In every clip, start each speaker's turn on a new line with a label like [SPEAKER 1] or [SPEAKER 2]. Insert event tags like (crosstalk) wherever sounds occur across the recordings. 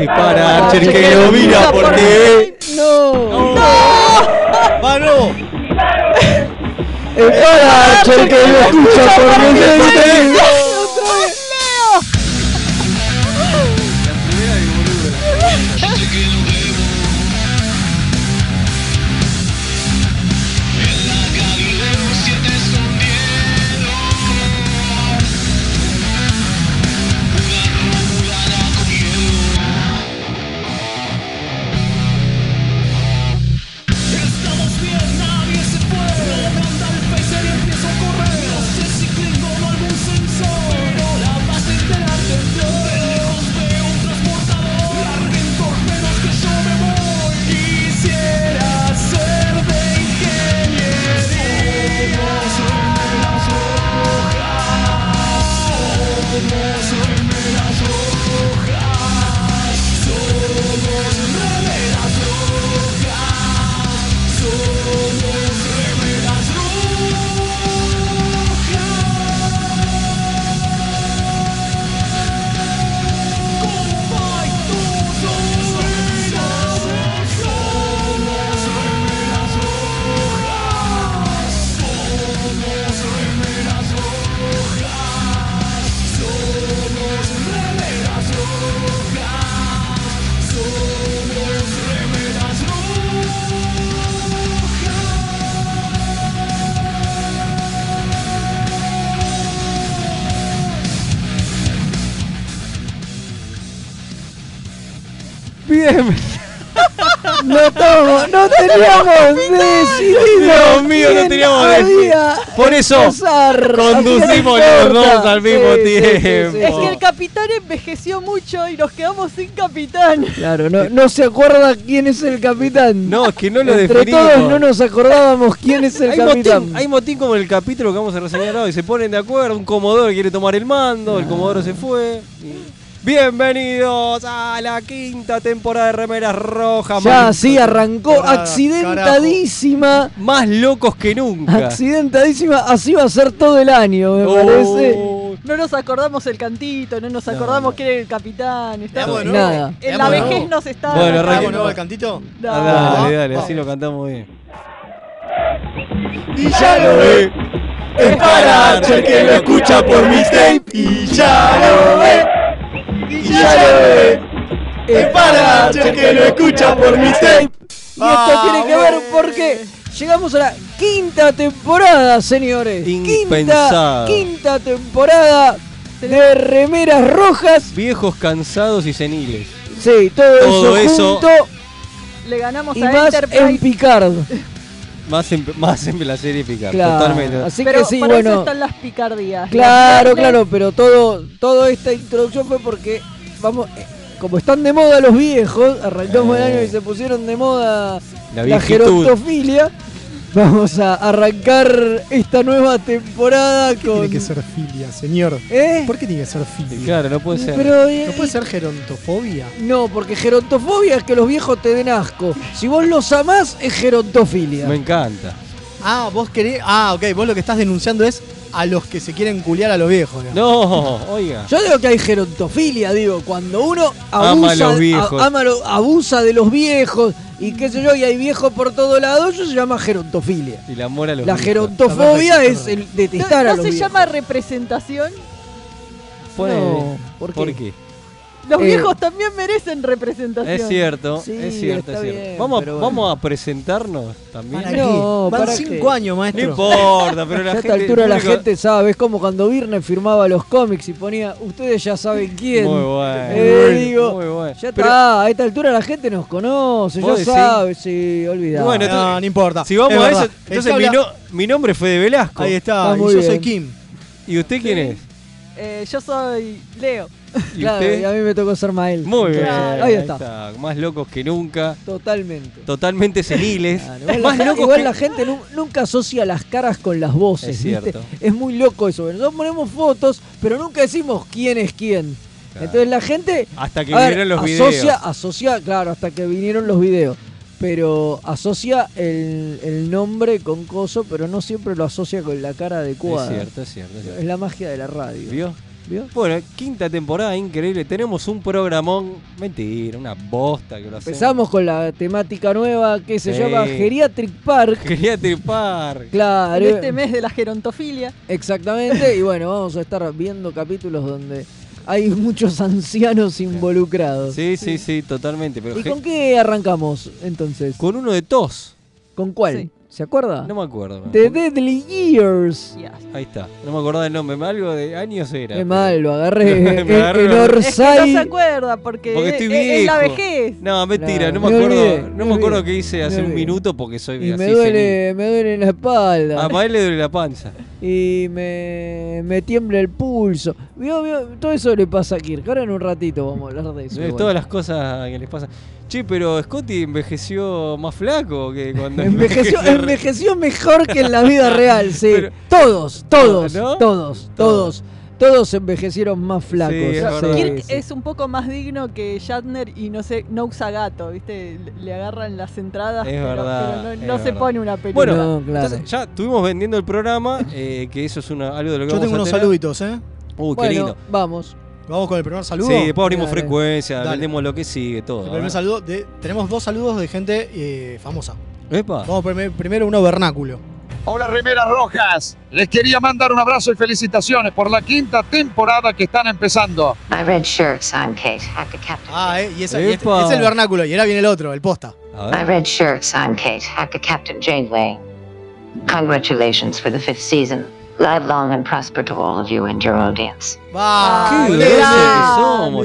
[SPEAKER 1] Y para Ah, Archer que lo mira por TV. ¡No! ¡No! ¡Mano!
[SPEAKER 2] Es para Archer que lo escucha por TV. Bien. No tomo, no teníamos decidido.
[SPEAKER 1] Dios mío, no
[SPEAKER 2] quién
[SPEAKER 1] teníamos
[SPEAKER 2] había
[SPEAKER 1] Por eso,
[SPEAKER 2] empezar.
[SPEAKER 1] conducimos
[SPEAKER 2] ¿A quién
[SPEAKER 1] los
[SPEAKER 2] importa?
[SPEAKER 1] dos al mismo tiempo.
[SPEAKER 3] Es que el capitán envejeció mucho y nos quedamos sin capitán.
[SPEAKER 2] Claro, no, no se acuerda quién es el capitán.
[SPEAKER 1] No, es que no lo
[SPEAKER 2] Entre
[SPEAKER 1] definimos.
[SPEAKER 2] todos no nos acordábamos quién es el
[SPEAKER 1] hay,
[SPEAKER 2] capitán.
[SPEAKER 1] motín, hay motín como en el capítulo que vamos a reseñar hoy. Se ponen de acuerdo, un comodoro quiere tomar el mando, el comodoro se fue. y- Bienvenidos a la quinta temporada de Remeras Rojas.
[SPEAKER 2] ya
[SPEAKER 1] más-
[SPEAKER 2] sí, arrancó
[SPEAKER 4] Carajo.
[SPEAKER 2] accidentadísima.
[SPEAKER 1] Más locos que
[SPEAKER 2] Ah,
[SPEAKER 1] nunca.
[SPEAKER 2] Accidentadísima, así va a ser todo el año, me parece.
[SPEAKER 1] Oh.
[SPEAKER 3] No nos acordamos el cantito, no nos acordamos quién era el capitán. Estamos,
[SPEAKER 4] Veamos de nuevo.
[SPEAKER 2] Nada.
[SPEAKER 3] en la
[SPEAKER 4] Veamos de
[SPEAKER 3] vejez
[SPEAKER 4] nuevo.
[SPEAKER 3] nos está.
[SPEAKER 1] Bueno, arranque.
[SPEAKER 4] ¿Hagamos nuevo Ah, el cantito?
[SPEAKER 3] No.
[SPEAKER 1] Ah, dale, dale,
[SPEAKER 4] Vamos.
[SPEAKER 1] así lo cantamos bien.
[SPEAKER 4] Y ya lo ve.
[SPEAKER 1] Es para Archer que lo escucha por mixtape.
[SPEAKER 4] Y ya lo ve. Y ya lo ve. Es para Archer que lo escucha por mixtape.
[SPEAKER 2] Y
[SPEAKER 1] ah,
[SPEAKER 2] esto tiene que ver
[SPEAKER 4] Vamos.
[SPEAKER 2] porque llegamos a la quinta temporada, señores. Quinta,
[SPEAKER 1] Impensado.
[SPEAKER 2] quinta temporada de Remeras Rojas.
[SPEAKER 1] Viejos cansados y seniles.
[SPEAKER 2] Sí, todo,
[SPEAKER 1] Todo eso
[SPEAKER 2] eso, junto
[SPEAKER 3] Le ganamos
[SPEAKER 2] y
[SPEAKER 3] a
[SPEAKER 2] más
[SPEAKER 3] Enterprise.
[SPEAKER 2] en Picard.
[SPEAKER 1] Más en, más en la serie Picard,
[SPEAKER 2] Claro.
[SPEAKER 1] totalmente.
[SPEAKER 2] Así
[SPEAKER 3] pero
[SPEAKER 2] que sí,
[SPEAKER 3] para eso
[SPEAKER 2] bueno.
[SPEAKER 3] están las picardías.
[SPEAKER 2] Claro,
[SPEAKER 3] Las
[SPEAKER 2] claro, pero todo, toda esta introducción fue porque, vamos, eh, como están de moda los viejos, arrancamos el
[SPEAKER 5] Eh.
[SPEAKER 2] año y se pusieron de moda
[SPEAKER 1] La
[SPEAKER 2] la,
[SPEAKER 1] viejitud.
[SPEAKER 2] gerontofilia, vamos a arrancar esta nueva temporada con...
[SPEAKER 5] Tiene que ser filia, señor.
[SPEAKER 2] ¿Eh?
[SPEAKER 5] ¿Por qué tiene que ser filia?
[SPEAKER 1] Claro, no puede ser.
[SPEAKER 2] Pero, eh,
[SPEAKER 5] ¿No puede ser gerontofobia?
[SPEAKER 2] no, porque gerontofobia es que los viejos te den asco. Si vos los amás, es gerontofilia.
[SPEAKER 1] Me encanta.
[SPEAKER 4] Ah, vos querés. Ah, ok, vos lo que estás denunciando es a los que se quieren culiar a los viejos. digamos.
[SPEAKER 1] No, oiga.
[SPEAKER 2] Yo digo que hay gerontofilia, digo, cuando uno abusa,
[SPEAKER 1] Ama a los viejos.
[SPEAKER 2] a- ama lo- abusa de los viejos y qué sé yo, y hay viejos por todo lado, eso se llama gerontofilia.
[SPEAKER 1] Y la mora los
[SPEAKER 2] La
[SPEAKER 1] viejos.
[SPEAKER 2] gerontofobia
[SPEAKER 5] Está
[SPEAKER 2] es
[SPEAKER 5] perfecto.
[SPEAKER 2] el
[SPEAKER 3] No,
[SPEAKER 2] detestar
[SPEAKER 3] no
[SPEAKER 2] a los
[SPEAKER 3] se
[SPEAKER 2] viejos.
[SPEAKER 3] llama representación.
[SPEAKER 1] Puede.
[SPEAKER 2] No, ¿por qué?
[SPEAKER 1] ¿Por qué?
[SPEAKER 3] Los
[SPEAKER 2] Eh.
[SPEAKER 3] viejos también merecen representación.
[SPEAKER 1] Es cierto,
[SPEAKER 2] Sí,
[SPEAKER 1] es cierto, es
[SPEAKER 2] está
[SPEAKER 1] cierto.
[SPEAKER 2] bien,
[SPEAKER 1] vamos, a-
[SPEAKER 2] pero bueno.
[SPEAKER 1] vamos a presentarnos también.
[SPEAKER 4] ¿Para
[SPEAKER 1] No,
[SPEAKER 2] No,
[SPEAKER 4] qué? Van
[SPEAKER 2] ¿para
[SPEAKER 4] cinco
[SPEAKER 2] qué?
[SPEAKER 4] años, maestro.
[SPEAKER 1] importa,
[SPEAKER 2] (laughs)
[SPEAKER 1] pero la
[SPEAKER 2] Ya a
[SPEAKER 1] gente.
[SPEAKER 2] esta altura
[SPEAKER 1] el
[SPEAKER 2] la
[SPEAKER 1] público-
[SPEAKER 2] gente sabe, es como cuando Virne firmaba los cómics y ponía, ustedes ya saben quién.
[SPEAKER 1] Muy bueno.
[SPEAKER 2] Eh, digo,
[SPEAKER 1] muy bueno.
[SPEAKER 2] Ya está,
[SPEAKER 1] Pero
[SPEAKER 2] a esta altura la gente nos conoce, ya
[SPEAKER 1] ¿Vos decís?
[SPEAKER 2] sabe, sí, olvidá.
[SPEAKER 1] Bueno,
[SPEAKER 4] No, no, importa.
[SPEAKER 1] si vamos
[SPEAKER 4] Es
[SPEAKER 1] a
[SPEAKER 4] verdad.
[SPEAKER 1] eso,
[SPEAKER 4] El
[SPEAKER 1] entonces
[SPEAKER 4] que
[SPEAKER 1] mi,
[SPEAKER 4] habla-
[SPEAKER 1] no- mi nombre fue de Velasco.
[SPEAKER 4] Ahí está,
[SPEAKER 2] Está
[SPEAKER 4] y
[SPEAKER 2] muy
[SPEAKER 4] yo soy
[SPEAKER 2] bien.
[SPEAKER 4] Kim.
[SPEAKER 1] ¿Y usted quién es?
[SPEAKER 3] Eh, yo soy Leo.
[SPEAKER 1] ¿Y
[SPEAKER 2] Claro,
[SPEAKER 1] usted?
[SPEAKER 2] y a mí me tocó ser Mael.
[SPEAKER 1] Muy bien.
[SPEAKER 2] Entonces, Ahí está,
[SPEAKER 1] Más locos que nunca.
[SPEAKER 2] totalmente.
[SPEAKER 1] Totalmente seniles.
[SPEAKER 2] Claro,
[SPEAKER 1] más
[SPEAKER 2] igual la, gen-
[SPEAKER 1] locos
[SPEAKER 2] igual
[SPEAKER 1] que...
[SPEAKER 2] la gente nu- nunca asocia las caras con las voces.
[SPEAKER 1] Es
[SPEAKER 2] ¿viste?
[SPEAKER 1] cierto.
[SPEAKER 2] Es muy loco eso. Nosotros ponemos fotos, pero nunca decimos quién es quién.
[SPEAKER 1] Claro.
[SPEAKER 2] Entonces la gente.
[SPEAKER 1] Hasta que
[SPEAKER 2] a ver,
[SPEAKER 1] vinieron los
[SPEAKER 2] asocia,
[SPEAKER 1] videos.
[SPEAKER 2] Asocia, claro, hasta que vinieron los videos. Pero asocia el, el nombre con coso, pero no siempre lo asocia con la cara
[SPEAKER 1] Es
[SPEAKER 2] adecuada.
[SPEAKER 1] cierto, es cierto. es cierto.
[SPEAKER 2] Es la magia de la radio.
[SPEAKER 1] ¿Vio?
[SPEAKER 2] ¿Vio?
[SPEAKER 1] Bueno, quinta temporada, increíble. Tenemos un programón. Mentira, una bosta que lo hacemos.
[SPEAKER 2] Empezamos con la temática nueva que se
[SPEAKER 1] Sí.
[SPEAKER 2] llama Geriatric Park.
[SPEAKER 1] Quería tripar.
[SPEAKER 2] (laughs) Claro.
[SPEAKER 3] En este mes de la gerontofilia.
[SPEAKER 2] Exactamente. Y bueno, vamos a estar viendo capítulos donde hay muchos ancianos involucrados.
[SPEAKER 1] Sí, sí, sí, totalmente. Pero
[SPEAKER 2] ¿Y
[SPEAKER 1] ge-
[SPEAKER 2] con qué arrancamos entonces?
[SPEAKER 1] con uno de tos.
[SPEAKER 2] ¿Con cuál?
[SPEAKER 3] Sí.
[SPEAKER 2] ¿Se acuerda?
[SPEAKER 1] No me acuerdo. ¿no?
[SPEAKER 2] The Deadly Years.
[SPEAKER 3] Yes.
[SPEAKER 1] Ahí está. No me acordaba el nombre. Algo de años era.
[SPEAKER 2] Qué mal, lo agarré
[SPEAKER 1] (laughs)
[SPEAKER 2] en,
[SPEAKER 1] Me agarró.
[SPEAKER 2] en
[SPEAKER 3] Es que no
[SPEAKER 2] Orsay.
[SPEAKER 3] se acuerda porque,
[SPEAKER 1] Porque estoy
[SPEAKER 2] Eh,
[SPEAKER 3] es, es- es la
[SPEAKER 1] viejo.
[SPEAKER 3] vejez.
[SPEAKER 1] No, mentira, no,
[SPEAKER 2] No,
[SPEAKER 1] me
[SPEAKER 2] me
[SPEAKER 1] acuerdo.
[SPEAKER 2] olvidé,
[SPEAKER 1] no me
[SPEAKER 2] me
[SPEAKER 1] acuerdo
[SPEAKER 2] olvidé,
[SPEAKER 1] qué hice
[SPEAKER 2] me
[SPEAKER 1] hace un
[SPEAKER 2] olvidé.
[SPEAKER 1] minuto porque soy
[SPEAKER 2] y
[SPEAKER 1] así. Ah,
[SPEAKER 2] me
[SPEAKER 1] senil.
[SPEAKER 2] duele, me duele la espalda.
[SPEAKER 1] A Mael le duele la
[SPEAKER 2] (laughs)
[SPEAKER 1] panza.
[SPEAKER 2] Y me, me tiembla el pulso. Vio, vio, todo eso le pasa a Kirk. Ahora en un ratito vamos a hablar de eso.
[SPEAKER 1] Eh,
[SPEAKER 2] igual.
[SPEAKER 1] Todas las cosas que les pasan. Che, pero Scotty envejeció más flaco que cuando
[SPEAKER 2] Envejeció, (laughs) envejeció mejor que en la vida real, sí.
[SPEAKER 1] Pero-
[SPEAKER 2] todos, todos,
[SPEAKER 1] ¿No?
[SPEAKER 2] todos, todos, todos envejecieron más flacos.
[SPEAKER 1] Sí, es
[SPEAKER 2] sí,
[SPEAKER 1] verdad.
[SPEAKER 2] sí.
[SPEAKER 3] Kirk es un poco más digno que Shatner y no sé, no usa gato, ¿viste? Le- Le agarran las entradas,
[SPEAKER 1] Es
[SPEAKER 3] pero,
[SPEAKER 1] verdad,
[SPEAKER 3] pero no,
[SPEAKER 1] es
[SPEAKER 3] no se
[SPEAKER 1] verdad.
[SPEAKER 3] pone una pelota.
[SPEAKER 1] Bueno,
[SPEAKER 2] No, claro.
[SPEAKER 1] Entonces, ya estuvimos vendiendo el programa, eh, que eso es una, algo de lo que
[SPEAKER 5] Yo
[SPEAKER 1] vamos
[SPEAKER 5] tengo
[SPEAKER 1] a
[SPEAKER 5] unos
[SPEAKER 1] tener.
[SPEAKER 5] saluditos, ¿eh?
[SPEAKER 1] Uy, qué
[SPEAKER 2] Bueno,
[SPEAKER 1] lindo.
[SPEAKER 2] vamos.
[SPEAKER 5] Vamos con el primer saludo.
[SPEAKER 1] Sí, después abrimos
[SPEAKER 2] Dale.
[SPEAKER 1] frecuencia,
[SPEAKER 5] Dale.
[SPEAKER 1] vendemos lo que sigue,
[SPEAKER 5] El
[SPEAKER 1] todo.
[SPEAKER 5] primer
[SPEAKER 1] ¿verdad?
[SPEAKER 5] saludo de- tenemos dos saludos de gente eh, famosa.
[SPEAKER 1] Epa.
[SPEAKER 5] Vamos primer- primero uno vernáculo.
[SPEAKER 6] Hola Remeras Rojas, les quería mandar un abrazo y felicitaciones por la quinta temporada que están empezando.
[SPEAKER 7] I read shirts. I'm Kate, Hacker Captain.
[SPEAKER 5] Ah, eh, y esa- y este-
[SPEAKER 1] Epa.
[SPEAKER 5] es el vernáculo. Y ahora viene el otro, el posta.
[SPEAKER 1] A
[SPEAKER 7] I
[SPEAKER 1] ver.
[SPEAKER 7] read shirts. I'm Kate, Hacker Captain Janeway. Congratulations for the fifth season. Live long and prosper to all of you and your audience.
[SPEAKER 5] Va.
[SPEAKER 1] Ah, Qué
[SPEAKER 5] Muy
[SPEAKER 1] grande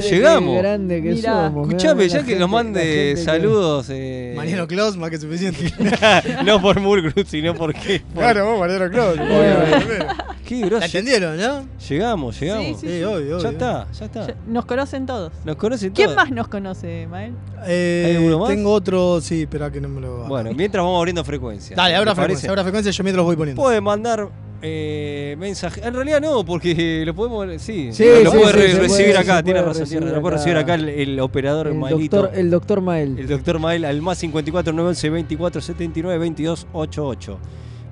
[SPEAKER 5] bien.
[SPEAKER 1] que somos,
[SPEAKER 2] Mire
[SPEAKER 1] llegamos.
[SPEAKER 2] Qué grande que
[SPEAKER 3] Mirá.
[SPEAKER 2] somos. mirá,
[SPEAKER 1] Escuchame,
[SPEAKER 2] la
[SPEAKER 1] ya que
[SPEAKER 2] gente-
[SPEAKER 1] nos
[SPEAKER 2] la gente
[SPEAKER 1] mande
[SPEAKER 2] que-
[SPEAKER 1] saludos. eh,
[SPEAKER 5] Mariano Claus, más que suficiente.
[SPEAKER 1] (laughs)
[SPEAKER 5] (laughs)
[SPEAKER 1] no por Mulgrew, sino porque.
[SPEAKER 5] claro, vos, Mariano Claus.
[SPEAKER 1] Qué
[SPEAKER 5] ¿La
[SPEAKER 1] grosso.
[SPEAKER 5] entendieron, no?
[SPEAKER 1] Llegamos, llegamos.
[SPEAKER 3] Sí,
[SPEAKER 5] Sí,
[SPEAKER 3] sí.
[SPEAKER 5] obvio, obvio.
[SPEAKER 1] Ya está, ya está.
[SPEAKER 3] Nos conocen todos.
[SPEAKER 1] Nos conocen todos.
[SPEAKER 3] ¿Quién más nos conoce, Mael?
[SPEAKER 5] Eh,
[SPEAKER 1] ¿Hay alguno más?
[SPEAKER 5] Tengo otro, sí, espera que no me lo.
[SPEAKER 1] Bueno, mientras vamos abriendo frecuencia.
[SPEAKER 5] Dale,
[SPEAKER 1] ¿Te
[SPEAKER 5] abra
[SPEAKER 1] parece?
[SPEAKER 5] frecuencia, abra frecuencia, yo mientras los voy poniendo.
[SPEAKER 1] Puede mandar eh, mensaje. En realidad no, porque (laughs) lo podemos. Sí,
[SPEAKER 2] Sí,
[SPEAKER 1] lo
[SPEAKER 2] sí,
[SPEAKER 1] puede
[SPEAKER 2] sí,
[SPEAKER 1] re-
[SPEAKER 2] se
[SPEAKER 1] recibir
[SPEAKER 2] puede,
[SPEAKER 1] acá, tiene
[SPEAKER 2] se
[SPEAKER 1] razón.
[SPEAKER 2] puede
[SPEAKER 1] tiene
[SPEAKER 2] recibir
[SPEAKER 1] razón. Lo puede
[SPEAKER 2] acá.
[SPEAKER 1] recibir acá el, el operador
[SPEAKER 2] El
[SPEAKER 1] Maelito.
[SPEAKER 2] doctor, el doctor Mael.
[SPEAKER 1] El doctor Mael al más 54 911 24 79 22 88.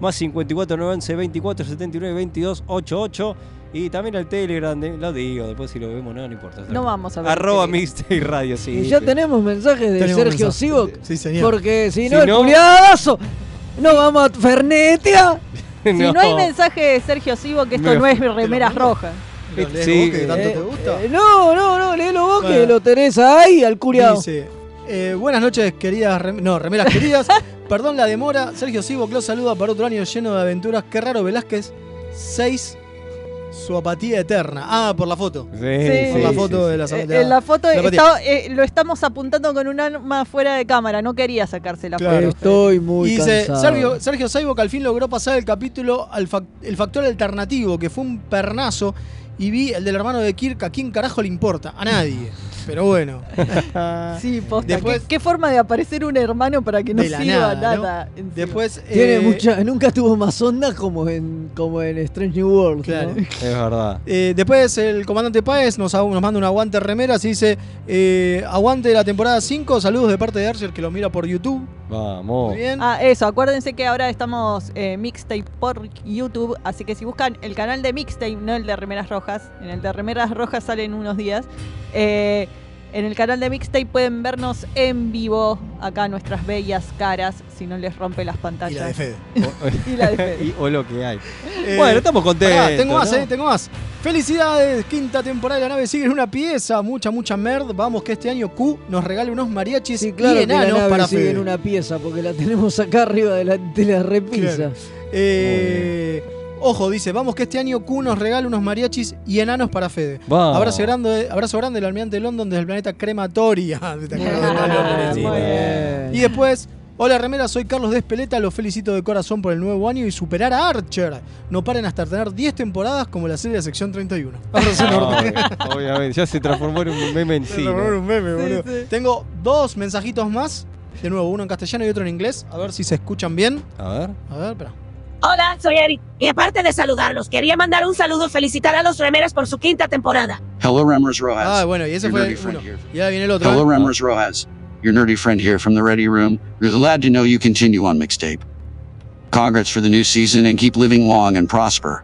[SPEAKER 1] Más 54 911 24 79 22 88. Y también al Telegram, de- lo digo, después si lo vemos, no, no importa.
[SPEAKER 3] No vamos a ver.
[SPEAKER 1] Arroba
[SPEAKER 3] Telegram.
[SPEAKER 1] Mixtape Radio, sí.
[SPEAKER 2] y ya
[SPEAKER 1] pero-
[SPEAKER 2] tenemos mensajes de
[SPEAKER 5] Tenemos
[SPEAKER 2] Sergio
[SPEAKER 5] mensajes.
[SPEAKER 2] Sivok.
[SPEAKER 5] Sí, señor.
[SPEAKER 2] Porque si
[SPEAKER 1] Si
[SPEAKER 2] no, el
[SPEAKER 1] no-
[SPEAKER 2] culiadazo. No vamos a Fernetia.
[SPEAKER 1] (laughs)
[SPEAKER 3] Si no hay mensaje de Sergio Sivo que esto
[SPEAKER 1] Me-
[SPEAKER 3] no es remeras rojas.
[SPEAKER 5] ¿Lo lees
[SPEAKER 1] Sí,
[SPEAKER 5] vos que tanto
[SPEAKER 2] eh,
[SPEAKER 5] te gusta?
[SPEAKER 2] eh, no, no, no, léelo vos que
[SPEAKER 5] Bueno.
[SPEAKER 2] lo tenés ahí al curiado.
[SPEAKER 5] Dice, eh, buenas noches, queridas rem- no, remeras queridas. Perdón la demora. Sergio Sibok los saluda para otro año lleno de aventuras. Qué raro Velázquez 6, su apatía eterna. Ah, por la foto.
[SPEAKER 3] Sí,
[SPEAKER 5] por la
[SPEAKER 3] sí,
[SPEAKER 5] foto de la
[SPEAKER 3] Eh,
[SPEAKER 5] de
[SPEAKER 3] en la foto
[SPEAKER 5] la apatía.
[SPEAKER 3] está- eh, lo estamos apuntando con un arma fuera de cámara. No quería sacarse la
[SPEAKER 5] Claro.
[SPEAKER 3] foto.
[SPEAKER 2] Estoy muy
[SPEAKER 5] Y dice,
[SPEAKER 2] cansado.
[SPEAKER 5] Sergio, Sergio Saibok al fin logró pasar el capítulo al fac- El Factor Alternativo, que fue un pernazo, y vi el del hermano de Kirk, ¿a quién carajo le importa? A nadie.
[SPEAKER 2] (laughs)
[SPEAKER 5] Pero bueno.
[SPEAKER 3] Sí, posta.
[SPEAKER 5] Después-
[SPEAKER 3] ¿Qué, qué forma de aparecer un hermano para que no
[SPEAKER 5] De la
[SPEAKER 3] sirva
[SPEAKER 5] nada,
[SPEAKER 3] nada?
[SPEAKER 5] ¿no?
[SPEAKER 3] encima.
[SPEAKER 5] Después...
[SPEAKER 2] (laughs) Tiene
[SPEAKER 5] eh,
[SPEAKER 2] mucha, nunca tuvo más onda como en, como en Strange New World.
[SPEAKER 5] Claro.
[SPEAKER 2] ¿no?
[SPEAKER 1] Es verdad.
[SPEAKER 5] eh, después el comandante Páez nos, ha- nos manda un aguante remera y dice, eh, aguante la temporada 5, saludos de parte de Archer que lo mira por YouTube.
[SPEAKER 1] Vamos.
[SPEAKER 5] Muy bien.
[SPEAKER 3] Ah, eso, acuérdense que ahora estamos eh, mixtape por YouTube, así que si buscan el canal de mixtape, no el de Remeras Rojas, en el de Remeras Rojas salen unos días, eh, en el canal de mixtape pueden vernos en vivo acá nuestras bellas caras, si no les rompe las
[SPEAKER 5] Y la de
[SPEAKER 3] pantallas.
[SPEAKER 5] Fede.
[SPEAKER 1] O-
[SPEAKER 3] Y la de
[SPEAKER 5] (laughs)
[SPEAKER 3] Fede.
[SPEAKER 1] (laughs) y- o lo que hay.
[SPEAKER 5] Eh,
[SPEAKER 1] bueno, estamos contentos.
[SPEAKER 5] Pará, tengo más,
[SPEAKER 1] ¿no?
[SPEAKER 5] eh, tengo más. Felicidades, quinta temporada de la nave sigue en una pieza, mucha, mucha merd. Vamos que este año Q nos regale unos mariachis
[SPEAKER 2] Sí, claro
[SPEAKER 5] y
[SPEAKER 2] que la
[SPEAKER 5] enanos
[SPEAKER 2] nave
[SPEAKER 5] para
[SPEAKER 2] sigue
[SPEAKER 5] Fede.
[SPEAKER 2] en una pieza porque la tenemos acá arriba de la, de la repisa.
[SPEAKER 3] (laughs)
[SPEAKER 5] Claro. Eh, ojo, dice, vamos que este año Q nos regale unos mariachis y enanos para Fede.
[SPEAKER 1] Vamos.
[SPEAKER 5] Abrazo grande, abrazo grande del almirante London desde el planeta Crematoria. (laughs) ¿Te
[SPEAKER 2] Ah,
[SPEAKER 5] acordás?
[SPEAKER 1] Sí,
[SPEAKER 2] muy
[SPEAKER 1] bien.
[SPEAKER 5] y después, hola remera, soy Carlos de Espeleta, los felicito de corazón por el nuevo año y superar a Archer. No paren hasta tener 10 temporadas como la serie de sección 31. Abrazo
[SPEAKER 1] No,
[SPEAKER 5] enorme.
[SPEAKER 1] obvio, Ah, obviamente, ya se transformó en un meme en sí.
[SPEAKER 5] Se
[SPEAKER 1] ¿no?
[SPEAKER 5] robaron un meme, boludo.
[SPEAKER 3] sí.
[SPEAKER 5] Tengo dos mensajitos más. De nuevo, uno en castellano y otro en inglés. A ver si se escuchan bien.
[SPEAKER 1] A ver.
[SPEAKER 5] A ver, espera.
[SPEAKER 8] Hola, soy Ari. Y aparte de saludarlos, quería mandar un saludo y felicitar a los remeras por su quinta temporada.
[SPEAKER 9] Hello, Remeras Rojas.
[SPEAKER 5] Ah, bueno, y ese
[SPEAKER 9] your
[SPEAKER 5] fue
[SPEAKER 9] nerdy
[SPEAKER 5] el
[SPEAKER 9] friend
[SPEAKER 5] uno.
[SPEAKER 9] here.
[SPEAKER 5] Y ahora viene el otro. ¿eh?
[SPEAKER 9] Hello, Remeras Rojas. Your nerdy friend here from the Ready Room. We're glad to know you continue on Mixtape. Congrats for the new season and keep living long and prosper.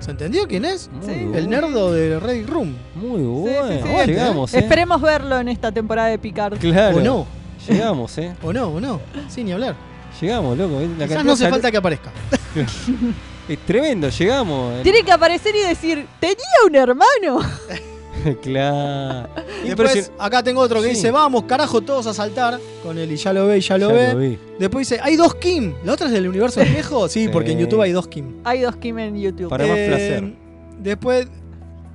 [SPEAKER 5] ¿Se entendió quién es?
[SPEAKER 1] Muy
[SPEAKER 3] Sí.
[SPEAKER 1] bueno.
[SPEAKER 5] El nerdo de Ready Room.
[SPEAKER 1] Muy
[SPEAKER 3] Sí,
[SPEAKER 1] bueno.
[SPEAKER 3] sí, sí.
[SPEAKER 5] Aguante,
[SPEAKER 1] Llegamos, ¿eh?
[SPEAKER 3] Esperemos verlo en esta temporada de Picard.
[SPEAKER 1] Claro.
[SPEAKER 5] O no,
[SPEAKER 1] Llegamos, ¿eh?
[SPEAKER 5] o no, o no. Sin ni hablar.
[SPEAKER 1] Llegamos, loco. ¿eh? La
[SPEAKER 5] Quizás
[SPEAKER 1] cantidad
[SPEAKER 5] no hace
[SPEAKER 1] de-
[SPEAKER 5] falta que aparezca.
[SPEAKER 1] Es tremendo, llegamos.
[SPEAKER 3] Tiene que aparecer y decir, tenía un hermano.
[SPEAKER 1] (laughs) claro.
[SPEAKER 5] Después, acá tengo otro que
[SPEAKER 1] Sí.
[SPEAKER 5] dice, vamos, carajo, todos a saltar. Con el y ya lo ve, y ya lo
[SPEAKER 1] Ya
[SPEAKER 5] ve.
[SPEAKER 1] lo vi.
[SPEAKER 5] Después dice, hay dos Kim. ¿La otra es del universo espejo?
[SPEAKER 1] (laughs)
[SPEAKER 5] Sí,
[SPEAKER 1] Sí.
[SPEAKER 5] porque en YouTube hay dos Kim. Eh,
[SPEAKER 3] Hay dos Kim en YouTube.
[SPEAKER 1] Para más placer.
[SPEAKER 5] Después,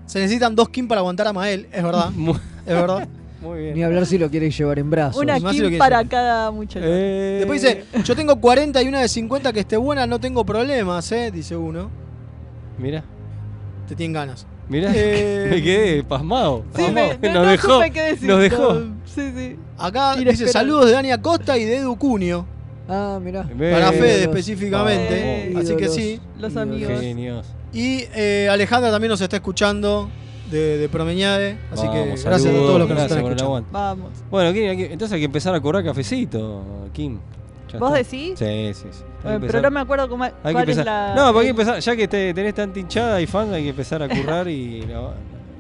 [SPEAKER 5] se necesitan dos Kim para aguantar a Mael.
[SPEAKER 1] (laughs)
[SPEAKER 5] Es verdad,
[SPEAKER 1] Muy,
[SPEAKER 5] es verdad.
[SPEAKER 1] muy
[SPEAKER 2] Ni
[SPEAKER 1] bien.
[SPEAKER 2] hablar si lo quieres llevar en brazos.
[SPEAKER 3] Una
[SPEAKER 5] más si lo
[SPEAKER 3] Kim
[SPEAKER 5] quieres
[SPEAKER 3] para
[SPEAKER 5] hacer.
[SPEAKER 3] cada muchacho.
[SPEAKER 1] Eh,
[SPEAKER 5] Después dice, yo tengo 40 y una de 50 que esté buena, no tengo problemas, ¿eh? Dice uno.
[SPEAKER 1] Mira,
[SPEAKER 5] Te tienen ganas.
[SPEAKER 1] mira. (laughs)
[SPEAKER 5] Eh,
[SPEAKER 1] Me quedé pasmado.
[SPEAKER 3] Sí, me,
[SPEAKER 1] Pasmado.
[SPEAKER 3] no,
[SPEAKER 1] nos
[SPEAKER 3] no
[SPEAKER 1] dejó.
[SPEAKER 3] supe qué decir.
[SPEAKER 1] nos dejó.
[SPEAKER 3] No, Sí, sí.
[SPEAKER 5] Acá
[SPEAKER 3] Mira,
[SPEAKER 5] dice,
[SPEAKER 3] espera.
[SPEAKER 5] saludos de Dani Acosta y de Edu Cunio.
[SPEAKER 2] Ah, mirá.
[SPEAKER 1] Ve.
[SPEAKER 5] Para
[SPEAKER 1] Eh, Ah,
[SPEAKER 5] Fede
[SPEAKER 2] Ídolos.
[SPEAKER 5] específicamente.
[SPEAKER 3] Eh,
[SPEAKER 5] Así que
[SPEAKER 2] Ídolos.
[SPEAKER 5] sí.
[SPEAKER 3] Los
[SPEAKER 2] Ídolos.
[SPEAKER 3] amigos.
[SPEAKER 1] Genios.
[SPEAKER 5] Y eh, Alejandra también nos está escuchando de, de Promeñade. Así que
[SPEAKER 1] Vamos,
[SPEAKER 5] gracias a
[SPEAKER 1] saludos,
[SPEAKER 5] todos los que nos
[SPEAKER 1] gracias
[SPEAKER 5] están
[SPEAKER 1] por el
[SPEAKER 5] escuchando.
[SPEAKER 1] aguante.
[SPEAKER 3] Vamos.
[SPEAKER 1] Bueno, Kim, hay que- entonces hay que empezar a cobrar cafecito, Kim. Ya
[SPEAKER 3] ¿Vos
[SPEAKER 1] está.
[SPEAKER 3] decís?
[SPEAKER 1] Sí, sí, sí. Hay que
[SPEAKER 3] Bueno, pero
[SPEAKER 1] empezar.
[SPEAKER 3] no me acuerdo cómo,
[SPEAKER 1] Hay
[SPEAKER 3] cuál
[SPEAKER 1] que
[SPEAKER 3] es
[SPEAKER 1] empezar.
[SPEAKER 3] la... eh,
[SPEAKER 1] No, pero hay que empezar. Ya que te- tenés tanta hinchada y fan, hay que empezar a currar y (laughs) la,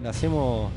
[SPEAKER 1] la hacemos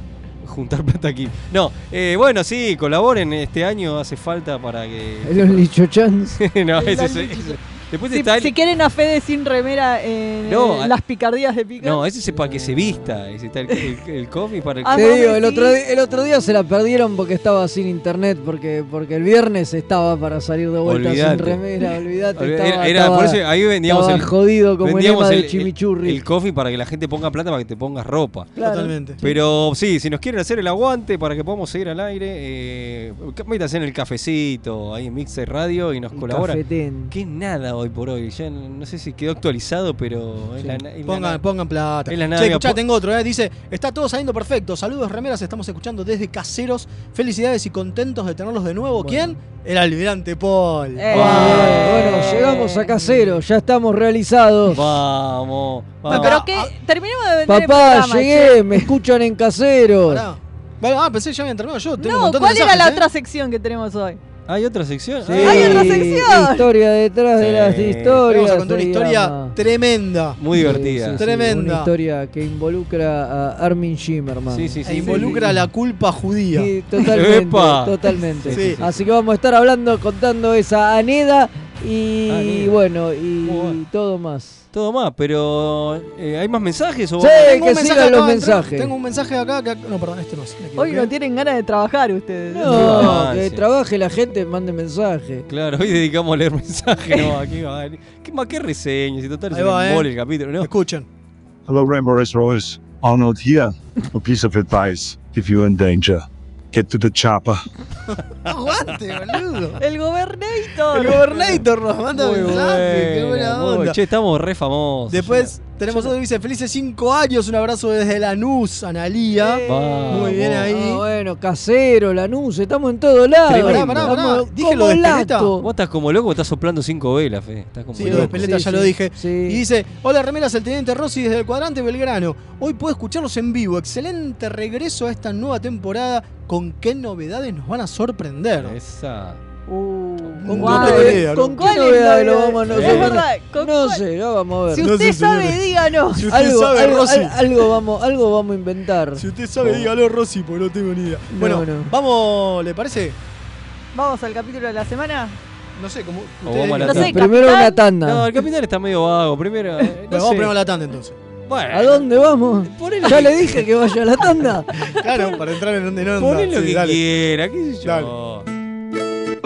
[SPEAKER 1] juntar plata aquí. No, eh, bueno, sí, colaboren. Este año hace falta para que.
[SPEAKER 2] Los lichochans.
[SPEAKER 1] (laughs) no,
[SPEAKER 3] El
[SPEAKER 1] ese- ese-
[SPEAKER 3] Only Chico.
[SPEAKER 1] Después
[SPEAKER 3] Si,
[SPEAKER 1] está el-
[SPEAKER 3] si quieren a Fede sin remera en
[SPEAKER 1] No,
[SPEAKER 3] eh,
[SPEAKER 1] a-
[SPEAKER 3] las picardías de Picard.
[SPEAKER 1] No, ese es para que se vista. Ese está el, el- el coffee para el.
[SPEAKER 3] Ah,
[SPEAKER 2] Te
[SPEAKER 3] vos
[SPEAKER 2] digo, el
[SPEAKER 3] decís.
[SPEAKER 2] otro, di- el otro día se la perdieron porque estaba sin internet, porque, porque el viernes estaba para salir de vuelta
[SPEAKER 1] Olvidate.
[SPEAKER 2] sin remera, olvidate.
[SPEAKER 1] Era-
[SPEAKER 2] estaba,
[SPEAKER 1] era-
[SPEAKER 2] estaba-
[SPEAKER 1] por eso ahí vendíamos
[SPEAKER 2] estaba
[SPEAKER 1] el,
[SPEAKER 2] jodido como el
[SPEAKER 1] vendíamos
[SPEAKER 2] de
[SPEAKER 1] el-
[SPEAKER 2] chimichurri.
[SPEAKER 1] el coffee para que la gente ponga plata para que te pongas ropa.
[SPEAKER 2] Claro.
[SPEAKER 5] Totalmente.
[SPEAKER 1] Pero sí, si nos quieren hacer el aguante para que podamos seguir al aire, eh, métanse en el cafecito, ahí en Mixer Radio y nos
[SPEAKER 2] Un
[SPEAKER 1] colaboran.
[SPEAKER 2] cafetén.
[SPEAKER 1] Que es nada hoy por hoy, ya no no sé si quedó actualizado, pero es
[SPEAKER 2] Sí.
[SPEAKER 1] la, es la-
[SPEAKER 5] Pongan, pongan plata.
[SPEAKER 1] Es la nave
[SPEAKER 5] Che, escuchá,
[SPEAKER 1] po-
[SPEAKER 5] tengo otro, eh. Dice, está todo saliendo perfecto. Saludos, remeras, estamos escuchando desde caseros. Felicidades y contentos de tenerlos de nuevo. ¿Quién? El almirante Paul.
[SPEAKER 3] Eh.
[SPEAKER 2] Ah, Bueno, llegamos a casero, ya estamos realizados.
[SPEAKER 1] Vamos,
[SPEAKER 3] Bueno,
[SPEAKER 1] vamos.
[SPEAKER 3] pero que terminemos de vender el
[SPEAKER 2] Papá,
[SPEAKER 3] programa,
[SPEAKER 2] llegué,
[SPEAKER 3] che.
[SPEAKER 2] me escuchan en caseros.
[SPEAKER 5] Pará. Bueno, ah, pensé que ya habían terminado yo. Tengo un
[SPEAKER 3] No,
[SPEAKER 5] montón de
[SPEAKER 3] ¿cuál era
[SPEAKER 5] mensajes,
[SPEAKER 3] la
[SPEAKER 5] eh.
[SPEAKER 3] otra sección que tenemos hoy?
[SPEAKER 1] ¿Hay otra sección?
[SPEAKER 2] Sí,
[SPEAKER 1] Ah,
[SPEAKER 3] Hay otra sección.
[SPEAKER 2] Historia detrás
[SPEAKER 1] Sí.
[SPEAKER 2] de las historias.
[SPEAKER 5] Vamos a contar una
[SPEAKER 2] se
[SPEAKER 5] historia
[SPEAKER 2] llama.
[SPEAKER 5] tremenda.
[SPEAKER 1] Muy divertida.
[SPEAKER 2] Sí, sí, sí,
[SPEAKER 5] Tremenda.
[SPEAKER 2] Una historia que involucra a Armin Shimmerman.
[SPEAKER 1] Sí, sí, sí.
[SPEAKER 5] e involucra la culpa judía.
[SPEAKER 2] Sí,
[SPEAKER 1] (laughs)
[SPEAKER 2] totalmente,
[SPEAKER 1] Epa.
[SPEAKER 2] totalmente.
[SPEAKER 5] Sí.
[SPEAKER 2] Así que vamos a estar hablando, contando esa aneda y
[SPEAKER 1] Aneda.
[SPEAKER 2] bueno, y,
[SPEAKER 1] Muy bueno.
[SPEAKER 2] todo más.
[SPEAKER 1] Todo más, pero eh, ¿hay más mensajes o
[SPEAKER 2] Sí.
[SPEAKER 1] vamos?
[SPEAKER 2] que
[SPEAKER 5] un mensaje
[SPEAKER 2] sigan los
[SPEAKER 5] acá, entró-
[SPEAKER 2] mensajes.
[SPEAKER 5] Tengo un mensaje acá que. No, perdón, este no es. me
[SPEAKER 3] Hoy no
[SPEAKER 5] equivoqué.
[SPEAKER 3] tienen ganas de trabajar ustedes.
[SPEAKER 2] No, que
[SPEAKER 5] Ah,
[SPEAKER 1] sí.
[SPEAKER 2] trabaje la gente, mande mensaje.
[SPEAKER 1] Claro, hoy dedicamos a leer mensajes, no, aquí va. eh, ¿Qué más qué reseñas? Si total es
[SPEAKER 5] Ahí
[SPEAKER 1] un
[SPEAKER 5] va, eh.
[SPEAKER 1] embole el capítulo, ¿no?
[SPEAKER 3] (laughs)
[SPEAKER 5] Escuchen.
[SPEAKER 10] Hello, Rainbow Race Rollers. Arnold here. A piece of advice if you're in danger, get to the chopper.
[SPEAKER 5] Aguante, boludo.
[SPEAKER 3] El gobernator.
[SPEAKER 5] El gobernator nos manda
[SPEAKER 1] Muy
[SPEAKER 5] mensaje. Qué
[SPEAKER 1] buena,
[SPEAKER 5] buena
[SPEAKER 1] muy-
[SPEAKER 5] onda.
[SPEAKER 1] Che, estamos re famosos.
[SPEAKER 5] Después tenemos otro que dice: Felices 5 años. Un abrazo desde Lanús, Analía.
[SPEAKER 3] Eh,
[SPEAKER 1] Vamos.
[SPEAKER 5] Muy bien ahí.
[SPEAKER 2] Ah, bueno, casero, Lanús, estamos en todo lado.
[SPEAKER 1] Tremendo.
[SPEAKER 5] Pará, pará, pará.
[SPEAKER 2] Estamos
[SPEAKER 5] Dije
[SPEAKER 2] como
[SPEAKER 5] lo de Espeleta.
[SPEAKER 2] lacto.
[SPEAKER 1] Vos estás como loco, estás soplando cinco velas, Fe. Estás como
[SPEAKER 5] Sí,
[SPEAKER 1] loco.
[SPEAKER 5] lo de Espeleta
[SPEAKER 2] Sí,
[SPEAKER 5] ya
[SPEAKER 2] sí,
[SPEAKER 5] lo dije.
[SPEAKER 2] sí.
[SPEAKER 5] Y dice: Hola, remeras, el teniente Rossi desde el cuadrante Belgrano. Hoy puedo escucharlos en vivo. Excelente regreso a esta nueva temporada. ¿Con qué novedades nos van a sorprender?
[SPEAKER 1] Esa.
[SPEAKER 3] Uh,
[SPEAKER 5] Un
[SPEAKER 3] guau.
[SPEAKER 5] no te creo,
[SPEAKER 2] ¿Con qué
[SPEAKER 5] ¿no?
[SPEAKER 3] ¿Cuál es
[SPEAKER 2] novedades
[SPEAKER 3] la
[SPEAKER 2] lo vamos a
[SPEAKER 3] novedad?
[SPEAKER 2] nosotros?
[SPEAKER 3] Es verdad, ¿con
[SPEAKER 2] No
[SPEAKER 3] cuál?
[SPEAKER 2] sé, ya vamos a ver.
[SPEAKER 3] Si
[SPEAKER 5] No
[SPEAKER 3] usted
[SPEAKER 5] sé,
[SPEAKER 3] sabe,
[SPEAKER 5] señores.
[SPEAKER 3] díganos.
[SPEAKER 5] Si usted
[SPEAKER 2] algo,
[SPEAKER 5] sabe,
[SPEAKER 2] algo-
[SPEAKER 5] Rossi.
[SPEAKER 2] al- algo vamos, algo vamos a inventar.
[SPEAKER 5] Si usted sabe, dígalo Rossi, porque no tengo ni idea.
[SPEAKER 2] No,
[SPEAKER 5] bueno,
[SPEAKER 2] no.
[SPEAKER 5] vamos, ¿le parece?
[SPEAKER 3] Vamos al capítulo de la semana.
[SPEAKER 5] No sé, como.
[SPEAKER 1] vamos a la
[SPEAKER 3] No sé,
[SPEAKER 2] Primero
[SPEAKER 3] capitán.
[SPEAKER 2] una tanda.
[SPEAKER 1] No, el capitán está medio vago.
[SPEAKER 5] (laughs)
[SPEAKER 1] Primero. eh, no
[SPEAKER 5] vamos
[SPEAKER 1] sé.
[SPEAKER 5] primero a la tanda entonces.
[SPEAKER 1] Bueno,
[SPEAKER 2] ¿A
[SPEAKER 1] (laughs)
[SPEAKER 2] dónde vamos? Ya le dije que vaya a la tanda.
[SPEAKER 5] Claro, para entrar en, en onda.
[SPEAKER 1] Poné lo
[SPEAKER 5] Sí,
[SPEAKER 1] que
[SPEAKER 5] dale.
[SPEAKER 1] quiera, qué sé yo.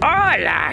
[SPEAKER 8] Hola,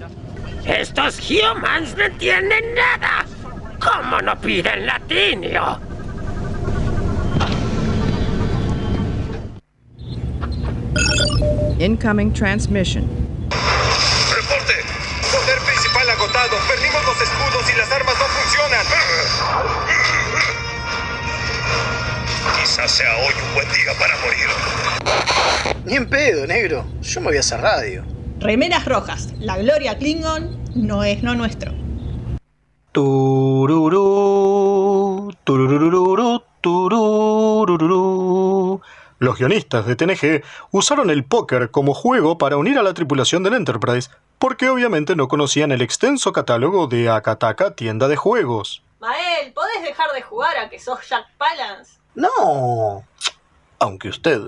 [SPEAKER 8] Estos humans no entienden nada. ¿Cómo no piden latinio?
[SPEAKER 11] Incoming transmission.
[SPEAKER 12] ¡Reporte! Poder principal agotado. Perdimos los escudos y las armas no funcionan. Quizás sea hoy un buen día para morir.
[SPEAKER 13] Ni en pedo, negro. Yo me voy a hacer radio.
[SPEAKER 14] Remeras rojas, la gloria Klingon no es lo nuestro.
[SPEAKER 5] Tururú, tururururú, turururú.
[SPEAKER 15] Los guionistas de TNG usaron el póker como juego para unir a la tripulación del Enterprise, porque obviamente no conocían el extenso catálogo de Akataka Tienda de Juegos.
[SPEAKER 14] Mael, ¿podés dejar de jugar a que sos Jack Palance?
[SPEAKER 15] No. Aunque usted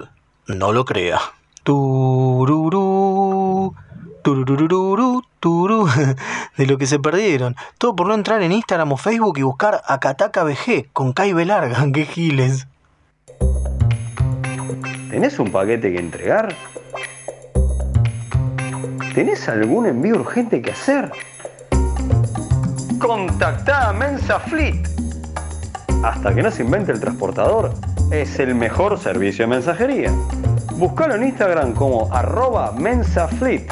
[SPEAKER 15] no lo crea.
[SPEAKER 5] Tururú, tururururú, turú. (laughs) De lo que se perdieron. Todo por no entrar en Instagram o Facebook y buscar Akataka BG con Kai B larga. (laughs) ¡Qué giles!
[SPEAKER 16] ¿Tenés un paquete que entregar? ¿Tenés algún envío urgente que hacer? Contactá a Mensa Fleet. Hasta que no se invente el transportador, es el mejor servicio de mensajería. Buscalo en Instagram como arroba mensafleet.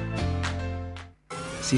[SPEAKER 2] Si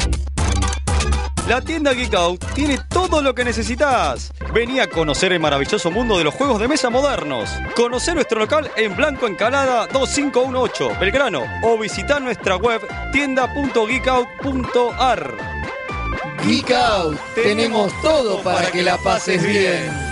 [SPEAKER 1] La tienda Geek Out tiene todo lo que necesitas. Vení a conocer el maravilloso mundo de los juegos de mesa modernos. Conocer nuestro local en Blanco Encalada 2518, Belgrano, o visita nuestra web tienda.geekout.ar.
[SPEAKER 2] Geek Out, tenemos todo para que la pases bien.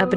[SPEAKER 17] A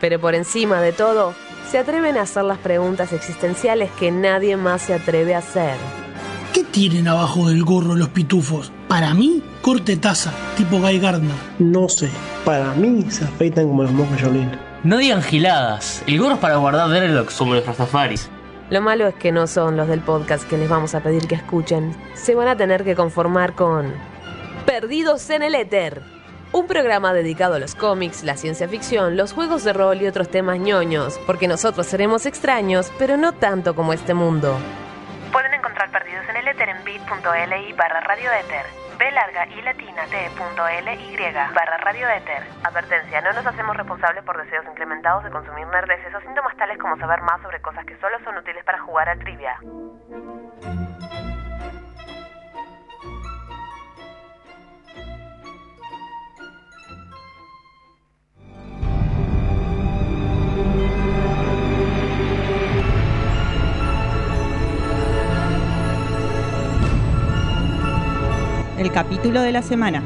[SPEAKER 17] pero por encima de todo, se atreven a hacer las preguntas existenciales que nadie más se atreve a hacer.
[SPEAKER 18] ¿Qué tienen abajo del gorro los pitufos? Para mí, corte taza, tipo Guy Gardner.
[SPEAKER 19] No sé, para mí se afeitan como los mocos Jolín.
[SPEAKER 20] No digan giladas, el gorro es para guardar Dreadlocks como los Rastafaris.
[SPEAKER 17] Lo malo es que no son los del podcast que les vamos a pedir que escuchen. Se van a tener que conformar con Perdidos en el Éter. Un programa dedicado a los cómics, la ciencia ficción, los juegos de rol y otros temas ñoños, porque nosotros seremos extraños, pero no tanto como este mundo.
[SPEAKER 21] Pueden encontrar Perdidos en el Éter en bit.li barra radio éter. B larga y latina t.ly barra radio éter. Advertencia, no nos hacemos responsables por deseos incrementados de consumir nerdeces o síntomas tales como saber más sobre cosas que solo son útiles para jugar a trivia.
[SPEAKER 3] El capítulo de la semana.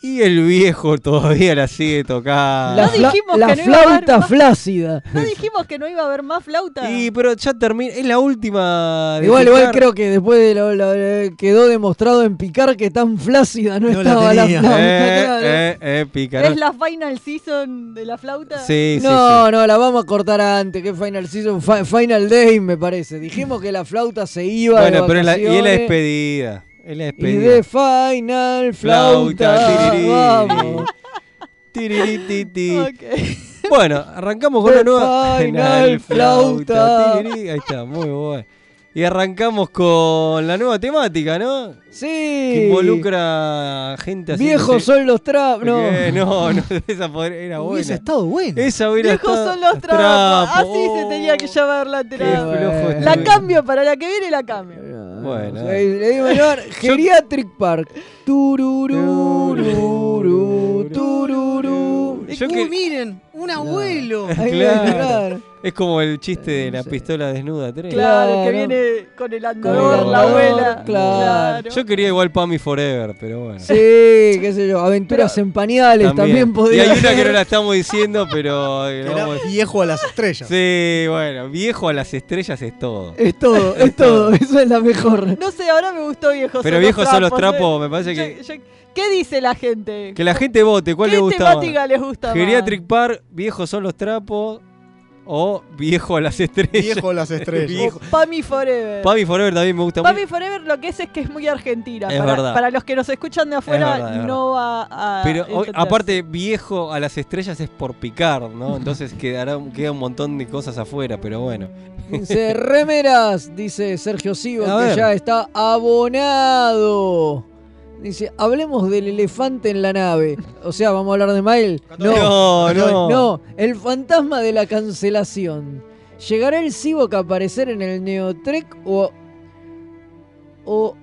[SPEAKER 1] Y el viejo todavía la sigue tocando.
[SPEAKER 2] La, fla-
[SPEAKER 3] dijimos
[SPEAKER 2] la
[SPEAKER 3] que no iba a haber
[SPEAKER 2] flauta
[SPEAKER 3] más-
[SPEAKER 2] flácida.
[SPEAKER 3] No dijimos que no iba a haber más flauta.
[SPEAKER 1] Y pero ya termina, es la última. de
[SPEAKER 2] Igual, igual
[SPEAKER 1] tocar.
[SPEAKER 2] creo que después de la, la- quedó demostrado en picar que tan flácida no,
[SPEAKER 1] No la
[SPEAKER 2] estaba la,
[SPEAKER 1] tenía.
[SPEAKER 2] flauta.
[SPEAKER 1] Eh,
[SPEAKER 2] claro.
[SPEAKER 1] eh, eh, picarón.
[SPEAKER 3] ¿Es la final season de la flauta?
[SPEAKER 1] Sí, sí,
[SPEAKER 2] no, no, la vamos a cortar antes, que Final Season, Fi- Final Day me parece. Dijimos que la flauta se iba.
[SPEAKER 1] Bueno,
[SPEAKER 2] de
[SPEAKER 1] pero es la, y es la
[SPEAKER 2] vacaciones.
[SPEAKER 1] despedida. Es la
[SPEAKER 2] Y
[SPEAKER 1] despedida.
[SPEAKER 2] de Final Flauta.
[SPEAKER 1] Flauta, tirirí.
[SPEAKER 2] vamos.
[SPEAKER 1] Tiriri, ti, ti. (laughs) Bueno, arrancamos con una nueva.
[SPEAKER 2] Final flauta.
[SPEAKER 1] tiriri. Ahí está, muy bueno. Y arrancamos con la nueva temática, ¿no?
[SPEAKER 2] Sí.
[SPEAKER 1] Que involucra gente así.
[SPEAKER 2] Viejos son los trap. No. (laughs)
[SPEAKER 1] No, (laughs) no, esa podría- era buena.
[SPEAKER 2] Hubiese
[SPEAKER 5] estado buena.
[SPEAKER 1] Esa hubiera
[SPEAKER 3] Viejos
[SPEAKER 1] estado-
[SPEAKER 3] son los trapos.
[SPEAKER 1] trapos.
[SPEAKER 3] Así se tenía que llamar la terapia.
[SPEAKER 1] flojo estuve.
[SPEAKER 3] La cambio para la que viene, la cambio.
[SPEAKER 1] Bueno.
[SPEAKER 2] Le le digo, menor, Geriatric Park. Tururururu, tururú.
[SPEAKER 1] Yo que-
[SPEAKER 5] Uy, miren, un (laughs) abuelo.
[SPEAKER 2] Ahí
[SPEAKER 1] Claro.
[SPEAKER 2] va, claro.
[SPEAKER 1] Es como el chiste de la pistola desnuda 3.
[SPEAKER 3] Claro, que
[SPEAKER 2] Claro.
[SPEAKER 3] viene con
[SPEAKER 2] Con
[SPEAKER 3] el
[SPEAKER 2] el
[SPEAKER 3] andador, la
[SPEAKER 2] andador,
[SPEAKER 3] abuela.
[SPEAKER 2] claro.
[SPEAKER 1] Yo quería igual Pammy Forever, pero bueno.
[SPEAKER 2] Sí, qué sé yo. Aventuras en pañales también, podía.
[SPEAKER 1] Y hay una que
[SPEAKER 2] ser.
[SPEAKER 1] no la estamos diciendo, pero. eh, vamos-
[SPEAKER 5] Viejo a las estrellas.
[SPEAKER 1] Sí, bueno, viejo a las estrellas es todo.
[SPEAKER 2] Es
[SPEAKER 1] (laughs)
[SPEAKER 2] todo, es todo. Eso es la mejor.
[SPEAKER 3] No sé, ahora me gustó viejos
[SPEAKER 1] Pero
[SPEAKER 3] son
[SPEAKER 1] viejos
[SPEAKER 3] los
[SPEAKER 1] son los
[SPEAKER 3] trapos.
[SPEAKER 1] trapos,
[SPEAKER 3] eh.
[SPEAKER 1] me parece
[SPEAKER 3] Yo-
[SPEAKER 1] que-
[SPEAKER 3] yo- ¿Qué dice la gente?
[SPEAKER 1] Que la gente vote, ¿cuál
[SPEAKER 3] ¿Qué
[SPEAKER 1] le gusta más?
[SPEAKER 3] temática les gusta más?
[SPEAKER 1] Geriatric Park, viejos son los trapos o viejo a las
[SPEAKER 5] (laughs)
[SPEAKER 1] estrellas.
[SPEAKER 5] Viejo a las estrellas.
[SPEAKER 1] Viejo.
[SPEAKER 3] Pami Forever.
[SPEAKER 1] Pammy Forever también me gusta
[SPEAKER 3] Pami
[SPEAKER 1] mucho.
[SPEAKER 3] Forever lo que es es que es muy argentina.
[SPEAKER 1] Es
[SPEAKER 3] para,
[SPEAKER 1] verdad.
[SPEAKER 3] para los que nos escuchan de afuera
[SPEAKER 1] verdad, es
[SPEAKER 3] no va a...
[SPEAKER 1] Pero o-
[SPEAKER 3] entender.
[SPEAKER 1] aparte, viejo a las estrellas es por picar, ¿no? Entonces quedará, queda un montón de cosas afuera, pero bueno. (laughs)
[SPEAKER 2] Dice remeras, dice Sergio Sigo,
[SPEAKER 1] A
[SPEAKER 2] que
[SPEAKER 1] ver.
[SPEAKER 2] ya está abonado. Dice, hablemos del elefante en la nave. O sea, vamos a hablar de Mail.
[SPEAKER 1] No, no.
[SPEAKER 2] No, el fantasma de la cancelación. ¿Llegará el Sivok a aparecer en el Neotrek o, o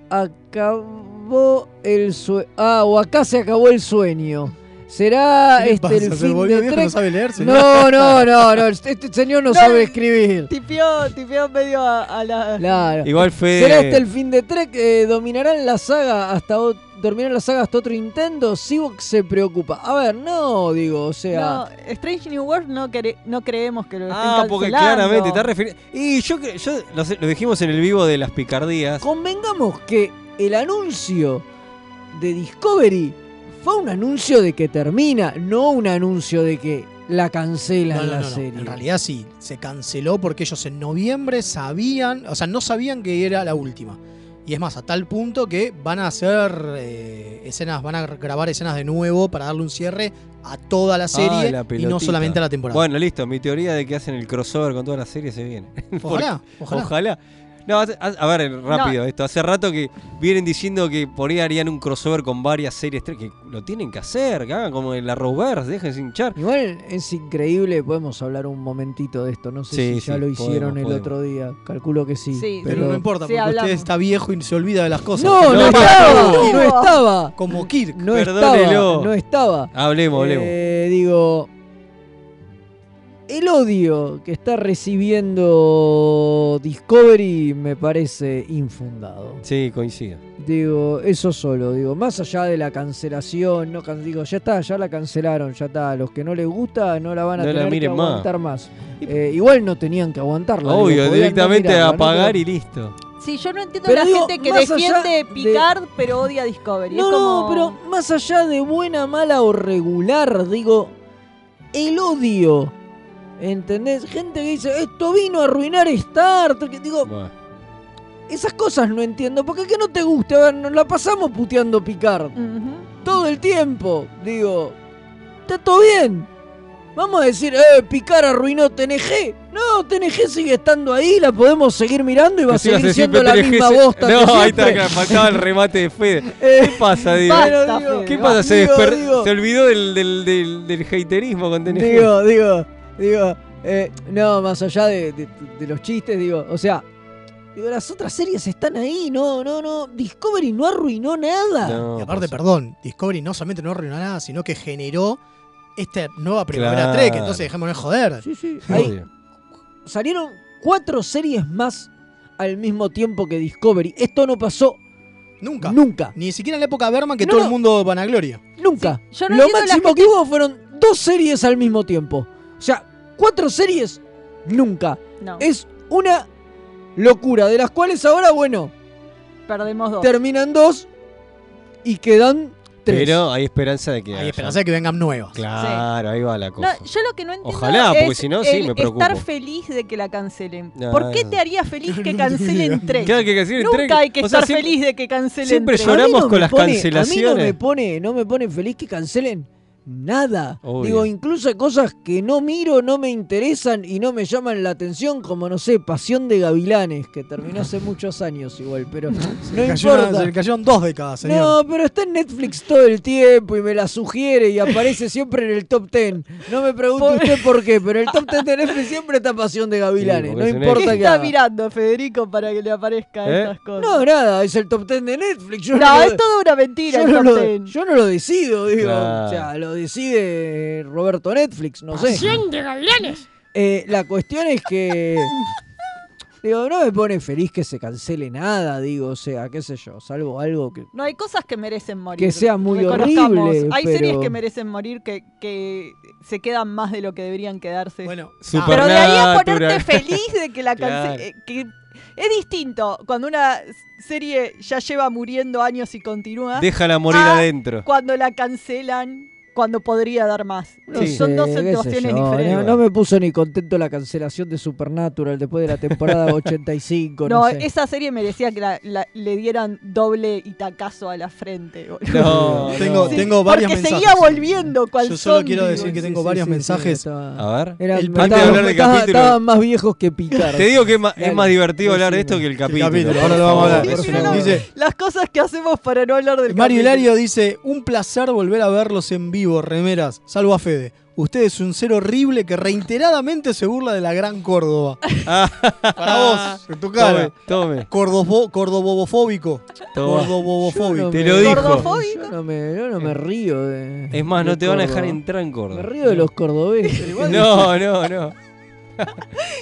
[SPEAKER 2] acabó el sueño? Ah, o acá se acabó el sueño. ¿Será
[SPEAKER 5] ¿Qué le
[SPEAKER 2] este
[SPEAKER 5] pasa?
[SPEAKER 2] el
[SPEAKER 5] ¿Se
[SPEAKER 2] fin
[SPEAKER 5] volvió
[SPEAKER 2] de
[SPEAKER 5] viejo y no
[SPEAKER 2] Trek?
[SPEAKER 5] sabe leer, señor?
[SPEAKER 2] no, no, no, no, este señor
[SPEAKER 5] (laughs)
[SPEAKER 2] no
[SPEAKER 3] No,
[SPEAKER 2] sabe escribir.
[SPEAKER 3] Tipeó, tipeó medio a, a la...
[SPEAKER 2] Claro.
[SPEAKER 1] Igual Fede-
[SPEAKER 2] ¿Será este el fin de Trek? Eh, ¿Dominarán la saga hasta o- ¿Dominarán la saga hasta otro Nintendo? Sivok se preocupa. A ver, no, digo, o
[SPEAKER 3] No,
[SPEAKER 2] sea.
[SPEAKER 3] Strange New World no, cre- no creemos que lo estén
[SPEAKER 1] Ah, porque
[SPEAKER 3] cancelando.
[SPEAKER 1] claramente está refiriendo. Y yo, cre- yo lo, sé- lo dijimos en el vivo de las picardías.
[SPEAKER 2] Convengamos que el anuncio de Discovery fue un anuncio de que termina, no un anuncio de que la cancelan
[SPEAKER 5] No, no,
[SPEAKER 2] la
[SPEAKER 5] no, no.
[SPEAKER 2] serie.
[SPEAKER 5] En realidad sí, se canceló porque ellos en noviembre sabían, o sea, no sabían que era la última. Y es más, a tal punto que van a hacer eh, escenas, van a grabar escenas de nuevo para darle un cierre a toda la serie
[SPEAKER 1] Ah, la
[SPEAKER 5] y no
[SPEAKER 1] pelotita.
[SPEAKER 5] solamente a la temporada.
[SPEAKER 1] Bueno, listo. Mi teoría de que hacen el crossover con todas las series se viene.
[SPEAKER 5] Ojalá,
[SPEAKER 1] Porque-
[SPEAKER 5] ojalá.
[SPEAKER 1] No, hace- a, a ver, rápido esto. Hace rato que vienen diciendo que por ahí harían un crossover con varias series. tre- Que lo tienen que hacer, que hagan como el Arrowverse, déjense hinchar.
[SPEAKER 2] Igual es increíble, podemos hablar un momentito de esto. No sé
[SPEAKER 1] Sí,
[SPEAKER 2] si ya
[SPEAKER 1] sí,
[SPEAKER 2] lo hicieron
[SPEAKER 1] podemos,
[SPEAKER 2] el
[SPEAKER 1] podemos.
[SPEAKER 2] otro día. Calculo que sí.
[SPEAKER 3] Sí,
[SPEAKER 5] pero, no importa,
[SPEAKER 3] Sí,
[SPEAKER 5] porque
[SPEAKER 3] hablamos.
[SPEAKER 5] usted está viejo y se olvida de las cosas.
[SPEAKER 2] No, no, estaba,
[SPEAKER 3] no.
[SPEAKER 2] no estaba.
[SPEAKER 5] Como Kirk.
[SPEAKER 2] No
[SPEAKER 1] Perdónelo.
[SPEAKER 2] estaba, no estaba.
[SPEAKER 1] Hablemos, hablemos.
[SPEAKER 2] Eh, digo, el odio que está recibiendo Discovery me parece infundado.
[SPEAKER 1] Sí, coincido.
[SPEAKER 2] Digo, eso solo, digo, más allá de la cancelación, no can- digo, ya está, ya la cancelaron, ya está, los que no les gusta no la van a
[SPEAKER 1] No la
[SPEAKER 2] tener que
[SPEAKER 1] miren más.
[SPEAKER 2] aguantar más. Eh, igual no tenían que aguantarla. digo,
[SPEAKER 1] Obvio,
[SPEAKER 2] podían no
[SPEAKER 1] directamente
[SPEAKER 2] mirarla, ¿no?
[SPEAKER 1] apagar
[SPEAKER 2] Pero-
[SPEAKER 1] y listo.
[SPEAKER 3] Sí, yo no entiendo
[SPEAKER 2] Pero
[SPEAKER 3] la
[SPEAKER 2] digo,
[SPEAKER 3] gente que
[SPEAKER 2] más allá
[SPEAKER 3] defiende
[SPEAKER 2] de-
[SPEAKER 3] Picard pero odia Discovery.
[SPEAKER 2] No,
[SPEAKER 3] es
[SPEAKER 2] no,
[SPEAKER 3] como...
[SPEAKER 2] pero más allá de buena, mala o regular, digo, el odio. ¿Entendés? Gente que dice, esto vino a arruinar Star Trek. Digo,
[SPEAKER 1] Bueno.
[SPEAKER 2] esas cosas no entiendo. ¿Por qué que no te guste? A ver, nos la pasamos puteando Picard.
[SPEAKER 3] Ujú.
[SPEAKER 2] Todo el tiempo. Digo, está todo bien. Vamos a decir, eh, Picard arruinó TNG. No, TNG sigue estando ahí, la podemos seguir mirando y va
[SPEAKER 1] Que
[SPEAKER 2] a
[SPEAKER 1] siga
[SPEAKER 2] seguir
[SPEAKER 1] siempre
[SPEAKER 2] siendo la
[SPEAKER 1] TNG.
[SPEAKER 2] misma bosta. que
[SPEAKER 1] No, ahí está,
[SPEAKER 2] siempre.
[SPEAKER 1] claro, faltaba el remate de
[SPEAKER 2] (laughs)
[SPEAKER 1] Fede.
[SPEAKER 2] Eh,
[SPEAKER 1] ¿Qué pasa, Diego?
[SPEAKER 2] Basta, Fede,
[SPEAKER 1] ¿Qué
[SPEAKER 2] basta.
[SPEAKER 1] pasa? Se,
[SPEAKER 2] Digo,
[SPEAKER 1] desper-
[SPEAKER 2] digo.
[SPEAKER 1] se olvidó del, del, del, del haterismo con TNG.
[SPEAKER 2] Digo, digo, digo, eh, no, más allá de, de- de los chistes, digo, o sea, digo, las otras series están ahí, no, no, no, Discovery no arruinó nada.
[SPEAKER 5] Y aparte, perdón, Discovery no solamente no arruinó nada, sino que generó esta nueva primavera
[SPEAKER 1] Claro.
[SPEAKER 5] Trek, entonces dejémonos de joder.
[SPEAKER 2] Sí, sí, ahí
[SPEAKER 1] Obvio.
[SPEAKER 2] salieron cuatro series más al mismo tiempo que Discovery. Esto no pasó
[SPEAKER 5] Nunca.
[SPEAKER 2] nunca.
[SPEAKER 5] Ni siquiera en la época Berman que
[SPEAKER 2] No,
[SPEAKER 5] todo
[SPEAKER 2] no.
[SPEAKER 5] el mundo vanagloria.
[SPEAKER 2] No, Nunca.
[SPEAKER 3] Sí, yo no
[SPEAKER 2] Lo
[SPEAKER 3] entiendo la
[SPEAKER 2] máximo
[SPEAKER 3] gente-
[SPEAKER 2] que hubo fueron dos series al mismo tiempo. O sea, cuatro series, nunca.
[SPEAKER 3] No.
[SPEAKER 2] Es una locura, de las cuales ahora, bueno,
[SPEAKER 3] Perdemos dos.
[SPEAKER 2] terminan dos y quedan tres.
[SPEAKER 1] Pero hay esperanza de que. Hay
[SPEAKER 5] esperanza de que vengan nuevas.
[SPEAKER 1] Claro, ahí va la
[SPEAKER 3] No,
[SPEAKER 1] cosa.
[SPEAKER 3] yo lo que no entiendo
[SPEAKER 1] Ojalá, porque
[SPEAKER 3] es
[SPEAKER 1] si no, sí,
[SPEAKER 3] el
[SPEAKER 1] me preocupo.
[SPEAKER 3] estar feliz de que la cancelen.
[SPEAKER 1] No,
[SPEAKER 3] ¿Por qué
[SPEAKER 1] no.
[SPEAKER 3] te haría feliz
[SPEAKER 2] (laughs)
[SPEAKER 3] que cancelen tres?
[SPEAKER 1] Claro, que cancelen
[SPEAKER 3] Nunca
[SPEAKER 1] tres.
[SPEAKER 3] hay que
[SPEAKER 1] O sea,
[SPEAKER 3] estar
[SPEAKER 1] siempre-
[SPEAKER 3] feliz de que cancelen
[SPEAKER 1] siempre
[SPEAKER 3] tres.
[SPEAKER 1] lloramos
[SPEAKER 2] A mí no
[SPEAKER 1] con
[SPEAKER 2] me
[SPEAKER 1] las
[SPEAKER 2] pone- A mí no
[SPEAKER 1] cancelaciones.
[SPEAKER 2] me pone, no me pone feliz que cancelen nada.
[SPEAKER 1] Obvio.
[SPEAKER 2] Digo, incluso hay cosas que no miro, no me interesan y no me llaman la atención, como no sé, Pasión de Gavilanes, que terminó hace muchos años igual,
[SPEAKER 1] (laughs)
[SPEAKER 2] pero no
[SPEAKER 5] le cayó una-
[SPEAKER 2] importa.
[SPEAKER 5] se le cayeron dos décadas, señor.
[SPEAKER 2] No, pero está en Netflix todo el tiempo y me la sugiere y aparece siempre en el top 10. No me pregunte usted por qué, pero el top 10 de Netflix siempre está Pasión de Gavilanes.
[SPEAKER 1] porque
[SPEAKER 2] no
[SPEAKER 1] es un
[SPEAKER 2] importa
[SPEAKER 1] éxito.
[SPEAKER 2] que
[SPEAKER 1] ¿Qué
[SPEAKER 3] está
[SPEAKER 1] está?
[SPEAKER 3] mirando Federico para que le aparezcan
[SPEAKER 1] ¿Eh?
[SPEAKER 3] estas cosas?
[SPEAKER 2] No, nada, es el top 10 de Netflix. Yo
[SPEAKER 3] No,
[SPEAKER 2] no lo-
[SPEAKER 3] es toda una mentira
[SPEAKER 2] yo
[SPEAKER 3] el
[SPEAKER 2] no,
[SPEAKER 3] top
[SPEAKER 2] lo,
[SPEAKER 3] ten.
[SPEAKER 2] yo no lo decido, digo.
[SPEAKER 1] Claro.
[SPEAKER 2] O sea, lo decide Roberto Netflix, no sé.
[SPEAKER 6] de gavilanes!
[SPEAKER 2] Eh, la cuestión es
[SPEAKER 3] (laughs)
[SPEAKER 2] que. digo, no me pone feliz que se cancele nada, digo, o sea, qué sé yo, salvo algo que.
[SPEAKER 3] No hay cosas que merecen morir.
[SPEAKER 2] Que sea muy
[SPEAKER 3] Reconozcamos,
[SPEAKER 2] horrible,
[SPEAKER 3] Hay series
[SPEAKER 2] pero-
[SPEAKER 3] que merecen morir que, que se quedan más de lo que deberían quedarse. Bueno,
[SPEAKER 1] Supernatural.
[SPEAKER 3] pero de ahí a ponerte feliz de que la
[SPEAKER 1] Claro.
[SPEAKER 3] cancelen. eh, es distinto cuando una serie ya lleva muriendo años y continúa.
[SPEAKER 1] Déjala morir
[SPEAKER 2] Ah,
[SPEAKER 3] a
[SPEAKER 2] (laughs)
[SPEAKER 1] adentro.
[SPEAKER 3] Cuando la cancelan, cuando podría dar más.
[SPEAKER 2] No sé,
[SPEAKER 3] Son dos
[SPEAKER 2] qué sé
[SPEAKER 3] situaciones
[SPEAKER 2] yo,
[SPEAKER 3] diferentes.
[SPEAKER 2] No, no me puso ni contento la cancelación de Supernatural después de la
[SPEAKER 3] (laughs)
[SPEAKER 2] temporada 85. No,
[SPEAKER 3] No,
[SPEAKER 2] sé.
[SPEAKER 3] esa serie merecía que la- la- le dieran doble y tacazo a la frente. boludo.
[SPEAKER 1] No,
[SPEAKER 5] (laughs) Tengo,
[SPEAKER 1] no.
[SPEAKER 5] tengo varios
[SPEAKER 3] Porque
[SPEAKER 5] mensajes.
[SPEAKER 3] seguía volviendo cual
[SPEAKER 5] Yo solo
[SPEAKER 3] zombie,
[SPEAKER 5] quiero decir
[SPEAKER 3] boludo.
[SPEAKER 5] que
[SPEAKER 3] Sí,
[SPEAKER 5] tengo
[SPEAKER 3] sí,
[SPEAKER 5] varios
[SPEAKER 3] sí, sí,
[SPEAKER 5] mensajes.
[SPEAKER 2] estaba-
[SPEAKER 1] A ver.
[SPEAKER 2] Era-
[SPEAKER 1] El-
[SPEAKER 2] me
[SPEAKER 1] antes de
[SPEAKER 2] estaba-
[SPEAKER 1] hablar
[SPEAKER 2] me
[SPEAKER 1] del
[SPEAKER 2] estaba-
[SPEAKER 1] capítulo.
[SPEAKER 2] Estaban más viejos que picar.
[SPEAKER 1] Te digo que es ma- es
[SPEAKER 2] Dale,
[SPEAKER 1] más divertido hablar de
[SPEAKER 2] decime.
[SPEAKER 1] esto que el capítulo.
[SPEAKER 5] capítulo, ahora lo vamos a hablar.
[SPEAKER 1] Por
[SPEAKER 5] Sí,
[SPEAKER 1] favor.
[SPEAKER 5] no, no. Dice-
[SPEAKER 3] Las cosas que hacemos para no hablar del
[SPEAKER 5] Mario
[SPEAKER 3] capítulo.
[SPEAKER 5] Hilario dice: Un placer volver a verlos en vivo, remeras. Salvo a Fede. Usted es un ser horrible que reiteradamente se burla de la
[SPEAKER 1] (laughs)
[SPEAKER 5] gran Córdoba.
[SPEAKER 1] Ah.
[SPEAKER 5] Para vos, en tu cara.
[SPEAKER 1] Tome,
[SPEAKER 5] Cordobo, cordobobofóbico.
[SPEAKER 1] Toma.
[SPEAKER 5] Cordobobofóbico.
[SPEAKER 1] Te lo dijo.
[SPEAKER 3] Cordofóbico.
[SPEAKER 2] Yo no me, yo no me río de.
[SPEAKER 1] Es más, no
[SPEAKER 2] de
[SPEAKER 1] te van a dejar
[SPEAKER 2] Córdoba.
[SPEAKER 1] entrar en
[SPEAKER 2] Me
[SPEAKER 1] Córdoba.
[SPEAKER 2] río de los
[SPEAKER 1] (laughs)
[SPEAKER 2] cordobeses.
[SPEAKER 1] No, no, no.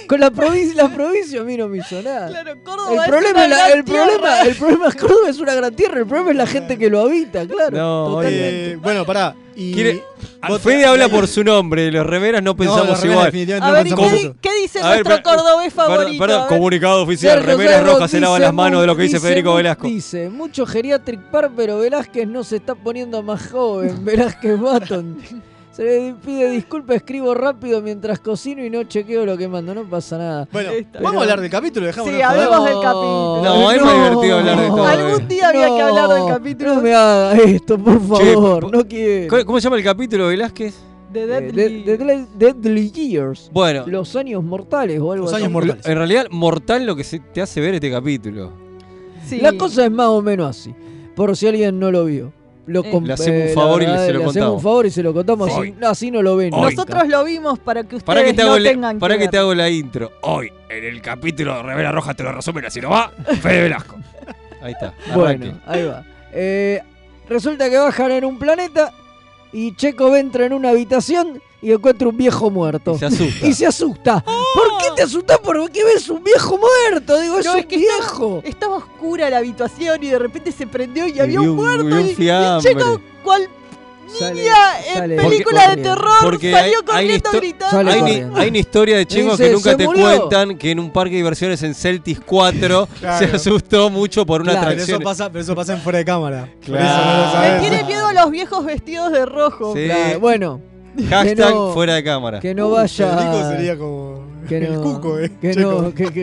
[SPEAKER 2] Con la provincia, la provincia a mí no me hizo nada.
[SPEAKER 3] Claro,
[SPEAKER 2] el
[SPEAKER 3] Córdoba es
[SPEAKER 2] problema,
[SPEAKER 3] una
[SPEAKER 2] es la-
[SPEAKER 3] gran
[SPEAKER 2] el, problema,
[SPEAKER 3] tierra.
[SPEAKER 2] el problema es Córdoba es una gran tierra, el problema es la gente que lo habita, claro.
[SPEAKER 1] No,
[SPEAKER 2] totalmente.
[SPEAKER 5] Eh, bueno, pará. Y
[SPEAKER 1] Quiere-
[SPEAKER 5] vos-
[SPEAKER 1] Fede habla por su nombre, los remeras no pensamos
[SPEAKER 5] los remeras
[SPEAKER 1] igual.
[SPEAKER 5] definitivamente
[SPEAKER 3] A ver, ¿y
[SPEAKER 5] pensamos
[SPEAKER 3] ¿qué,
[SPEAKER 5] eso.
[SPEAKER 3] di- qué dice
[SPEAKER 1] A ver,
[SPEAKER 3] nuestro
[SPEAKER 1] pero- eh,
[SPEAKER 3] cordobés favorito?
[SPEAKER 1] Perdón,
[SPEAKER 3] A ver.
[SPEAKER 1] comunicado oficial,
[SPEAKER 2] Sergio
[SPEAKER 1] remeras
[SPEAKER 2] Sergos
[SPEAKER 1] rojas se lavan
[SPEAKER 2] dice
[SPEAKER 1] las manos de lo que dice
[SPEAKER 2] Mont-
[SPEAKER 1] Federico
[SPEAKER 2] Mont-
[SPEAKER 1] Velasco.
[SPEAKER 2] Dice, mucho geriatric par, pero Velázquez no se está poniendo más joven. (laughs) Velázquez Baton. Se le pide disculpa, escribo rápido mientras cocino y no chequeo lo que mando, no pasa nada.
[SPEAKER 5] Bueno,
[SPEAKER 3] Está
[SPEAKER 5] vamos
[SPEAKER 2] bien.
[SPEAKER 5] a hablar del capítulo, dejamos
[SPEAKER 3] Sí,
[SPEAKER 5] de joder.
[SPEAKER 3] hablemos del capítulo.
[SPEAKER 1] No, es más divertido hablar de todo.
[SPEAKER 3] Algún día había que hablar del
[SPEAKER 2] No,
[SPEAKER 3] capítulo
[SPEAKER 2] No me haga esto, por favor, no quiero.
[SPEAKER 1] ¿Cómo- ¿Cómo se llama el capítulo, Velázquez?
[SPEAKER 3] de
[SPEAKER 2] Eh,
[SPEAKER 3] Deadly.
[SPEAKER 2] de- de- Deadly Years.
[SPEAKER 1] Bueno,
[SPEAKER 2] Los años mortales o algo
[SPEAKER 5] Los
[SPEAKER 2] así.
[SPEAKER 5] años mortales.
[SPEAKER 1] en realidad, mortal lo que se te hace ver este capítulo.
[SPEAKER 3] Sí.
[SPEAKER 2] La cosa es más o menos así. Por si alguien no lo vio. Lo
[SPEAKER 3] Eh.
[SPEAKER 2] com-
[SPEAKER 1] Le hacemos un
[SPEAKER 2] eh, la
[SPEAKER 1] favor y
[SPEAKER 2] verdad,
[SPEAKER 1] se lo
[SPEAKER 2] le hacemos
[SPEAKER 1] contamos.
[SPEAKER 2] un favor y se lo contamos.
[SPEAKER 1] Hoy.
[SPEAKER 2] Así, no, así no lo ven. nunca.
[SPEAKER 3] Nosotros lo vimos para que ustedes
[SPEAKER 1] Para que te
[SPEAKER 3] Eh, no
[SPEAKER 1] hago,
[SPEAKER 3] tengan
[SPEAKER 1] la, para que
[SPEAKER 3] que
[SPEAKER 1] te
[SPEAKER 3] ver.
[SPEAKER 1] hago la intro. Hoy, en el capítulo de Revela Roja, te lo resumen así, ¿no va? Fede
[SPEAKER 3] (laughs)
[SPEAKER 1] Velasco. Ahí está.
[SPEAKER 2] Bueno,
[SPEAKER 1] arranque.
[SPEAKER 2] ahí va. Eh, resulta que bajan en un planeta y Checo entra en una habitación y encuentra un viejo muerto.
[SPEAKER 1] Y se asusta.
[SPEAKER 2] Y se asusta.
[SPEAKER 3] Ah.
[SPEAKER 2] ¿Por qué te asustas? ¿Por qué ves un viejo muerto? Digo, es
[SPEAKER 3] No,
[SPEAKER 2] un
[SPEAKER 3] es que
[SPEAKER 2] viejo.
[SPEAKER 3] Estaba oscura la habitación y de repente se prendió y había
[SPEAKER 1] vi
[SPEAKER 3] un
[SPEAKER 1] un-
[SPEAKER 3] muerto.
[SPEAKER 1] vi un
[SPEAKER 3] y- y, el
[SPEAKER 1] fiambre.
[SPEAKER 3] checo, ¿cuál
[SPEAKER 2] Sale-
[SPEAKER 3] niña
[SPEAKER 2] sale
[SPEAKER 3] en película de
[SPEAKER 2] corriendo.
[SPEAKER 3] terror
[SPEAKER 1] Porque
[SPEAKER 3] salió
[SPEAKER 1] hay- hay
[SPEAKER 3] corriendo
[SPEAKER 1] histo-
[SPEAKER 3] gritando?
[SPEAKER 2] Sale
[SPEAKER 1] Hay, ni-
[SPEAKER 2] corriendo.
[SPEAKER 1] hay una historia de chicos
[SPEAKER 2] Dice,
[SPEAKER 1] que nunca
[SPEAKER 2] "Se
[SPEAKER 1] te
[SPEAKER 2] murió".
[SPEAKER 1] cuentan que en un parque de diversiones en Celtis (laughs) 4 se
[SPEAKER 5] Claro.
[SPEAKER 1] asustó mucho por una
[SPEAKER 5] Claro, pero eso
[SPEAKER 1] atracción.
[SPEAKER 5] pasa, pero eso pasa en fuera de cámara.
[SPEAKER 1] (laughs)
[SPEAKER 5] Por
[SPEAKER 1] Claro.
[SPEAKER 5] eso no lo
[SPEAKER 3] Me
[SPEAKER 5] sabes.
[SPEAKER 3] tiene miedo a los viejos vestidos de rojo.
[SPEAKER 1] Sí.
[SPEAKER 2] Claro, bueno,
[SPEAKER 1] Hashtag
[SPEAKER 2] que no-
[SPEAKER 1] fuera de cámara.
[SPEAKER 2] que no
[SPEAKER 5] Uh, Federico
[SPEAKER 2] vaya.
[SPEAKER 5] sería como
[SPEAKER 2] Que
[SPEAKER 5] el
[SPEAKER 2] no,
[SPEAKER 5] cuco, eh.
[SPEAKER 2] que,
[SPEAKER 5] Checo.
[SPEAKER 2] no, que, que-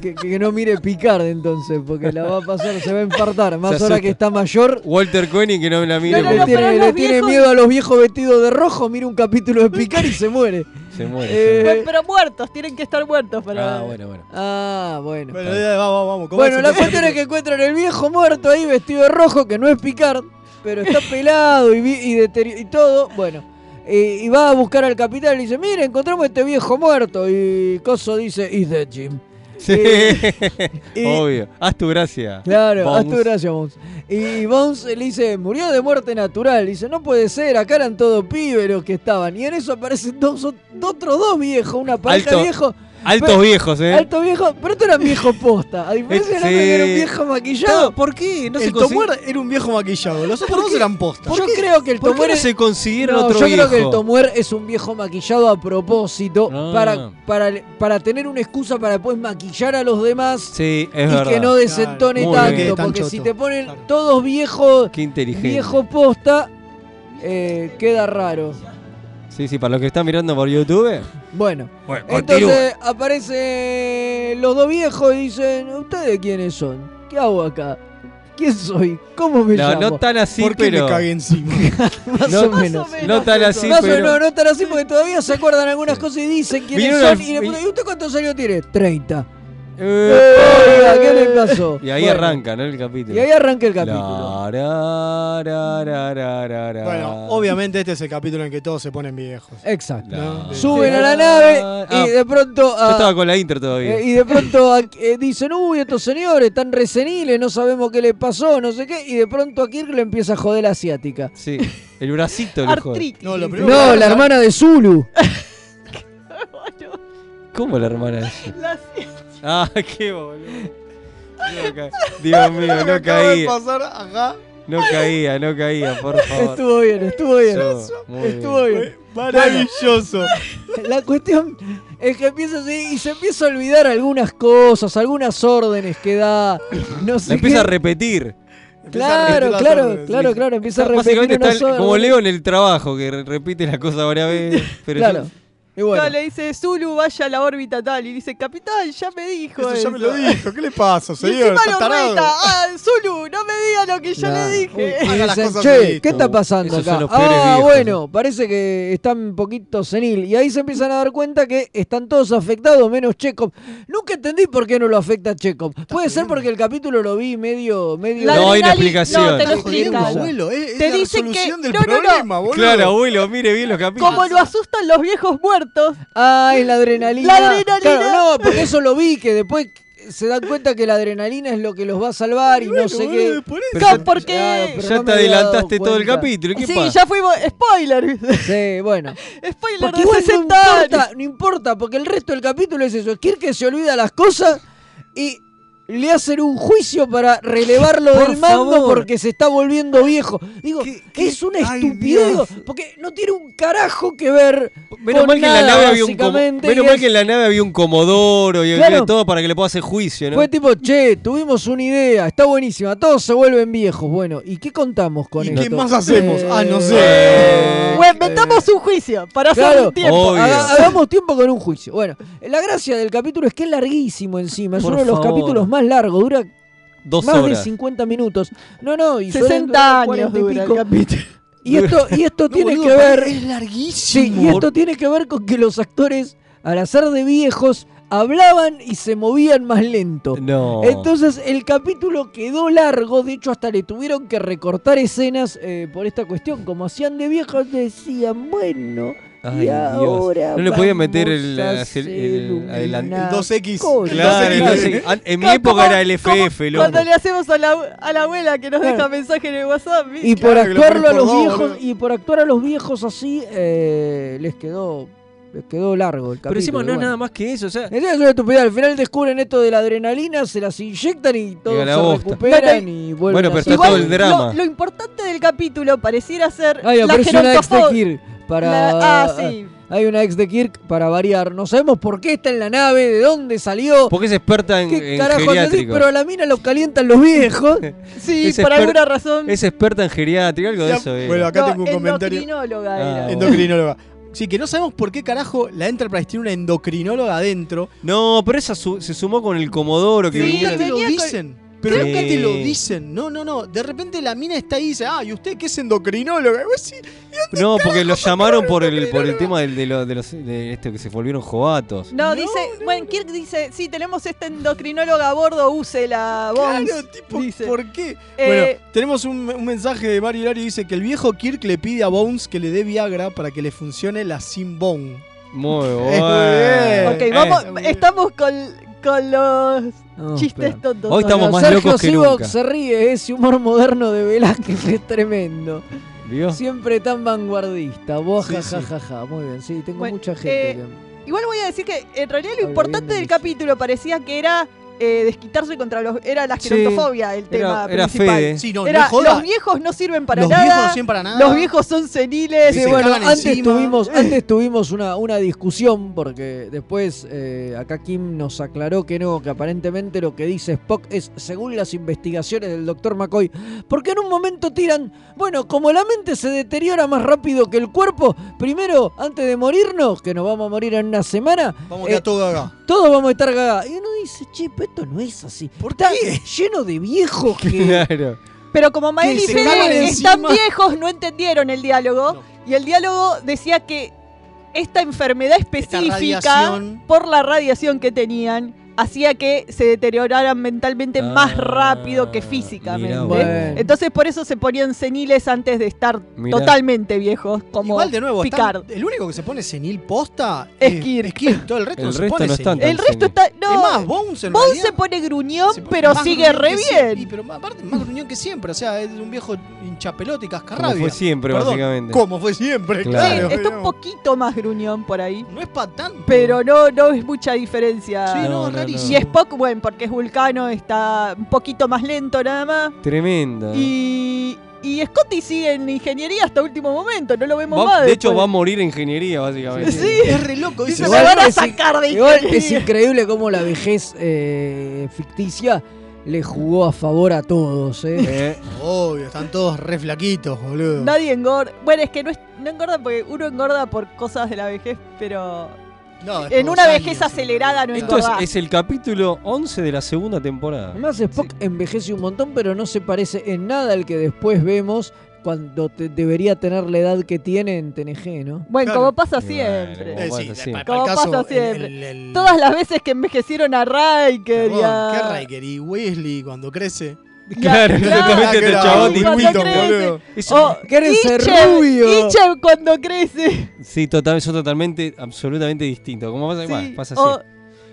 [SPEAKER 2] que- que- que no mire Picard entonces, porque la va a pasar, se va a infartar. Más
[SPEAKER 1] Se
[SPEAKER 2] ahora
[SPEAKER 1] asusta.
[SPEAKER 2] que está mayor,
[SPEAKER 1] Walter Koenig que no la mire
[SPEAKER 3] No, no,
[SPEAKER 2] le,
[SPEAKER 1] porque
[SPEAKER 3] pero
[SPEAKER 2] tiene,
[SPEAKER 3] los
[SPEAKER 2] le tiene
[SPEAKER 3] viejos-
[SPEAKER 2] miedo a los viejos vestidos de rojo, mira un capítulo de Picard y se muere.
[SPEAKER 1] se muere.
[SPEAKER 2] Eh,
[SPEAKER 3] Pero, pero muertos, tienen que estar muertos para.
[SPEAKER 1] Ah, bueno, bueno.
[SPEAKER 2] Ah, bueno.
[SPEAKER 5] Bueno, dale, vamos, vamos. ¿cómo
[SPEAKER 2] Bueno,
[SPEAKER 5] es?
[SPEAKER 2] la cuestión es que encuentran el viejo muerto ahí vestido de rojo, que no es Picard, pero
[SPEAKER 5] (laughs)
[SPEAKER 2] está pelado y, vi- y, deteri- y todo. Bueno, eh, y va a buscar al capitán y dice, mira, encontramos a este viejo muerto. Y Coso dice, is dead, Jim.
[SPEAKER 1] Sí. (laughs)
[SPEAKER 2] y-
[SPEAKER 1] Obvio. Haz tu gracia.
[SPEAKER 2] Claro, haz tu
[SPEAKER 1] Bones.
[SPEAKER 2] gracia, Bones. Y Bones le dice, murió de muerte natural. Dice, no puede ser, acá eran todos pibes los que estaban. Y en eso aparecen dos, ot- otros dos viejos, una pareja
[SPEAKER 1] Alto.
[SPEAKER 2] viejo.
[SPEAKER 1] Altos
[SPEAKER 2] Pero-
[SPEAKER 1] viejos, ¿eh?
[SPEAKER 2] Altos viejos, pero esto era un viejo posta. A diferencia del
[SPEAKER 1] Eh,
[SPEAKER 2] hombre que era un
[SPEAKER 1] sí.
[SPEAKER 2] viejo maquillado.
[SPEAKER 1] ¿Por qué? No
[SPEAKER 5] el
[SPEAKER 1] se
[SPEAKER 5] Tomuer
[SPEAKER 1] consigue-
[SPEAKER 5] era un viejo maquillado, los
[SPEAKER 2] ¿Por
[SPEAKER 5] otros dos
[SPEAKER 2] qué?
[SPEAKER 5] eran postas.
[SPEAKER 2] Yo creo que el
[SPEAKER 1] ¿Por qué
[SPEAKER 2] Tomuer
[SPEAKER 1] no
[SPEAKER 2] es-
[SPEAKER 1] se consiguieron
[SPEAKER 2] No,
[SPEAKER 1] otro
[SPEAKER 2] yo
[SPEAKER 1] viejo?
[SPEAKER 2] creo que el Tomuer es un viejo maquillado a propósito
[SPEAKER 1] Ah.
[SPEAKER 2] para, para, para tener una excusa para después maquillar a los demás
[SPEAKER 1] Sí, es
[SPEAKER 2] y
[SPEAKER 1] verdad.
[SPEAKER 2] que no desentone
[SPEAKER 1] Muy
[SPEAKER 2] tanto.
[SPEAKER 1] bien. Que tan
[SPEAKER 2] Porque si
[SPEAKER 1] choto.
[SPEAKER 2] te ponen todos viejos,
[SPEAKER 1] Qué inteligente.
[SPEAKER 2] viejo posta, eh, queda raro.
[SPEAKER 1] Sí, sí, para los que están mirando por YouTube.
[SPEAKER 2] Bueno,
[SPEAKER 1] Bueno,
[SPEAKER 2] entonces aparecen los dos viejos y dicen, ¿ustedes quiénes son? ¿Qué hago acá? ¿Quién soy? ¿Cómo me
[SPEAKER 1] No,
[SPEAKER 2] llamo?
[SPEAKER 1] no tan así,
[SPEAKER 5] ¿Por qué
[SPEAKER 1] pero.
[SPEAKER 5] me cagué
[SPEAKER 1] (laughs)
[SPEAKER 5] encima?
[SPEAKER 2] Más
[SPEAKER 1] no-
[SPEAKER 2] o menos.
[SPEAKER 1] No tan así,
[SPEAKER 2] Más o
[SPEAKER 1] pero.
[SPEAKER 2] menos, no tan así porque todavía se acuerdan algunas cosas y dicen quiénes
[SPEAKER 1] Vinieron
[SPEAKER 2] son.
[SPEAKER 1] al-
[SPEAKER 2] Y, le preguntan,
[SPEAKER 1] vi-
[SPEAKER 2] ¿y usted cuántos años tiene? 30.
[SPEAKER 1] Eh,
[SPEAKER 2] Oiga, ¿qué le pasó?
[SPEAKER 1] Y ahí
[SPEAKER 2] Bueno,
[SPEAKER 1] arranca, ¿no? El capítulo.
[SPEAKER 2] Y ahí arranca el
[SPEAKER 1] capítulo.
[SPEAKER 5] Bueno, obviamente este es el capítulo en que todos se ponen viejos.
[SPEAKER 2] Exacto.
[SPEAKER 5] ¿No?
[SPEAKER 2] Suben a la nave y
[SPEAKER 1] Ah,
[SPEAKER 2] de pronto.
[SPEAKER 1] Yo
[SPEAKER 2] ah,
[SPEAKER 1] estaba con la intro todavía.
[SPEAKER 2] eh, y de pronto ah, eh, dicen, uy, estos señores están reseniles, no sabemos qué le pasó, no sé qué. Y de pronto a Kirk le empieza a joder la asiática.
[SPEAKER 1] Sí, el bracito le jode.
[SPEAKER 3] Artritis.
[SPEAKER 5] No, lo primero
[SPEAKER 2] No,
[SPEAKER 5] que-
[SPEAKER 2] la hermana de Zulu.
[SPEAKER 1] ¿Cómo la hermana de
[SPEAKER 2] (laughs)
[SPEAKER 1] Zulu?
[SPEAKER 3] La
[SPEAKER 1] Ah, qué boludo. No ca- Dios
[SPEAKER 2] (laughs)
[SPEAKER 1] mío, no
[SPEAKER 5] Acaba de
[SPEAKER 1] caía.
[SPEAKER 5] pasar acá.
[SPEAKER 1] No caía, no caía, por favor.
[SPEAKER 2] Estuvo bien, estuvo bien.
[SPEAKER 1] Yo, muy bien.
[SPEAKER 2] estuvo bien.
[SPEAKER 5] Maravilloso.
[SPEAKER 2] La cuestión es que empieza así y se empieza a olvidar algunas cosas, algunas órdenes que da. No
[SPEAKER 1] La
[SPEAKER 2] sé
[SPEAKER 1] empieza a
[SPEAKER 2] qué.
[SPEAKER 1] repetir.
[SPEAKER 2] Claro,
[SPEAKER 5] las
[SPEAKER 2] claro,
[SPEAKER 5] órdenes,
[SPEAKER 2] claro,
[SPEAKER 5] sí.
[SPEAKER 2] claro, empieza a
[SPEAKER 1] Básicamente
[SPEAKER 2] repetir
[SPEAKER 1] está
[SPEAKER 2] unas
[SPEAKER 1] el- como
[SPEAKER 2] órdenes.
[SPEAKER 1] Leo en el trabajo, que re- repite las cosas varias veces. Pero yo-
[SPEAKER 2] Claro. Y bueno,
[SPEAKER 3] No, le dice Zulu, vaya a la órbita tal. Y dice, capitán, ya me dijo.
[SPEAKER 5] Eso ya me lo
[SPEAKER 3] eso".
[SPEAKER 5] dijo. ¿Qué le pasa,
[SPEAKER 3] Y
[SPEAKER 5] señor?
[SPEAKER 3] encima
[SPEAKER 5] ¿Está
[SPEAKER 3] lo
[SPEAKER 5] tarado?
[SPEAKER 3] reta. Ah, Zulu, no me diga lo que yo
[SPEAKER 2] Claro.
[SPEAKER 3] le dije.
[SPEAKER 2] y
[SPEAKER 5] Haga las
[SPEAKER 2] dicen,
[SPEAKER 5] cosas
[SPEAKER 2] che,
[SPEAKER 5] bien".
[SPEAKER 2] ¿qué está pasando
[SPEAKER 1] Esos son
[SPEAKER 2] acá?
[SPEAKER 1] los peores
[SPEAKER 2] Ah,
[SPEAKER 1] viejos.
[SPEAKER 2] bueno, parece que están un poquito senil. Y ahí se empiezan a dar cuenta que están todos afectados, menos Chekhov. Nunca entendí por qué no lo afecta a Chekhov. Puede ser porque el capítulo lo vi medio... medio
[SPEAKER 3] La
[SPEAKER 1] No hay una
[SPEAKER 3] adrenalina-
[SPEAKER 1] explicación.
[SPEAKER 3] No, te lo
[SPEAKER 5] Está jodiendo,
[SPEAKER 3] explican.
[SPEAKER 5] abuelo. Es, es
[SPEAKER 3] Te
[SPEAKER 5] la
[SPEAKER 3] dicen que-
[SPEAKER 5] resolución del
[SPEAKER 3] no, no, no.
[SPEAKER 5] problema, boludo.
[SPEAKER 1] Claro, abuelo, mire bien los capítulos.
[SPEAKER 3] Como lo asustan los viejos muertos.
[SPEAKER 2] Ay, la adrenalina.
[SPEAKER 3] La adrenalina.
[SPEAKER 2] Claro, no, porque eso lo vi, que después se dan cuenta que la adrenalina es lo que los va a salvar y, no sé
[SPEAKER 5] boludo,
[SPEAKER 2] qué.
[SPEAKER 5] por
[SPEAKER 1] Pero
[SPEAKER 3] No,
[SPEAKER 1] ya-
[SPEAKER 3] porque.
[SPEAKER 5] Ah,
[SPEAKER 2] Ay, pero
[SPEAKER 1] ya
[SPEAKER 2] no
[SPEAKER 1] te
[SPEAKER 2] me había dado
[SPEAKER 1] adelantaste todo el
[SPEAKER 2] cuenta.
[SPEAKER 1] capítulo. ¿y ¿Qué
[SPEAKER 3] Sí,
[SPEAKER 1] pasa?
[SPEAKER 3] ya fuimos. ¡Spoiler!
[SPEAKER 2] Sí, bueno.
[SPEAKER 3] ¡Spoiler
[SPEAKER 2] Porque
[SPEAKER 3] de
[SPEAKER 2] igual no
[SPEAKER 3] 60 años.
[SPEAKER 2] importa, no importa, porque el resto del capítulo es eso. Kirk que se olvida las cosas y le hacen un juicio para relevarlo
[SPEAKER 1] Por
[SPEAKER 2] del mando
[SPEAKER 1] favor.
[SPEAKER 2] porque se está volviendo viejo. Digo,
[SPEAKER 1] ¿Qué-
[SPEAKER 2] es una
[SPEAKER 1] Ay,
[SPEAKER 2] estupidez,
[SPEAKER 1] Dios.
[SPEAKER 2] digo, porque no tiene un carajo que ver.
[SPEAKER 1] Menos
[SPEAKER 2] con
[SPEAKER 1] mal que en la
[SPEAKER 2] nada,
[SPEAKER 1] nave había un como-
[SPEAKER 2] básicamente,
[SPEAKER 1] menos
[SPEAKER 2] y
[SPEAKER 1] mal
[SPEAKER 2] es-
[SPEAKER 1] que en la nave había un comodoro y había
[SPEAKER 2] Claro.
[SPEAKER 1] todo para que le pueda hacer juicio, ¿no?
[SPEAKER 2] Fue tipo, che, tuvimos una idea, está buenísima, todos se vuelven viejos. Bueno, ¿y qué contamos con
[SPEAKER 5] ¿Y
[SPEAKER 2] esto?
[SPEAKER 5] qué más hacemos?
[SPEAKER 2] Eh,
[SPEAKER 5] Ah, no
[SPEAKER 1] Eh,
[SPEAKER 5] sé.
[SPEAKER 3] O inventamos un juicio para hacer
[SPEAKER 2] Claro,
[SPEAKER 3] un tiempo.
[SPEAKER 1] Obvio.
[SPEAKER 2] haga- hagamos tiempo con un juicio. Bueno, la gracia del capítulo es que es larguísimo encima, es
[SPEAKER 1] Por
[SPEAKER 2] uno de los
[SPEAKER 1] favor.
[SPEAKER 2] capítulos más largos, dura
[SPEAKER 1] Dos
[SPEAKER 2] más de
[SPEAKER 1] horas.
[SPEAKER 2] 50 minutos. No, no, y suelen
[SPEAKER 3] 60
[SPEAKER 2] durar
[SPEAKER 3] años
[SPEAKER 2] 40
[SPEAKER 3] dura el
[SPEAKER 2] pico.
[SPEAKER 3] capítulo.
[SPEAKER 2] Y esto, y esto
[SPEAKER 5] No,
[SPEAKER 2] tiene
[SPEAKER 5] boludo,
[SPEAKER 2] que ver.
[SPEAKER 5] Es
[SPEAKER 2] Sí,
[SPEAKER 5] larguísimo.
[SPEAKER 2] y esto tiene que ver con que los actores, al hacer de viejos, hablaban y se movían más lento.
[SPEAKER 1] No.
[SPEAKER 2] Entonces el capítulo quedó largo, de hecho hasta le tuvieron que recortar escenas eh, por esta cuestión. Como hacían de viejos, decían, bueno,
[SPEAKER 1] Ay,
[SPEAKER 2] y
[SPEAKER 1] Dios.
[SPEAKER 2] ahora...
[SPEAKER 1] No le podían meter
[SPEAKER 2] vamos
[SPEAKER 1] el-
[SPEAKER 2] a
[SPEAKER 1] el-
[SPEAKER 2] hacer
[SPEAKER 1] el-
[SPEAKER 2] una
[SPEAKER 1] adelant-
[SPEAKER 5] El 2X.
[SPEAKER 2] cosa.
[SPEAKER 1] Claro,
[SPEAKER 5] El
[SPEAKER 1] no
[SPEAKER 5] 2X.
[SPEAKER 1] sé. An- en mi
[SPEAKER 3] Como-
[SPEAKER 1] época era el FF,
[SPEAKER 3] como
[SPEAKER 1] loco.
[SPEAKER 3] Cuando le hacemos a la, a la abuela que nos
[SPEAKER 2] Claro.
[SPEAKER 3] deja mensaje en el WhatsApp. ¿viste?
[SPEAKER 2] Y por
[SPEAKER 5] Claro, que lo
[SPEAKER 2] actuarlo a
[SPEAKER 5] pones por
[SPEAKER 2] los
[SPEAKER 5] dos,
[SPEAKER 2] viejos,
[SPEAKER 5] boludo.
[SPEAKER 2] y por actuar a los viejos así, eh, les quedó. Les quedó largo el capítulo.
[SPEAKER 1] Pero encima no es
[SPEAKER 2] bueno.
[SPEAKER 1] nada más que eso, o sea.
[SPEAKER 2] Entonces es una estupidez. Al final descubren esto de la adrenalina, se las inyectan y todos
[SPEAKER 1] a la
[SPEAKER 2] se
[SPEAKER 1] bosta.
[SPEAKER 2] recuperan
[SPEAKER 3] Bueno,
[SPEAKER 2] y
[SPEAKER 1] bueno,
[SPEAKER 2] vuelven
[SPEAKER 1] pero
[SPEAKER 2] a
[SPEAKER 1] está
[SPEAKER 2] ser-
[SPEAKER 3] Igual,
[SPEAKER 1] todo el drama.
[SPEAKER 3] Lo, lo importante del capítulo pareciera ser
[SPEAKER 2] Ay,
[SPEAKER 3] la
[SPEAKER 2] aparece una ex de
[SPEAKER 3] gerontofo-
[SPEAKER 2] Kirk para.
[SPEAKER 3] la- ah, sí.
[SPEAKER 2] Hay una ex de Kirk para variar. No sabemos por qué está en la nave, de dónde salió.
[SPEAKER 1] Porque es experta en,
[SPEAKER 2] ¿Qué
[SPEAKER 1] en
[SPEAKER 2] carajo entendí?
[SPEAKER 1] geriátrico.
[SPEAKER 2] Pero a la mina lo calientan
[SPEAKER 1] (laughs)
[SPEAKER 2] los viejos.
[SPEAKER 3] Sí,
[SPEAKER 1] Es
[SPEAKER 3] por
[SPEAKER 1] exper-
[SPEAKER 3] alguna razón.
[SPEAKER 1] Es experta en geriátrico, algo de
[SPEAKER 5] Ya,
[SPEAKER 1] eso. era.
[SPEAKER 5] Bueno, acá
[SPEAKER 3] No,
[SPEAKER 5] tengo un comentario.
[SPEAKER 3] endocrinóloga
[SPEAKER 1] Ah,
[SPEAKER 3] era.
[SPEAKER 1] bueno.
[SPEAKER 5] Endocrinóloga. Sí, que no sabemos por qué carajo la Enterprise tiene una endocrinóloga adentro.
[SPEAKER 1] No, pero esa su- se sumó con el Comodoro que
[SPEAKER 5] Pero
[SPEAKER 3] Sí,
[SPEAKER 5] nunca
[SPEAKER 1] vinieron.
[SPEAKER 5] te lo
[SPEAKER 3] venía con-
[SPEAKER 5] dicen. Pero
[SPEAKER 1] Sí.
[SPEAKER 5] nunca te lo dicen. No, no, no. De repente la mina está ahí y dice, ah, ¿y usted qué es endocrinóloga? Y vos sí,
[SPEAKER 1] No, porque los llamaron por el, por el tema del- de, lo- de los de esto que se volvieron jovatos.
[SPEAKER 3] No, dice, bueno, Kirk dice, sí, tenemos esta endocrinóloga a bordo, úsela, Bones.
[SPEAKER 5] claro, tipo,
[SPEAKER 3] dice.
[SPEAKER 5] ¿por qué?
[SPEAKER 3] Eh,
[SPEAKER 5] bueno, tenemos un, un mensaje de Mario Lari dice que el viejo Kirk le pide a Bones que le dé Viagra para que le funcione la Simbone.
[SPEAKER 3] (laughs)
[SPEAKER 1] Muy
[SPEAKER 5] bien.
[SPEAKER 1] bueno.
[SPEAKER 3] ok,
[SPEAKER 5] eh,
[SPEAKER 3] vamos,
[SPEAKER 5] eh.
[SPEAKER 3] estamos con, con los
[SPEAKER 2] No,
[SPEAKER 3] chistes
[SPEAKER 2] espera.
[SPEAKER 3] tontos.
[SPEAKER 1] Hoy estamos más
[SPEAKER 2] Sergio
[SPEAKER 1] locos que
[SPEAKER 2] Sivok
[SPEAKER 1] nunca.
[SPEAKER 2] se ríe, ese humor moderno de Velázquez (laughs) es tremendo.
[SPEAKER 1] ¿Vio?
[SPEAKER 2] Siempre tan vanguardista. Vos,
[SPEAKER 5] Sí,
[SPEAKER 2] ja,
[SPEAKER 5] sí.
[SPEAKER 2] ja, ja, ja. Muy bien, sí, tengo
[SPEAKER 3] Bueno,
[SPEAKER 2] mucha gente.
[SPEAKER 3] eh,
[SPEAKER 2] que-
[SPEAKER 3] Igual voy a decir que en realidad lo importante del capítulo parecía que era eh, desquitarse contra los. Era la gerontofobia el tema
[SPEAKER 1] era
[SPEAKER 3] principal.
[SPEAKER 1] Fede. Sí, no,
[SPEAKER 5] no
[SPEAKER 3] Era,
[SPEAKER 5] es joda.
[SPEAKER 3] Los viejos no sirven para
[SPEAKER 5] Los
[SPEAKER 3] nada.
[SPEAKER 5] viejos no sirven para nada.
[SPEAKER 3] Los viejos son seniles.
[SPEAKER 2] Sí, bueno, antes tuvimos,
[SPEAKER 3] Eh.
[SPEAKER 2] antes tuvimos una, una discusión porque después eh, acá Kim nos aclaró que no, que aparentemente lo que dice Spock es según las investigaciones del doctor McCoy. Porque en un momento tiran, bueno, como la mente se deteriora más rápido que el cuerpo, primero, antes de morirnos, que nos vamos a morir en una semana,
[SPEAKER 5] Vamos a quedar
[SPEAKER 2] eh,
[SPEAKER 5] todo acá.
[SPEAKER 2] todos vamos a estar cagados. Y uno dice, che, pero esto no es así. Está lleno de viejos
[SPEAKER 1] (laughs)
[SPEAKER 2] que...
[SPEAKER 1] (laughs) Claro.
[SPEAKER 3] Pero como Mael
[SPEAKER 2] Que
[SPEAKER 3] y
[SPEAKER 2] se
[SPEAKER 3] Fede
[SPEAKER 2] cagan
[SPEAKER 3] están
[SPEAKER 2] encima.
[SPEAKER 5] (laughs)
[SPEAKER 3] viejos, no entendieron el diálogo. Y el diálogo decía que esta enfermedad específica,
[SPEAKER 5] radiación.
[SPEAKER 3] por la radiación que tenían, hacía que se deterioraran mentalmente más rápido que
[SPEAKER 1] Ah, mirá
[SPEAKER 3] físicamente.
[SPEAKER 1] vos.
[SPEAKER 3] Entonces por eso se ponían seniles antes de estar
[SPEAKER 1] Mirá.
[SPEAKER 3] totalmente viejos, como
[SPEAKER 5] Igual de nuevo,
[SPEAKER 3] Picard.
[SPEAKER 5] están- el único que se pone senil posta
[SPEAKER 3] Es
[SPEAKER 5] es
[SPEAKER 3] Kirk.
[SPEAKER 5] Kirk. Todo el resto
[SPEAKER 1] El
[SPEAKER 5] no se
[SPEAKER 1] resto
[SPEAKER 5] pone
[SPEAKER 1] no están
[SPEAKER 5] senil.
[SPEAKER 3] El resto está. No,
[SPEAKER 5] Es más, Bones en
[SPEAKER 3] Bones
[SPEAKER 5] realidad
[SPEAKER 3] se pone gruñón,
[SPEAKER 5] se pone
[SPEAKER 3] pero
[SPEAKER 5] más
[SPEAKER 3] sigue
[SPEAKER 5] gruñón
[SPEAKER 3] re
[SPEAKER 5] que
[SPEAKER 3] bien.
[SPEAKER 5] siempre, Y, pero más- aparte, más gruñón que siempre. O sea, es un viejo hinchapelote y cascarrabia.
[SPEAKER 1] Como fue siempre,
[SPEAKER 5] Perdón,
[SPEAKER 1] básicamente.
[SPEAKER 5] Como fue siempre,
[SPEAKER 1] Claro.
[SPEAKER 5] claro.
[SPEAKER 1] Sí,
[SPEAKER 3] Está un poquito más gruñón por ahí.
[SPEAKER 5] No es para tanto.
[SPEAKER 3] Pero no, no es mucha diferencia.
[SPEAKER 5] Sí,
[SPEAKER 1] No,
[SPEAKER 5] no, es
[SPEAKER 1] no,
[SPEAKER 5] rarísimo.
[SPEAKER 3] Y Spock, bueno, porque es vulcano, está un poquito más lento nada más.
[SPEAKER 1] Tremenda.
[SPEAKER 3] Y, y Scotty sigue en ingeniería hasta último momento, no lo vemos
[SPEAKER 1] Va-
[SPEAKER 3] más.
[SPEAKER 1] de hecho, va a
[SPEAKER 3] después.
[SPEAKER 1] morir ingeniería, básicamente.
[SPEAKER 3] (laughs) Sí.
[SPEAKER 5] (laughs) Es re loco.
[SPEAKER 3] Dice,
[SPEAKER 5] Dice,
[SPEAKER 3] me
[SPEAKER 2] Igual
[SPEAKER 3] van a
[SPEAKER 2] es in-
[SPEAKER 3] sacar de
[SPEAKER 2] Igual
[SPEAKER 3] ingeniería.
[SPEAKER 2] es increíble cómo la vejez eh, ficticia le jugó a favor a
[SPEAKER 1] (laughs)
[SPEAKER 2] todos. eh.
[SPEAKER 1] Eh,
[SPEAKER 5] obvio, están todos re flaquitos, boludo.
[SPEAKER 3] Nadie engorda. Bueno, es que no, es- no engorda porque uno engorda por cosas de la vejez, pero
[SPEAKER 5] No, es
[SPEAKER 3] en
[SPEAKER 5] por
[SPEAKER 3] una
[SPEAKER 5] años,
[SPEAKER 3] vejez
[SPEAKER 5] sí.
[SPEAKER 3] acelerada no
[SPEAKER 1] esto es,
[SPEAKER 3] engorda.
[SPEAKER 1] es el capítulo 11 de la segunda temporada.
[SPEAKER 2] Además, Spock envejece un montón, pero no se parece en nada al que después vemos cuando te- debería tener la edad que tiene en TNG, ¿no?
[SPEAKER 3] Bueno,
[SPEAKER 5] Claro.
[SPEAKER 3] como pasa
[SPEAKER 1] Y
[SPEAKER 3] siempre.
[SPEAKER 1] bueno,
[SPEAKER 5] Eh,
[SPEAKER 1] como
[SPEAKER 5] sí,
[SPEAKER 1] pasa
[SPEAKER 5] pa-
[SPEAKER 1] siempre.
[SPEAKER 5] pa-
[SPEAKER 3] Como
[SPEAKER 5] el
[SPEAKER 3] pasa
[SPEAKER 5] caso,
[SPEAKER 3] siempre.
[SPEAKER 5] el- el-
[SPEAKER 3] Todas las veces que envejecieron a Riker
[SPEAKER 5] Perdón,
[SPEAKER 3] y a...
[SPEAKER 5] ¿Qué Riker y Wesley
[SPEAKER 3] (laughs)
[SPEAKER 5] cuando crece?
[SPEAKER 1] Claro, exactamente,
[SPEAKER 5] Claro,
[SPEAKER 1] este chabón
[SPEAKER 5] y
[SPEAKER 3] cuando
[SPEAKER 1] distinto. (laughs)
[SPEAKER 3] crece.
[SPEAKER 5] boludo.
[SPEAKER 1] Es-
[SPEAKER 3] O
[SPEAKER 2] ¿Querés ser
[SPEAKER 3] Itcher,
[SPEAKER 2] rubio?
[SPEAKER 3] Itcher cuando crece.
[SPEAKER 1] Sí, total, son totalmente, absolutamente distintos. Como pasa,
[SPEAKER 3] Sí,
[SPEAKER 1] igual, pasa
[SPEAKER 3] o
[SPEAKER 1] así.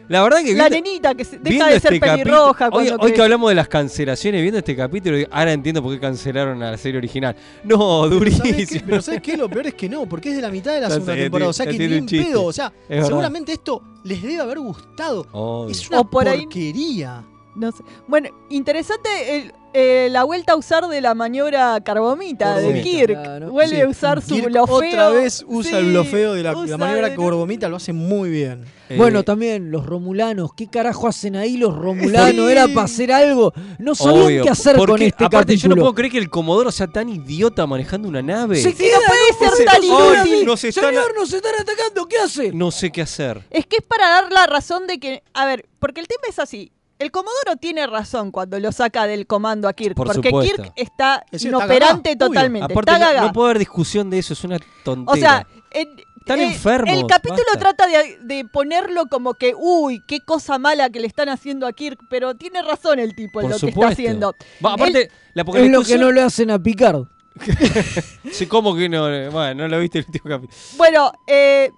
[SPEAKER 1] La verdad que
[SPEAKER 3] la
[SPEAKER 1] viendo-
[SPEAKER 3] nenita que se- deja
[SPEAKER 1] Viendo
[SPEAKER 3] de ser
[SPEAKER 1] este
[SPEAKER 3] pelirroja
[SPEAKER 1] capítulo, hoy,
[SPEAKER 3] cuando
[SPEAKER 1] hoy que
[SPEAKER 3] crece.
[SPEAKER 1] hablamos de las cancelaciones, viendo este capítulo, digo, ahora entiendo por qué cancelaron a la serie original. No,
[SPEAKER 5] Pero ¿sabés qué?
[SPEAKER 1] durísimo.
[SPEAKER 5] Pero ¿sabes qué? Lo peor es que no, porque es de la mitad de la
[SPEAKER 1] Ya
[SPEAKER 5] segunda
[SPEAKER 1] sé, ya
[SPEAKER 5] temporada. O sea
[SPEAKER 1] tiene-
[SPEAKER 5] que
[SPEAKER 1] ya
[SPEAKER 5] ni
[SPEAKER 1] tiene
[SPEAKER 5] en
[SPEAKER 1] un chiste.
[SPEAKER 5] pedo. O sea,
[SPEAKER 1] verdad.
[SPEAKER 5] seguramente esto les debe haber gustado.
[SPEAKER 1] Obvio.
[SPEAKER 5] Es una
[SPEAKER 3] O por ahí-
[SPEAKER 5] porquería.
[SPEAKER 3] No sé. Bueno, interesante el- eh, la vuelta a usar de la maniobra carbomita de
[SPEAKER 5] Corbomita.
[SPEAKER 3] Kirk.
[SPEAKER 2] Claro.
[SPEAKER 3] Vuelve
[SPEAKER 5] Sí,
[SPEAKER 3] a usar su
[SPEAKER 5] Kirk
[SPEAKER 3] blofeo.
[SPEAKER 5] Otra vez usa el
[SPEAKER 3] Sí,
[SPEAKER 5] blofeo de la, la
[SPEAKER 3] usa
[SPEAKER 5] maniobra
[SPEAKER 3] el-
[SPEAKER 5] corbomita, lo hace muy bien.
[SPEAKER 1] Eh,
[SPEAKER 2] Bueno, también los romulanos. ¿Qué carajo hacen ahí los romulanos?
[SPEAKER 5] Sí.
[SPEAKER 2] Era para hacer algo. No sabían
[SPEAKER 1] obvio,
[SPEAKER 2] qué hacer
[SPEAKER 1] porque,
[SPEAKER 2] con este
[SPEAKER 1] Aparte, yo
[SPEAKER 2] capítulo.
[SPEAKER 1] no puedo creer que el Comodoro sea tan idiota manejando una nave.
[SPEAKER 2] Se
[SPEAKER 3] Sí, no puede ser
[SPEAKER 1] Ese-
[SPEAKER 3] tan
[SPEAKER 1] Ay,
[SPEAKER 3] inútil.
[SPEAKER 1] nos están
[SPEAKER 2] Señor, nos están atacando. ¿Qué hace?
[SPEAKER 1] No sé qué hacer.
[SPEAKER 3] Es que es para dar la razón de que. A ver, porque el tema es así. El Comodoro tiene razón cuando lo saca del comando a Kirk.
[SPEAKER 1] Por
[SPEAKER 3] porque
[SPEAKER 1] supuesto.
[SPEAKER 3] Kirk está
[SPEAKER 5] Es decir, está
[SPEAKER 3] inoperante
[SPEAKER 5] cagá, obvio.
[SPEAKER 3] totalmente.
[SPEAKER 1] Aparte,
[SPEAKER 3] está
[SPEAKER 1] no,
[SPEAKER 3] gaga.
[SPEAKER 1] no puede haber discusión de eso, es una tontería.
[SPEAKER 3] O sea, en- eh,
[SPEAKER 1] Están enfermos,
[SPEAKER 3] El capítulo
[SPEAKER 1] basta.
[SPEAKER 3] trata de, de ponerlo como que, uy, qué cosa mala que le están haciendo a Kirk, pero tiene razón el tipo
[SPEAKER 1] Por
[SPEAKER 3] en pues lo
[SPEAKER 1] supuesto.
[SPEAKER 3] que está haciendo.
[SPEAKER 1] Va, aparte, la porque
[SPEAKER 2] Es
[SPEAKER 1] la
[SPEAKER 2] lo que
[SPEAKER 1] discusión-
[SPEAKER 2] no le hacen a Picard.
[SPEAKER 1] Sí, ¿Cómo que no? Bueno, no lo viste el último capítulo.
[SPEAKER 3] Bueno, eh,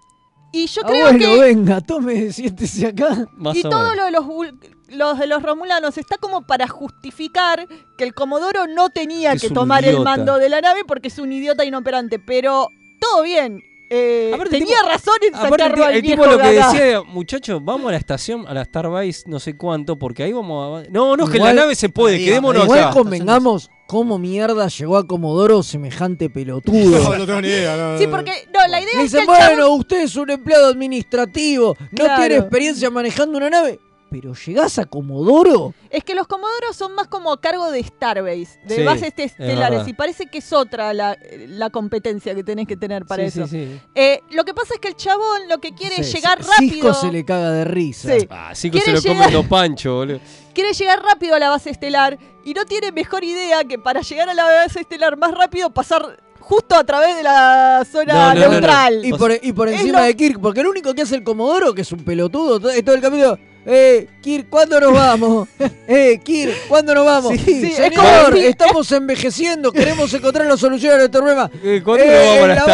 [SPEAKER 3] y yo creo
[SPEAKER 2] Abuelo,
[SPEAKER 3] que.
[SPEAKER 2] venga, tome, siéntese acá.
[SPEAKER 1] Más
[SPEAKER 3] y
[SPEAKER 1] o
[SPEAKER 3] todo
[SPEAKER 1] menos.
[SPEAKER 3] lo de los, vul- los de los romulanos está como para justificar que el Comodoro no tenía
[SPEAKER 1] Que es
[SPEAKER 3] que
[SPEAKER 1] un
[SPEAKER 3] tomar el
[SPEAKER 1] idiota.
[SPEAKER 3] mando de la nave porque es un idiota inoperante, pero todo bien. Eh,
[SPEAKER 1] Aparte, el
[SPEAKER 3] tenía
[SPEAKER 1] tipo-
[SPEAKER 3] razón (laughs) en
[SPEAKER 1] Aparte, el,
[SPEAKER 3] sacarlo
[SPEAKER 1] ti-
[SPEAKER 3] al
[SPEAKER 1] el tipo
[SPEAKER 3] viejo
[SPEAKER 1] lo que
[SPEAKER 3] gaga.
[SPEAKER 1] decía era, muchachos, vamos a la estación, a la Starbase, no sé cuánto, porque ahí vamos a... No, no, que
[SPEAKER 2] Igual-
[SPEAKER 1] la nave se puede,
[SPEAKER 5] Ahí,
[SPEAKER 1] quedémonos
[SPEAKER 5] ahí.
[SPEAKER 2] Igual
[SPEAKER 1] acá.
[SPEAKER 2] convengamos cómo mierda llegó a Comodoro semejante
[SPEAKER 5] (laughs)
[SPEAKER 2] pelotudo.
[SPEAKER 5] no tengo ni idea. no,
[SPEAKER 3] Sí,
[SPEAKER 5] no, (laughs) no.
[SPEAKER 3] porque no, la idea
[SPEAKER 2] Le
[SPEAKER 3] es
[SPEAKER 2] dicen,
[SPEAKER 3] que el chabón-
[SPEAKER 2] bueno, usted es un empleado administrativo, no
[SPEAKER 3] Claro.
[SPEAKER 2] tiene experiencia manejando una nave, pero llegás a Comodoro.
[SPEAKER 3] Es que los comodoros son más como a cargo de Starbase, de
[SPEAKER 1] Sí,
[SPEAKER 3] bases
[SPEAKER 1] es
[SPEAKER 3] estelares,
[SPEAKER 1] verdad.
[SPEAKER 3] y parece que es otra la, la competencia que tenés que tener para
[SPEAKER 1] Sí,
[SPEAKER 3] eso.
[SPEAKER 1] sí, sí.
[SPEAKER 3] Eh, lo que pasa es que el chabón lo que quiere es
[SPEAKER 2] Sí,
[SPEAKER 3] llegar
[SPEAKER 2] sí,
[SPEAKER 3] rápido.
[SPEAKER 2] Cisco se le caga de risa.
[SPEAKER 3] Sí.
[SPEAKER 1] Ah, sí que se
[SPEAKER 3] ¿Quiere
[SPEAKER 1] lo comen
[SPEAKER 3] llegar?
[SPEAKER 1] los panchos,
[SPEAKER 2] (laughs)
[SPEAKER 1] boludo.
[SPEAKER 3] Quiere llegar rápido a la base estelar y no tiene mejor idea que para llegar a la base estelar más rápido pasar justo a través de la zona
[SPEAKER 1] No, no, no,
[SPEAKER 3] neutral.
[SPEAKER 2] Y
[SPEAKER 1] O
[SPEAKER 2] por, y por
[SPEAKER 3] es
[SPEAKER 2] encima
[SPEAKER 3] lo-
[SPEAKER 2] de Kirk, porque el único que hace el Comodoro, que es un pelotudo, to- todo el camino, eh, Kirk, ¿cuándo nos
[SPEAKER 3] (laughs)
[SPEAKER 2] vamos? eh, Kirk, ¿cuándo nos vamos?
[SPEAKER 3] Sí, es
[SPEAKER 2] Señor,
[SPEAKER 3] como-
[SPEAKER 2] estamos envejeciendo, queremos encontrar la solución a nuestro problema.
[SPEAKER 1] Eh, ¿Cuándo
[SPEAKER 2] Eh,
[SPEAKER 1] nos vamos a la
[SPEAKER 2] en la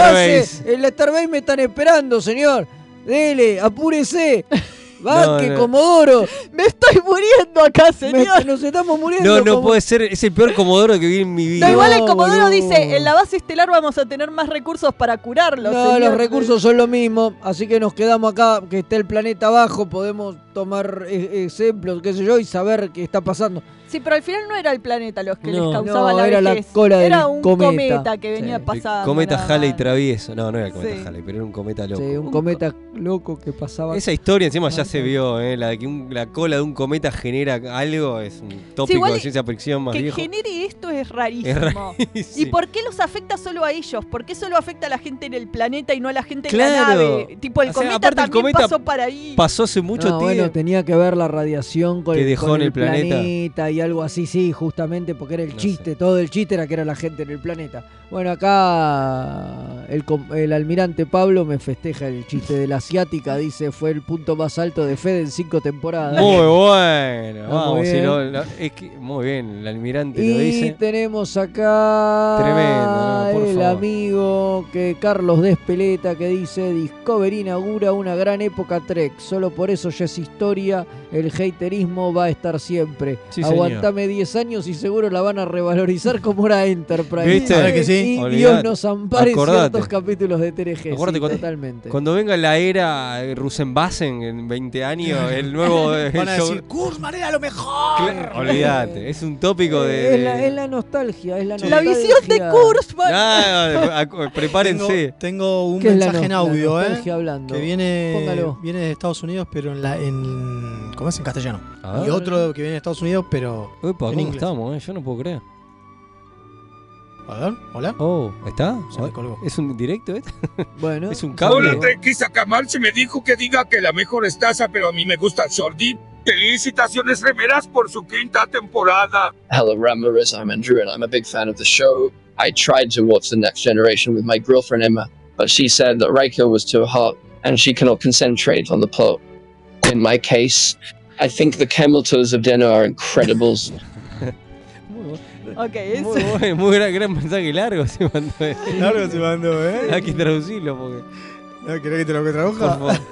[SPEAKER 2] base,
[SPEAKER 1] Starbase? (laughs)
[SPEAKER 2] en la Starbase me están esperando, señor. Dele, apúrese. Va,
[SPEAKER 1] No,
[SPEAKER 2] que
[SPEAKER 1] no.
[SPEAKER 2] Comodoro.
[SPEAKER 3] (laughs) Me estoy muriendo acá, señor.
[SPEAKER 2] nos estamos muriendo.
[SPEAKER 1] No, no
[SPEAKER 2] como-
[SPEAKER 1] puede ser. Es el peor Comodoro que vi en mi vida.
[SPEAKER 3] Da igual el Comodoro
[SPEAKER 2] boludo.
[SPEAKER 3] dice, en la base estelar vamos a tener más recursos para curarlos.
[SPEAKER 2] No,
[SPEAKER 3] señor".
[SPEAKER 2] los recursos son lo mismo, así que nos quedamos acá, que está el planeta abajo, podemos tomar eh, ejemplos, qué sé yo, y saber qué está pasando.
[SPEAKER 3] Sí, pero al final no era el planeta los que
[SPEAKER 2] No.
[SPEAKER 3] les causaba
[SPEAKER 2] No,
[SPEAKER 3] la
[SPEAKER 2] era la
[SPEAKER 3] vejez.
[SPEAKER 2] cola del
[SPEAKER 3] Era un cometa,
[SPEAKER 2] cometa.
[SPEAKER 3] que venía pasando.
[SPEAKER 1] Cometa
[SPEAKER 3] nada
[SPEAKER 1] Halley
[SPEAKER 3] más.
[SPEAKER 1] travieso. No, no era el cometa
[SPEAKER 3] Sí.
[SPEAKER 1] Halley, pero era un cometa loco.
[SPEAKER 2] Sí, un cometa loco que pasaba.
[SPEAKER 1] Esa historia encima ya se vio, ¿eh? La, de que un- la cola de un cometa genera algo es un tópico
[SPEAKER 3] igual
[SPEAKER 1] de ciencia ficción más
[SPEAKER 3] que
[SPEAKER 1] viejo.
[SPEAKER 3] genere esto es rarísimo.
[SPEAKER 1] Es
[SPEAKER 3] ¿Y por qué los afecta solo a ellos? ¿Por qué solo afecta a la gente en el planeta y no a la gente en la
[SPEAKER 1] Claro.
[SPEAKER 3] nave? Tipo, el
[SPEAKER 1] O sea,
[SPEAKER 3] cometa
[SPEAKER 1] aparte el
[SPEAKER 3] también
[SPEAKER 1] cometa
[SPEAKER 3] pasó para ahí.
[SPEAKER 1] Pasó hace mucho
[SPEAKER 2] No,
[SPEAKER 1] tiempo.
[SPEAKER 2] bueno, tenía que ver la radiación con,
[SPEAKER 1] Que
[SPEAKER 2] el,
[SPEAKER 1] dejó
[SPEAKER 2] con
[SPEAKER 1] en el planeta.
[SPEAKER 2] y algo así, sí, justamente porque era el
[SPEAKER 1] No
[SPEAKER 2] chiste, todo el chiste era que era la gente en el planeta. Bueno, acá el, com- el almirante Pablo me festeja el chiste de la asiática, dice, fue el punto más alto de Fed en cinco temporadas.
[SPEAKER 1] Muy bueno.
[SPEAKER 2] Está
[SPEAKER 1] vamos,
[SPEAKER 2] muy
[SPEAKER 1] si
[SPEAKER 2] bien.
[SPEAKER 1] lo- lo- es que- muy bien, el almirante lo
[SPEAKER 2] Y
[SPEAKER 1] dice.
[SPEAKER 2] tenemos acá
[SPEAKER 1] Tremendo, no, por
[SPEAKER 2] el
[SPEAKER 1] favor.
[SPEAKER 2] amigo que Carlos Despeleta que dice Discovery inaugura una gran época Trek, solo por eso ya es historia, el haterismo va a estar siempre.
[SPEAKER 1] Sí, señor.
[SPEAKER 2] Aguantame 10 años y seguro la van a revalorizar como era Enterprise.
[SPEAKER 1] ¿Viste? A ver que sí.
[SPEAKER 2] Y Dios
[SPEAKER 1] Olvidate.
[SPEAKER 2] nos ampare
[SPEAKER 1] Acordate.
[SPEAKER 2] ciertos capítulos de TNG. sí,
[SPEAKER 1] Acuérdate cuando,
[SPEAKER 2] totalmente.
[SPEAKER 1] cuando venga la era eh, Rusenbassen en 20 años, el nuevo eh,
[SPEAKER 5] Van a
[SPEAKER 1] show-
[SPEAKER 5] decir, Kurzman era lo mejor.
[SPEAKER 1] Cla- Olvídate, es un tópico de.
[SPEAKER 2] Es la,
[SPEAKER 1] de-
[SPEAKER 2] es la nostalgia, es la
[SPEAKER 5] Sí.
[SPEAKER 2] nostalgia.
[SPEAKER 5] La
[SPEAKER 3] visión de Kurzman.
[SPEAKER 1] Ah, no, acu- prepárense.
[SPEAKER 5] Tengo, tengo un
[SPEAKER 2] ¿Qué es la
[SPEAKER 5] mensaje en
[SPEAKER 2] no- la
[SPEAKER 5] audio, eh,
[SPEAKER 2] nostalgia hablando?
[SPEAKER 5] que viene,
[SPEAKER 2] Póngalo.
[SPEAKER 5] viene de Estados Unidos, pero en la, en, ¿cómo es? En castellano.
[SPEAKER 1] A ver.
[SPEAKER 5] Y otro que viene de Estados Unidos, pero
[SPEAKER 1] Uy, pa, ¿cómo
[SPEAKER 5] en inglés.
[SPEAKER 1] estamos? eh? Yo no puedo creer.
[SPEAKER 5] A ver, hola.
[SPEAKER 1] Oh, ¿está?
[SPEAKER 5] Se me colgó.
[SPEAKER 1] ¿Es un directo este? (laughs)
[SPEAKER 2] Bueno.
[SPEAKER 1] ¿Es un cable?
[SPEAKER 6] Hola, Tequi Sacamal se me dijo que diga que la mejor es Taza, pero a mí me gusta Shorty. Felicitaciones remeras por su quinta temporada.
[SPEAKER 7] Hello, Ramblers. I'm Andrew, and I'm a big fan of the show. I tried to watch The Next Generation with my girlfriend Emma, but she said that Riker was too hot and she cannot concentrate on the plot. In my case, I think the Kemelters of dinner are incredibles.
[SPEAKER 3] Ok, eso. (laughs)
[SPEAKER 1] Muy, bueno, muy gran, gran mensaje largo (laughs) se mandó. eh.
[SPEAKER 5] Largo se mandó, ¿eh?
[SPEAKER 1] Hay que traducirlo porque.
[SPEAKER 5] (laughs) ¿No ¿Querés que te lo que
[SPEAKER 1] Por
[SPEAKER 5] trabaja?
[SPEAKER 1] favor. (laughs)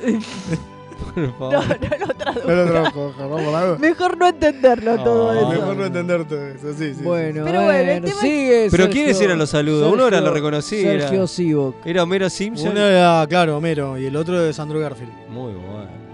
[SPEAKER 1] Por favor.
[SPEAKER 3] No, no lo traduzco.
[SPEAKER 5] No lo trabajo, Jorge, vamos,
[SPEAKER 3] (laughs)
[SPEAKER 5] vamos.
[SPEAKER 3] Mejor no entenderlo todo
[SPEAKER 1] Ah.
[SPEAKER 3] esto.
[SPEAKER 5] Mejor (laughs) no entender todo eso, sí, sí.
[SPEAKER 2] Bueno,
[SPEAKER 3] Pero
[SPEAKER 2] a
[SPEAKER 3] bueno, el
[SPEAKER 2] ver,
[SPEAKER 3] tema es-
[SPEAKER 2] sigue
[SPEAKER 1] Pero
[SPEAKER 2] Sergio-
[SPEAKER 1] ¿quiénes eran los saludos? Uno era
[SPEAKER 2] Sergio-
[SPEAKER 1] lo reconocí. era-
[SPEAKER 2] Sergio Sivok.
[SPEAKER 1] Era Homero
[SPEAKER 5] sí.
[SPEAKER 1] Simpson.
[SPEAKER 5] Uno era, claro, Homero, y el otro es Andrew Garfield.
[SPEAKER 1] Muy bueno.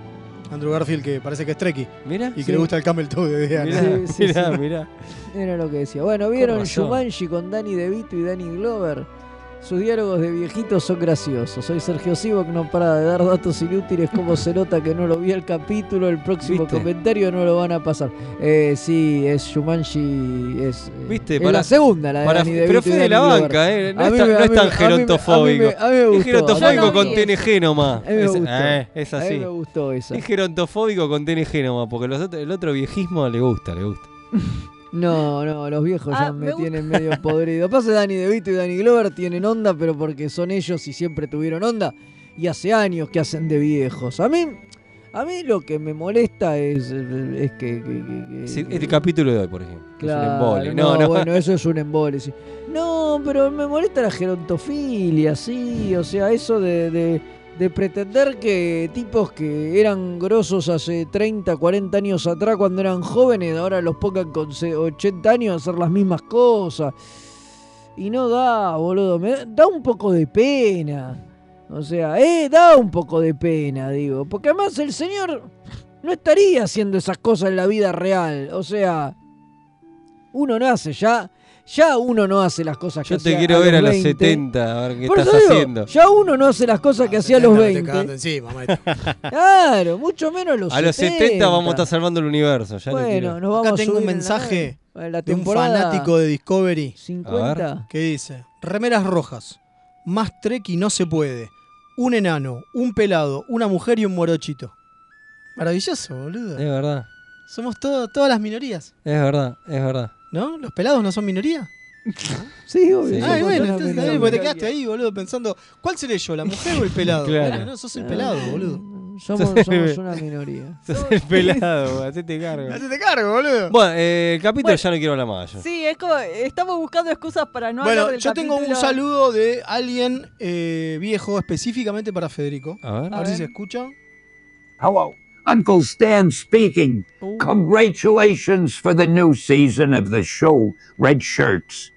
[SPEAKER 5] Andrew Garfield que parece que es Trekkie.
[SPEAKER 1] Mira.
[SPEAKER 5] Y que
[SPEAKER 2] sí.
[SPEAKER 5] le gusta el Camel Toe
[SPEAKER 2] (laughs)
[SPEAKER 5] de
[SPEAKER 1] (laughs)
[SPEAKER 5] Diana.
[SPEAKER 1] Mirá,
[SPEAKER 2] Sí, sí,
[SPEAKER 1] mirá,
[SPEAKER 2] sí.
[SPEAKER 1] mirá.
[SPEAKER 2] Era lo que decía. Bueno, vieron
[SPEAKER 1] Con razón.
[SPEAKER 2] Shumanji con Danny DeVito y Danny Glover. Sus diálogos de viejitos son graciosos. Soy Sergio Sivok, no para de dar datos inútiles. Como se nota que no lo vi el capítulo, el próximo
[SPEAKER 1] ¿Viste?
[SPEAKER 2] comentario no lo van a pasar. Eh, sí, es Shumanji. Es, eh,
[SPEAKER 1] ¿Viste?
[SPEAKER 2] es la segunda, la de
[SPEAKER 1] para-
[SPEAKER 2] Danny DeVito.
[SPEAKER 1] Pero
[SPEAKER 2] y
[SPEAKER 1] Fede de la
[SPEAKER 2] Danny Glover.
[SPEAKER 1] banca, ¿eh? No
[SPEAKER 2] A
[SPEAKER 1] es
[SPEAKER 2] mí
[SPEAKER 1] tan,
[SPEAKER 2] me-
[SPEAKER 1] no
[SPEAKER 2] a
[SPEAKER 1] es
[SPEAKER 2] mí-
[SPEAKER 1] tan
[SPEAKER 2] a mí me- a mí me-
[SPEAKER 1] gerontofóbico.
[SPEAKER 2] a mí me
[SPEAKER 1] es
[SPEAKER 2] gustó.
[SPEAKER 1] gerontofóbico
[SPEAKER 3] Yo
[SPEAKER 1] con
[SPEAKER 3] no vi
[SPEAKER 1] TNG nomás.
[SPEAKER 2] A mí me
[SPEAKER 1] Es-
[SPEAKER 2] gustó.
[SPEAKER 1] eh, es
[SPEAKER 2] A mí
[SPEAKER 1] así.
[SPEAKER 2] me gustó esa.
[SPEAKER 1] Es gerontofóbico con TNG nomás, porque los otro- el otro viejismo le gusta, le gusta.
[SPEAKER 2] No, no, los viejos
[SPEAKER 3] Ah,
[SPEAKER 2] ya me,
[SPEAKER 3] me gusta.
[SPEAKER 2] tienen medio podrido. Pasa Dani DeVito y Dani Glover tienen onda, pero porque son ellos y siempre tuvieron onda. Y hace años que hacen de viejos. A mí, a mí lo que me molesta es, es que, que- que- que-
[SPEAKER 1] Sí,
[SPEAKER 2] que-
[SPEAKER 1] este capítulo de hoy, por ejemplo. es un
[SPEAKER 2] Claro,
[SPEAKER 1] embole.
[SPEAKER 2] No,
[SPEAKER 1] No, no.
[SPEAKER 2] bueno, eso es un embole. sí. No, pero me molesta la gerontofilia, sí. O sea, eso de, de- de pretender que tipos que eran grosos hace 30, 40 años atrás, cuando eran jóvenes, ahora los pongan con se- 80 años a hacer las mismas cosas. Y no da, boludo. Me da, da un poco de pena. O sea, eh, da un poco de pena, digo. Porque además el señor no estaría haciendo esas cosas en la vida real. O sea, uno no hace ya. Ya uno no hace las cosas que
[SPEAKER 1] Yo te
[SPEAKER 2] hacía
[SPEAKER 1] quiero ver a los
[SPEAKER 2] 20.
[SPEAKER 1] 70, a ver qué
[SPEAKER 2] Por
[SPEAKER 1] estás
[SPEAKER 2] eso digo,
[SPEAKER 1] haciendo.
[SPEAKER 2] Ya uno no hace las cosas que hacía a los
[SPEAKER 5] Ah, Me estoy
[SPEAKER 2] 20.
[SPEAKER 5] cagando encima, maestro.
[SPEAKER 2] Claro, mucho menos los
[SPEAKER 1] A los 70 vamos a estar salvando el universo. Ya lo quiero.
[SPEAKER 2] Bueno, nos vamos
[SPEAKER 5] Acá
[SPEAKER 2] a
[SPEAKER 5] tengo un
[SPEAKER 2] subir en la
[SPEAKER 5] mensaje
[SPEAKER 2] nave. La
[SPEAKER 5] de un
[SPEAKER 2] temporada
[SPEAKER 5] fanático de Discovery
[SPEAKER 2] 50.
[SPEAKER 5] que dice: Remeras rojas, más treki no se puede. Un enano, un pelado, una mujer y un morochito. Maravilloso, boludo.
[SPEAKER 1] Es verdad,
[SPEAKER 5] Somos todo- todas las minorías,
[SPEAKER 1] es verdad, es verdad.
[SPEAKER 5] ¿no? ¿Los pelados no son minoría?
[SPEAKER 2] Sí,
[SPEAKER 1] Sí.
[SPEAKER 2] obvio. somos
[SPEAKER 5] Ay, bueno,
[SPEAKER 2] todas
[SPEAKER 5] entonces,
[SPEAKER 2] minorías.
[SPEAKER 5] ahí, porque te quedaste ahí, boludo, pensando: ¿cuál seré yo, la mujer o el pelado?
[SPEAKER 1] (laughs) Claro. Ah.
[SPEAKER 5] Bueno, no, sos el pelado, boludo.
[SPEAKER 2] Somos, somos una minoría.
[SPEAKER 1] (laughs) Sos el pelado, güey, hacete
[SPEAKER 2] (laughs)
[SPEAKER 1] cargo.
[SPEAKER 5] Hacete cargo, boludo.
[SPEAKER 1] Bueno, eh, el capítulo
[SPEAKER 3] Bueno.
[SPEAKER 1] ya no quiero hablar más. yo.
[SPEAKER 3] Sí, es como, estamos buscando excusas para no hablar
[SPEAKER 5] Bueno,
[SPEAKER 3] del
[SPEAKER 5] yo tengo un
[SPEAKER 3] capítulo.
[SPEAKER 5] saludo de alguien eh, viejo específicamente para Federico.
[SPEAKER 1] A ver.
[SPEAKER 5] A,
[SPEAKER 3] A
[SPEAKER 5] ver, si
[SPEAKER 3] ver.
[SPEAKER 5] se escucha.
[SPEAKER 7] Au, au.
[SPEAKER 8] Uncle Stan speaking. Congratulations for the new season of the show, Red Shirts.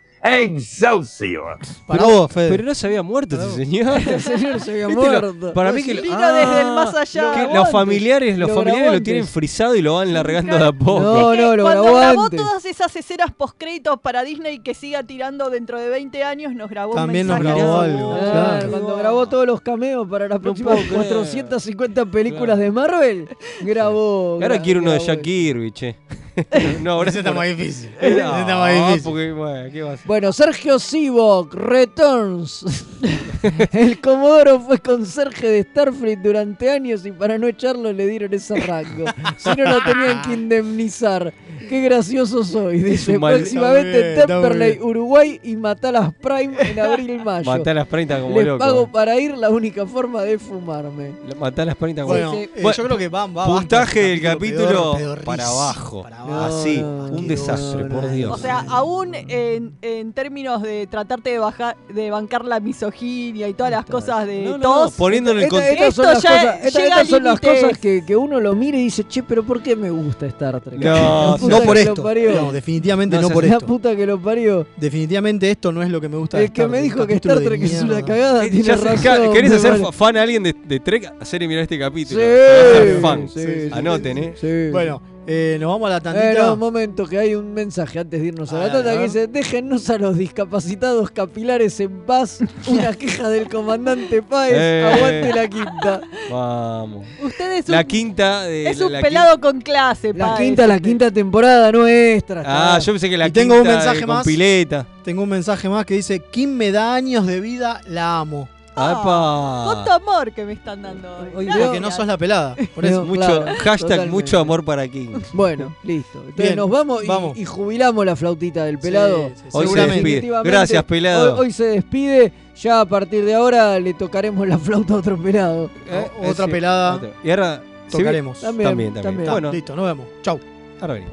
[SPEAKER 8] Excelsior.
[SPEAKER 1] pero, pero no se había muerto este señor.
[SPEAKER 2] El señor se había
[SPEAKER 1] Este lo-
[SPEAKER 2] muerto.
[SPEAKER 1] para mí que lo- Ah,
[SPEAKER 3] Vino desde el
[SPEAKER 5] Ah,
[SPEAKER 3] más allá.
[SPEAKER 1] que
[SPEAKER 3] Lo
[SPEAKER 1] los
[SPEAKER 3] grabó
[SPEAKER 1] familiares,
[SPEAKER 3] antes.
[SPEAKER 1] los
[SPEAKER 3] Lo
[SPEAKER 1] familiares
[SPEAKER 3] grabó
[SPEAKER 1] lo tienen
[SPEAKER 3] antes.
[SPEAKER 1] frisado y lo van largando de a poco.
[SPEAKER 2] No, no, lo
[SPEAKER 3] Cuando
[SPEAKER 2] grabó
[SPEAKER 3] grabó
[SPEAKER 2] antes.
[SPEAKER 3] todas esas escenas postcréditos para Disney que siga tirando dentro de 20 años, nos grabó un
[SPEAKER 5] También nos
[SPEAKER 3] mensaje.
[SPEAKER 5] grabó algo.
[SPEAKER 2] Ah,
[SPEAKER 5] claro.
[SPEAKER 2] Cuando grabó todos los cameos para las próximas
[SPEAKER 1] puedo creer.
[SPEAKER 2] 450 películas de Marvel, grabó.
[SPEAKER 1] Ahora
[SPEAKER 2] gra-
[SPEAKER 1] quiero uno de
[SPEAKER 2] grabó.
[SPEAKER 1] Jack Kirby,
[SPEAKER 5] (laughs)
[SPEAKER 1] che. no, ahora
[SPEAKER 5] Ese está
[SPEAKER 1] por- (laughs)
[SPEAKER 5] más difícil.
[SPEAKER 1] Eh,
[SPEAKER 5] (laughs) Ese
[SPEAKER 1] no,
[SPEAKER 5] está más difícil.
[SPEAKER 1] porque, bueno, ¿qué va a hacer?
[SPEAKER 2] Bueno, Sergio Sivok, Returns. (laughs) El Comodoro fue conserje de Starfleet durante años y para no echarlo le dieron ese
[SPEAKER 1] (laughs)
[SPEAKER 2] rango. Si no, lo tenían que indemnizar. Qué gracioso soy. Dice
[SPEAKER 1] un mal-
[SPEAKER 2] próximamente
[SPEAKER 1] Está muy bien, está muy
[SPEAKER 2] Temperley,
[SPEAKER 1] bien.
[SPEAKER 2] Uruguay y Matalas Prime en abril-mayo.
[SPEAKER 1] Matar las 30 como
[SPEAKER 2] Les
[SPEAKER 1] loco.
[SPEAKER 2] pago para ir la única forma de fumarme.
[SPEAKER 1] Matar las 30 como
[SPEAKER 5] Bueno,
[SPEAKER 1] loco.
[SPEAKER 5] eh, yo creo que van, va.
[SPEAKER 1] Puntaje del capítulo
[SPEAKER 5] pedorro, pedorrísimo,
[SPEAKER 1] para abajo.
[SPEAKER 5] abajo.
[SPEAKER 1] Así,
[SPEAKER 5] No,
[SPEAKER 1] un
[SPEAKER 5] qué eh.
[SPEAKER 1] desastre, por Dios.
[SPEAKER 3] O sea, aún en, en términos de tratarte de bajar, de bancar la misoginia y todas las cosas de
[SPEAKER 1] No, no,
[SPEAKER 3] todos.
[SPEAKER 1] no, poniendo en el
[SPEAKER 2] Esta-
[SPEAKER 1] contexto.
[SPEAKER 2] estas son
[SPEAKER 3] Esto
[SPEAKER 2] las
[SPEAKER 3] ya
[SPEAKER 2] cosas, esta-
[SPEAKER 3] llega
[SPEAKER 2] estas son
[SPEAKER 3] a
[SPEAKER 2] las
[SPEAKER 3] límites.
[SPEAKER 2] cosas que, que uno lo mira y dice, che, pero ¿por qué me gusta Star Trek?
[SPEAKER 1] No,
[SPEAKER 2] (laughs) La puta
[SPEAKER 5] No
[SPEAKER 2] que
[SPEAKER 5] por
[SPEAKER 2] lo
[SPEAKER 5] esto.
[SPEAKER 2] parió.
[SPEAKER 5] No, definitivamente
[SPEAKER 1] No,
[SPEAKER 5] no
[SPEAKER 1] se
[SPEAKER 5] por
[SPEAKER 2] la
[SPEAKER 5] esto.
[SPEAKER 2] puta que lo parió.
[SPEAKER 5] Definitivamente esto no es lo que me gusta de
[SPEAKER 2] El que
[SPEAKER 5] Star
[SPEAKER 2] me
[SPEAKER 5] Trek,
[SPEAKER 2] dijo
[SPEAKER 5] un
[SPEAKER 2] que
[SPEAKER 5] capítulo
[SPEAKER 2] Star
[SPEAKER 5] de
[SPEAKER 2] Trek es
[SPEAKER 5] mierda.
[SPEAKER 2] una cagada,
[SPEAKER 1] Eh,
[SPEAKER 2] tiene
[SPEAKER 1] ya sé,
[SPEAKER 2] razón.
[SPEAKER 1] ca- ¿Querés
[SPEAKER 2] me
[SPEAKER 1] hacer
[SPEAKER 2] pare-
[SPEAKER 1] fa- fan a alguien de, de Trek? Hacer y mirar este capítulo.
[SPEAKER 2] Sí,
[SPEAKER 1] Para ser fan.
[SPEAKER 2] sí, sí,
[SPEAKER 1] Anoten, ¿eh?
[SPEAKER 2] Sí.
[SPEAKER 5] Bueno, eh, nos vamos a la tandita.
[SPEAKER 2] Eh, no, un momento, que hay un mensaje antes de irnos a
[SPEAKER 5] A
[SPEAKER 2] la
[SPEAKER 5] ver,
[SPEAKER 2] tanda
[SPEAKER 5] a
[SPEAKER 2] que
[SPEAKER 5] ver.
[SPEAKER 2] dice: Déjennos a los discapacitados capilares en paz. Una queja del comandante Páez.
[SPEAKER 1] Eh.
[SPEAKER 2] Aguante la quinta.
[SPEAKER 1] Vamos.
[SPEAKER 3] Usted es un,
[SPEAKER 1] La quinta de.
[SPEAKER 3] es
[SPEAKER 1] la-
[SPEAKER 3] un
[SPEAKER 1] la
[SPEAKER 3] pelado con clase,
[SPEAKER 2] La
[SPEAKER 3] pa,
[SPEAKER 2] quinta,
[SPEAKER 3] es
[SPEAKER 2] la
[SPEAKER 3] usted.
[SPEAKER 2] quinta temporada nuestra.
[SPEAKER 1] Ah, yo pensé que la
[SPEAKER 5] Y tengo un
[SPEAKER 1] quinta
[SPEAKER 5] mensaje
[SPEAKER 1] de-
[SPEAKER 5] más.
[SPEAKER 1] Con pileta.
[SPEAKER 5] Tengo un mensaje más que dice: Kim me da años de vida, la amo.
[SPEAKER 3] Ah, Cuánto
[SPEAKER 1] ¡Apa!
[SPEAKER 3] amor que me están dando hoy.
[SPEAKER 5] Oye,
[SPEAKER 3] Gracias.
[SPEAKER 5] que no sos la pelada. Por
[SPEAKER 2] Veo,
[SPEAKER 5] eso.
[SPEAKER 1] Mucho,
[SPEAKER 2] claro,
[SPEAKER 1] hashtag
[SPEAKER 2] totalmente.
[SPEAKER 1] mucho amor para King.
[SPEAKER 2] Bueno, listo. Entonces
[SPEAKER 5] Bien,
[SPEAKER 2] nos vamos, y-
[SPEAKER 5] vamos.
[SPEAKER 2] Y, jubilamos la flautita del pelado.
[SPEAKER 5] sí,
[SPEAKER 1] Hoy se
[SPEAKER 5] Seguramente.
[SPEAKER 1] despide.
[SPEAKER 2] Definitivamente,
[SPEAKER 1] Gracias, pelado.
[SPEAKER 2] Hoy, hoy se despide. Ya a partir de ahora le tocaremos la flauta a otro pelado.
[SPEAKER 1] Eh,
[SPEAKER 5] O- otra
[SPEAKER 1] sí,
[SPEAKER 5] pelada.
[SPEAKER 1] otra. Y ahora. ¿se viene?
[SPEAKER 5] Ah. Tocaremos.
[SPEAKER 2] También.
[SPEAKER 1] También, también.
[SPEAKER 2] también.
[SPEAKER 1] Bueno,
[SPEAKER 5] Listo, nos vemos. Chau.
[SPEAKER 1] ahora venimos.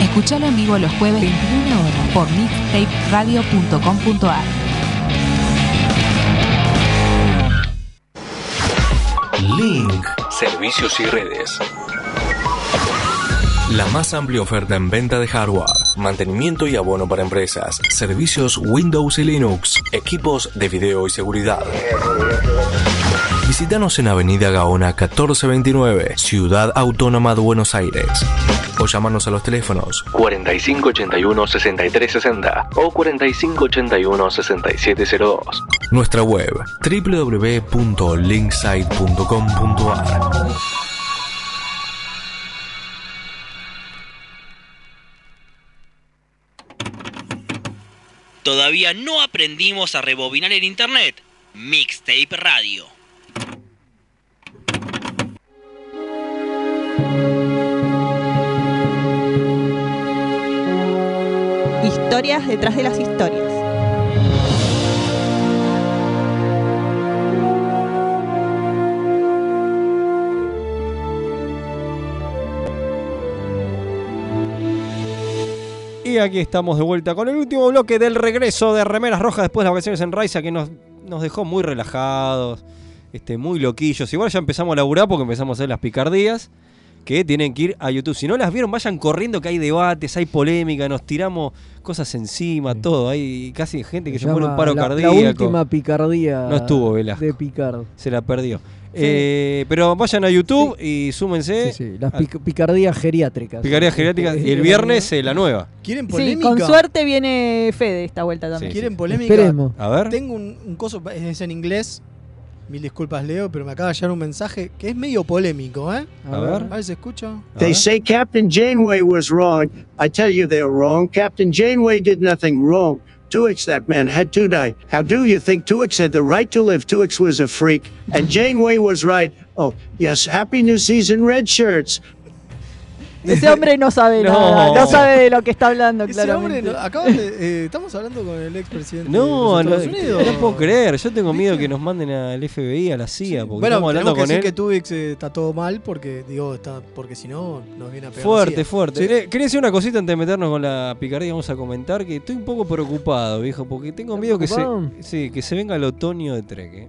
[SPEAKER 17] Escuchalo en vivo los jueves 21 horas por mixtaperadio.com.ar.
[SPEAKER 10] Link.
[SPEAKER 22] Servicios y redes.
[SPEAKER 10] La más amplia oferta en venta de hardware, mantenimiento y abono para empresas, servicios Windows y Linux, equipos de video y seguridad. Visítanos en Avenida Gaona 1429, Ciudad Autónoma de Buenos Aires. O llámanos a los teléfonos
[SPEAKER 22] 4581-6360 o 4581-6702.
[SPEAKER 10] Nuestra web www.linksite.com.ar
[SPEAKER 9] Todavía no aprendimos a rebobinar el internet. Mixtape Radio.
[SPEAKER 3] Historias detrás de las historias.
[SPEAKER 1] Y aquí estamos de vuelta con el último bloque del regreso de Remeras Rojas después de las vacaciones en Raiza, que nos, nos dejó muy relajados, este, muy loquillos. Igual ya empezamos a laburar porque empezamos a hacer las picardías, que tienen que ir a YouTube. Si no las vieron, vayan corriendo que hay debates, hay polémica, nos tiramos cosas encima, todo. Hay casi gente que se muere un paro
[SPEAKER 2] la,
[SPEAKER 1] cardíaco.
[SPEAKER 2] La última picardía.
[SPEAKER 1] No estuvo Velasco.
[SPEAKER 2] De Picard.
[SPEAKER 1] Se la perdió. Eh, pero vayan a YouTube y súmense.
[SPEAKER 2] Sí, sí, las pic- picardías geriátricas.
[SPEAKER 1] Picardías geriátricas. Y ah. el viernes eh, la nueva.
[SPEAKER 5] ¿Quieren
[SPEAKER 3] Sí,
[SPEAKER 5] polémica?
[SPEAKER 3] con suerte viene Fede esta vuelta también.
[SPEAKER 5] ¿Quieren polémica?
[SPEAKER 2] Esperemos.
[SPEAKER 1] A ver.
[SPEAKER 5] Tengo un, un coso, es en inglés. Mil disculpas, Leo, pero me acaba de llegar un mensaje que es medio polémico, ¿eh?
[SPEAKER 1] A ver.
[SPEAKER 5] A ver si escucho.
[SPEAKER 1] Ah,
[SPEAKER 23] They say Captain Janeway was wrong. I tell you they're wrong. Captain Janeway did nothing wrong.
[SPEAKER 24] Tuix, that man, had to die. How do you think Tuix had the right to live? Tuix was a freak, and Janeway was right. Oh, yes, happy new season, red shirts.
[SPEAKER 3] Ese hombre no sabe
[SPEAKER 24] No.
[SPEAKER 3] nada, no sabe de lo que está hablando,
[SPEAKER 5] Ese
[SPEAKER 3] claro.
[SPEAKER 5] hombre, no- acaban de- eh, estamos hablando con el expresidente
[SPEAKER 1] No,
[SPEAKER 5] de
[SPEAKER 1] no,
[SPEAKER 5] los Estados Unidos.
[SPEAKER 1] no puedo creer. Yo tengo miedo que nos manden al FBI, a la CIA, porque
[SPEAKER 5] Bueno,
[SPEAKER 1] estamos hablando
[SPEAKER 5] tenemos que
[SPEAKER 1] con
[SPEAKER 5] decir
[SPEAKER 1] él.
[SPEAKER 5] que Tubix eh, está todo mal porque, digo, está, porque si no nos viene a pegar.
[SPEAKER 1] Fuerte,
[SPEAKER 5] la CIA.
[SPEAKER 1] fuerte.
[SPEAKER 5] Sí.
[SPEAKER 1] Eh, Quería decir una cosita antes de meternos con la picardía. Vamos a comentar que estoy un poco preocupado, viejo, porque tengo miedo que se,
[SPEAKER 2] preocupado?
[SPEAKER 1] sí, que se venga el otoño de Trek. eh.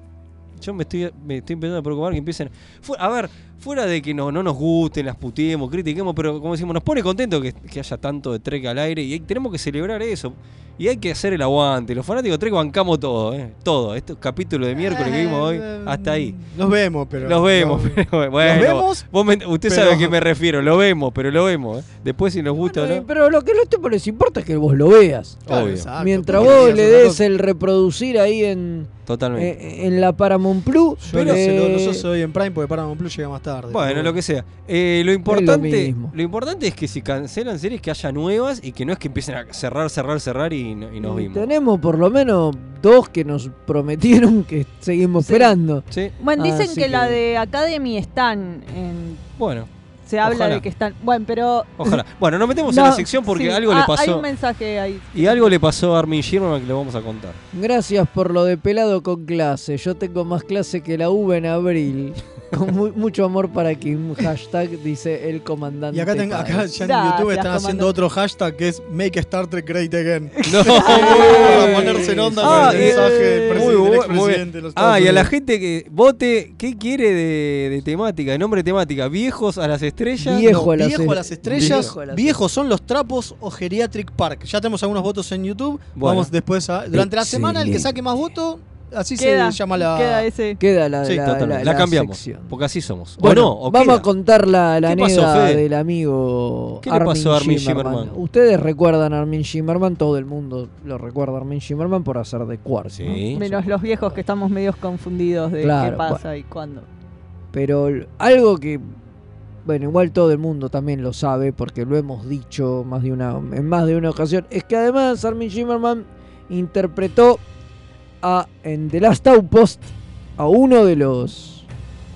[SPEAKER 1] Yo me estoy, me estoy empezando a preocupar que empiecen. fu- a ver, fuera de que no, no nos gusten, las puteemos, critiquemos, pero como decimos, nos pone contento que, que haya tanto de Trek al aire y hay- tenemos que celebrar eso. Y hay que hacer el aguante. Los fanáticos de Trek bancamos todo, eh, todo. Estos capítulos de miércoles que vimos hoy, hasta ahí.
[SPEAKER 5] Los vemos, pero.
[SPEAKER 1] Los vemos, (laughs) pero bueno.
[SPEAKER 5] Los vemos,
[SPEAKER 1] vos me- usted
[SPEAKER 5] pero-
[SPEAKER 1] sabe a qué me refiero, lo vemos, pero lo vemos. ¿eh? Después si nos gusta o
[SPEAKER 2] Eh,
[SPEAKER 1] no.
[SPEAKER 2] Pero lo que no te les importa es que vos lo veas.
[SPEAKER 1] Claro, Obvio. exacto,
[SPEAKER 2] Mientras
[SPEAKER 1] porque
[SPEAKER 2] vos
[SPEAKER 1] querías
[SPEAKER 2] le
[SPEAKER 1] otra
[SPEAKER 2] des
[SPEAKER 1] cosa.
[SPEAKER 2] el reproducir ahí en,
[SPEAKER 1] Totalmente.
[SPEAKER 2] eh, en la Paramount Plus.
[SPEAKER 5] Pero
[SPEAKER 2] eh,
[SPEAKER 5] se lo, los osos hoy en Prime porque Paramount Plus llega más tarde.
[SPEAKER 1] Bueno, lo que sea. Eh, lo, importante,
[SPEAKER 5] mismo.
[SPEAKER 1] lo, importante es que si cancelan series, que haya nuevas y que no es que empiecen a cerrar, cerrar, cerrar y, no- y nos vimos.
[SPEAKER 2] Tenemos por lo menos dos que nos prometieron que seguimos esperando.
[SPEAKER 3] Bueno, dicen
[SPEAKER 2] Así
[SPEAKER 3] que, la de Academy están en-
[SPEAKER 1] Bueno,
[SPEAKER 3] Se habla
[SPEAKER 1] Ojalá.
[SPEAKER 3] de que están. Bueno, pero.
[SPEAKER 1] ojalá. Bueno, nos metemos en
[SPEAKER 3] No,
[SPEAKER 1] la sección porque
[SPEAKER 3] sí,
[SPEAKER 1] algo
[SPEAKER 3] ah,
[SPEAKER 1] le
[SPEAKER 3] Hay un
[SPEAKER 1] pasó.
[SPEAKER 3] mensaje ahí.
[SPEAKER 1] Y algo le pasó a Armin Shirman que lo vamos a contar.
[SPEAKER 2] Gracias por lo de pelado con clase. Yo tengo más clase que la uva
[SPEAKER 1] (laughs)
[SPEAKER 2] en abril. Con mu- mucho amor para Kim. Hashtag dice el comandante.
[SPEAKER 5] Y acá, ten- acá ya en
[SPEAKER 2] Páez.
[SPEAKER 5] YouTube están haciendo otro hashtag que es Make Star Trek Great Again.
[SPEAKER 1] No,
[SPEAKER 5] (laughs) para ponerse en onda con
[SPEAKER 1] Ah,
[SPEAKER 5] el
[SPEAKER 1] eh,
[SPEAKER 5] mensaje del presi-
[SPEAKER 1] muy
[SPEAKER 5] del
[SPEAKER 1] bu- muy
[SPEAKER 5] expresidente de
[SPEAKER 1] bien.
[SPEAKER 5] los Estados
[SPEAKER 1] Ah, y a la
[SPEAKER 5] Unidos.
[SPEAKER 1] gente que vote, ¿qué quiere de, de temática, de nombre de temática? ¿Viejos a las estrellas?
[SPEAKER 5] Viejo,
[SPEAKER 1] No,
[SPEAKER 5] a, las estrellas.
[SPEAKER 1] Viejo.
[SPEAKER 5] Viejo, son los trapos o Geriatric Park. Ya tenemos algunos votos en YouTube.
[SPEAKER 1] Bueno.
[SPEAKER 5] Vamos después a. Durante la semana, el que
[SPEAKER 1] Excelente.
[SPEAKER 5] saque más votos, así
[SPEAKER 2] Queda,
[SPEAKER 5] se llama la.
[SPEAKER 2] queda
[SPEAKER 3] ese.
[SPEAKER 2] Queda la-
[SPEAKER 1] Sí,
[SPEAKER 2] la-
[SPEAKER 1] totalmente.
[SPEAKER 2] la-
[SPEAKER 1] La,
[SPEAKER 2] la
[SPEAKER 1] cambiamos.
[SPEAKER 2] sección.
[SPEAKER 1] Porque así somos.
[SPEAKER 2] Bueno,
[SPEAKER 1] o no, o
[SPEAKER 2] vamos
[SPEAKER 1] queda.
[SPEAKER 2] a contar la, la
[SPEAKER 1] ¿Qué pasó,
[SPEAKER 2] anécdota
[SPEAKER 1] Fede?
[SPEAKER 2] del amigo
[SPEAKER 1] ¿Qué le pasó a Armin Shimerman?
[SPEAKER 2] Ustedes recuerdan a Armin Shimerman, todo el mundo lo recuerda a Armin Shimerman por hacer de Quartz. ¿no?
[SPEAKER 3] Menos los viejos que estamos medios confundidos de
[SPEAKER 2] Claro,
[SPEAKER 3] qué pasa y cuándo.
[SPEAKER 2] Pero l- algo que, bueno, igual todo el mundo también lo sabe porque lo hemos dicho más de una, en más de una ocasión, es que además Armin Shimerman interpretó a, en The Last Outpost a uno de los...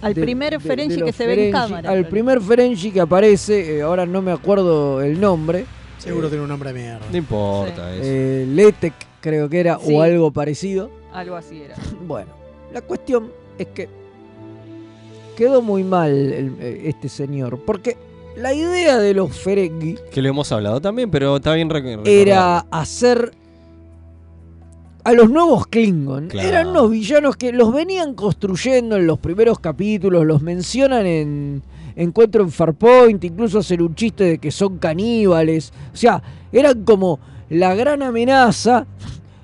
[SPEAKER 3] Al
[SPEAKER 2] de-
[SPEAKER 3] primer
[SPEAKER 2] de- de
[SPEAKER 3] Ferengi
[SPEAKER 2] los
[SPEAKER 3] que se ve en
[SPEAKER 2] Ferengi,
[SPEAKER 3] cámara.
[SPEAKER 2] Al primer Ferengi que aparece, eh, ahora no me acuerdo el nombre.
[SPEAKER 5] Seguro tiene un nombre de mierda.
[SPEAKER 1] No importa eso.
[SPEAKER 2] Eh, Letek creo que era,
[SPEAKER 3] Sí.
[SPEAKER 2] o algo parecido.
[SPEAKER 3] Algo así era.
[SPEAKER 2] Bueno, la cuestión es que quedó muy mal el- eh, este señor, porque la idea de los Ferengi
[SPEAKER 1] Que lo hemos hablado también, pero está bien rec-
[SPEAKER 2] era hacer a los nuevos Klingon.
[SPEAKER 1] Claro.
[SPEAKER 2] Eran unos villanos que los venían construyendo en los primeros capítulos, los mencionan en Encuentro en Farpoint, incluso hacen un chiste de que son caníbales. O sea, eran como la gran amenaza.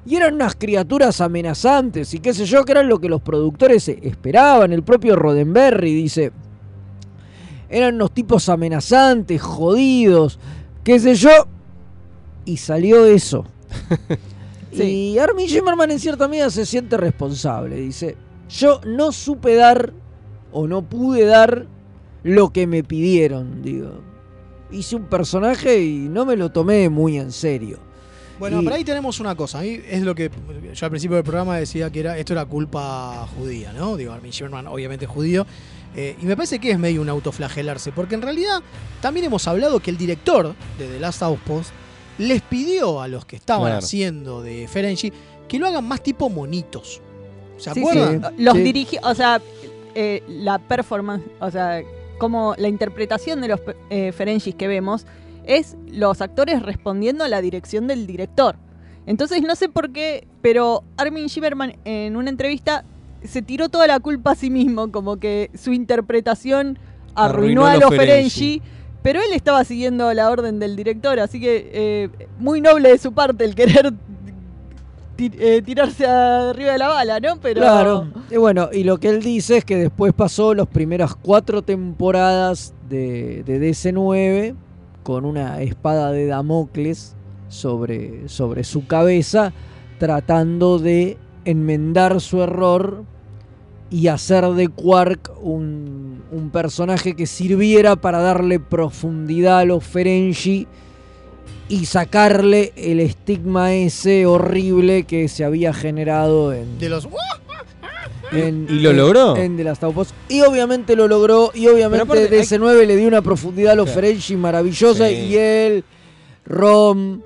[SPEAKER 2] Y eran unas criaturas amenazantes y qué sé yo, que eran lo que los productores eh, esperaban. El propio Roddenberry dice, eran unos tipos amenazantes, jodidos, qué sé yo. Y salió
[SPEAKER 5] (laughs)
[SPEAKER 2] eso. Y Armin Shimerman en cierta medida se siente responsable. Dice, yo no supe dar o no pude dar lo que me pidieron. Digo, hice un personaje y no me lo tomé muy en serio.
[SPEAKER 5] Bueno,
[SPEAKER 2] Y-
[SPEAKER 5] pero ahí tenemos una cosa. Ahí es lo que yo al principio del programa decía que era esto era culpa judía, ¿no? Digo, Armin Shimerman, obviamente es judío. Eh, y me parece que es medio un autoflagelarse, porque en realidad también hemos hablado que el director de The Last Outpost les pidió a los que estaban
[SPEAKER 1] Claro.
[SPEAKER 5] haciendo de Ferengi que lo hagan más tipo monitos. ¿Se
[SPEAKER 3] Sí, sí.
[SPEAKER 5] acuerdan?
[SPEAKER 3] Los dirigi- o sea, eh, la performance, o sea, como la interpretación de los pe- eh, Ferengis que vemos es los actores respondiendo a la dirección del director. Entonces no sé por qué, pero Armin Shimerman en una entrevista se tiró toda la culpa a sí mismo, como que su interpretación
[SPEAKER 1] Arruinó
[SPEAKER 3] arruinó, a
[SPEAKER 1] los
[SPEAKER 3] los
[SPEAKER 1] Ferengi.
[SPEAKER 3] Ferengi. Pero él estaba siguiendo la orden del director, así que eh, muy noble de su parte el querer ti- eh, tirarse arriba de la bala, ¿no? Pero
[SPEAKER 2] Claro. Y bueno, y lo que él dice es que después pasó las primeras cuatro temporadas de, de DC9 con una espada de Damocles sobre, sobre su cabeza, tratando de enmendar su error y hacer de Quark un, un personaje que sirviera para darle profundidad a los Ferengi y sacarle el estigma ese horrible que se había generado en...
[SPEAKER 5] De los...
[SPEAKER 2] en-
[SPEAKER 1] ¿Y lo
[SPEAKER 2] en-
[SPEAKER 1] logró?
[SPEAKER 2] En The Last of Us. Y obviamente lo logró. Y
[SPEAKER 1] aparte
[SPEAKER 2] obviamente
[SPEAKER 1] hay-
[SPEAKER 2] DS9 le dio una profundidad a los
[SPEAKER 1] Claro.
[SPEAKER 2] Ferengi maravillosa.
[SPEAKER 1] Sí.
[SPEAKER 2] Y él, Rom,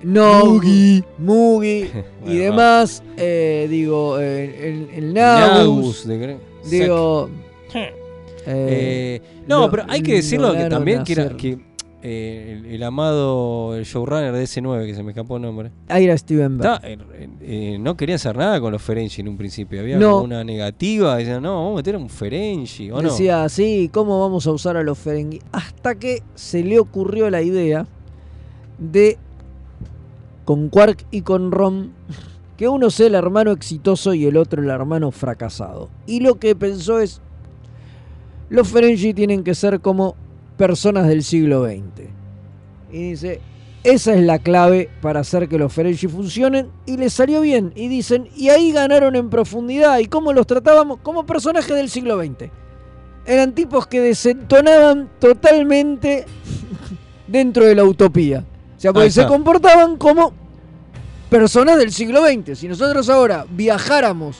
[SPEAKER 2] No,
[SPEAKER 5] Mugi.
[SPEAKER 2] Mugi y
[SPEAKER 1] (laughs) Bueno,
[SPEAKER 2] demás. eh, digo, eh, el, el
[SPEAKER 1] Nagus,
[SPEAKER 2] Nagus.
[SPEAKER 1] de Gre-
[SPEAKER 2] Digo.
[SPEAKER 1] Eh, no,
[SPEAKER 2] lo-
[SPEAKER 1] pero hay que decirlo que
[SPEAKER 2] lograron
[SPEAKER 1] también que, era-
[SPEAKER 2] hacer-
[SPEAKER 1] que, eh, el, el amado el showrunner de S9, que se me escapó el nombre,
[SPEAKER 2] Ira Stevenberg.
[SPEAKER 1] está- eh, eh, no quería hacer nada con los Ferengi en un principio. Había
[SPEAKER 2] No.
[SPEAKER 1] como una negativa, decían, no, vamos a meter a un Ferengi, ¿o no?
[SPEAKER 2] Decía, sí, ¿cómo vamos a usar a los Ferengi? Hasta que se le ocurrió la idea de, con Quark y con Rom, que uno sea el hermano exitoso y el otro el hermano fracasado. Y lo que pensó es, los Ferengi tienen que ser como personas del siglo XX. Y dice, esa es la clave para hacer que los Ferengi funcionen. Y les salió bien. Y dicen, y ahí ganaron en profundidad. ¿Y cómo los tratábamos? Como personajes del siglo XX. Eran tipos que desentonaban totalmente (laughs) dentro de la utopía. O sea,
[SPEAKER 1] Ahí
[SPEAKER 2] porque se
[SPEAKER 1] está.
[SPEAKER 2] comportaban como personas del siglo XX. Si nosotros ahora viajáramos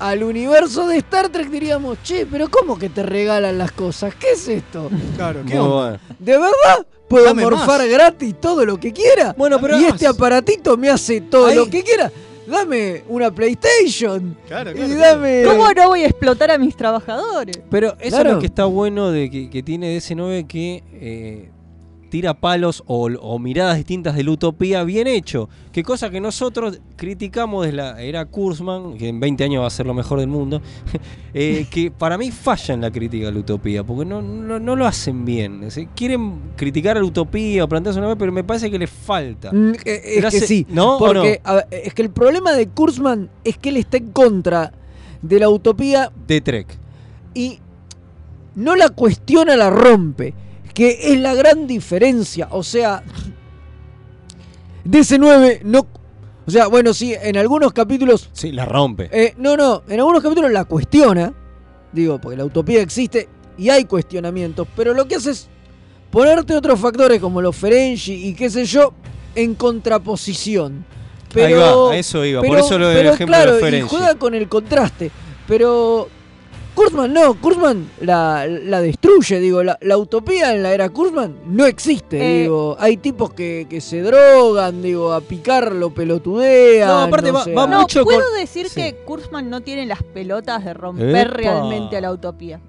[SPEAKER 2] al universo de Star Trek, diríamos, che, pero ¿cómo que te regalan las cosas? ¿Qué es esto?
[SPEAKER 5] Claro,
[SPEAKER 1] Muy
[SPEAKER 5] ¿qué onda?
[SPEAKER 1] bueno.
[SPEAKER 2] ¿De verdad? Puedo
[SPEAKER 5] Dame
[SPEAKER 2] morfar
[SPEAKER 5] más.
[SPEAKER 2] gratis todo lo que quiera.
[SPEAKER 1] Bueno, pero
[SPEAKER 2] y este
[SPEAKER 5] más.
[SPEAKER 2] aparatito me hace todo
[SPEAKER 5] Ahí.
[SPEAKER 2] lo que quiera. Dame una PlayStation.
[SPEAKER 5] Claro,
[SPEAKER 2] y
[SPEAKER 5] claro.
[SPEAKER 2] dame.
[SPEAKER 3] ¿Cómo
[SPEAKER 1] Eh,
[SPEAKER 3] no voy a explotar a mis trabajadores?
[SPEAKER 1] Pero eso es
[SPEAKER 2] Claro.
[SPEAKER 1] lo que está bueno de que, que tiene DS9 que eh, tira palos o, o miradas distintas de la utopía bien hecho. Que cosa que nosotros criticamos desde la era Kurzman, que en 20 años va a ser lo mejor del mundo, (laughs) eh, que para mí falla en la crítica de la utopía, porque no, no, no lo hacen bien. Es decir, quieren criticar a la utopía o plantearse una vez, pero me parece que les falta.
[SPEAKER 2] Mm, eh, eh, Es
[SPEAKER 1] Pero
[SPEAKER 2] que
[SPEAKER 1] hace-
[SPEAKER 2] sí.
[SPEAKER 1] ¿no? ¿O
[SPEAKER 2] Porque a ver, es que el problema de Kurzman es que él está en contra de la utopía
[SPEAKER 1] De Trek.
[SPEAKER 2] y no la cuestiona, la rompe. Que es la gran diferencia. O sea, (laughs) DC9 no. O sea, bueno, sí, en algunos capítulos
[SPEAKER 1] Sí, la rompe.
[SPEAKER 2] Eh, no, no, en algunos capítulos la cuestiona, digo, porque la utopía existe y hay cuestionamientos, pero lo que hace es ponerte otros factores como los Ferengi y qué sé yo en contraposición. Pero,
[SPEAKER 1] Ahí va, a eso iba, por eso lo del
[SPEAKER 2] pero,
[SPEAKER 1] ejemplo de
[SPEAKER 2] claro,
[SPEAKER 1] los
[SPEAKER 2] y
[SPEAKER 1] Ferengi.
[SPEAKER 2] juega con el contraste, pero Kurzman no, Kurzman la, la destruye, digo, la, la utopía en la era Kurzman no existe,
[SPEAKER 3] Eh.
[SPEAKER 2] digo, hay tipos que, que se drogan, digo, a picar lo pelotudean.
[SPEAKER 1] No, aparte va-
[SPEAKER 2] sé,
[SPEAKER 1] va
[SPEAKER 2] a-
[SPEAKER 1] muy-
[SPEAKER 3] No,
[SPEAKER 1] Ah, mucho
[SPEAKER 3] puedo
[SPEAKER 1] con-
[SPEAKER 3] decir
[SPEAKER 1] Sí.
[SPEAKER 3] que Kurzman no tiene las pelotas de romper
[SPEAKER 1] Epa.
[SPEAKER 3] realmente a la utopía.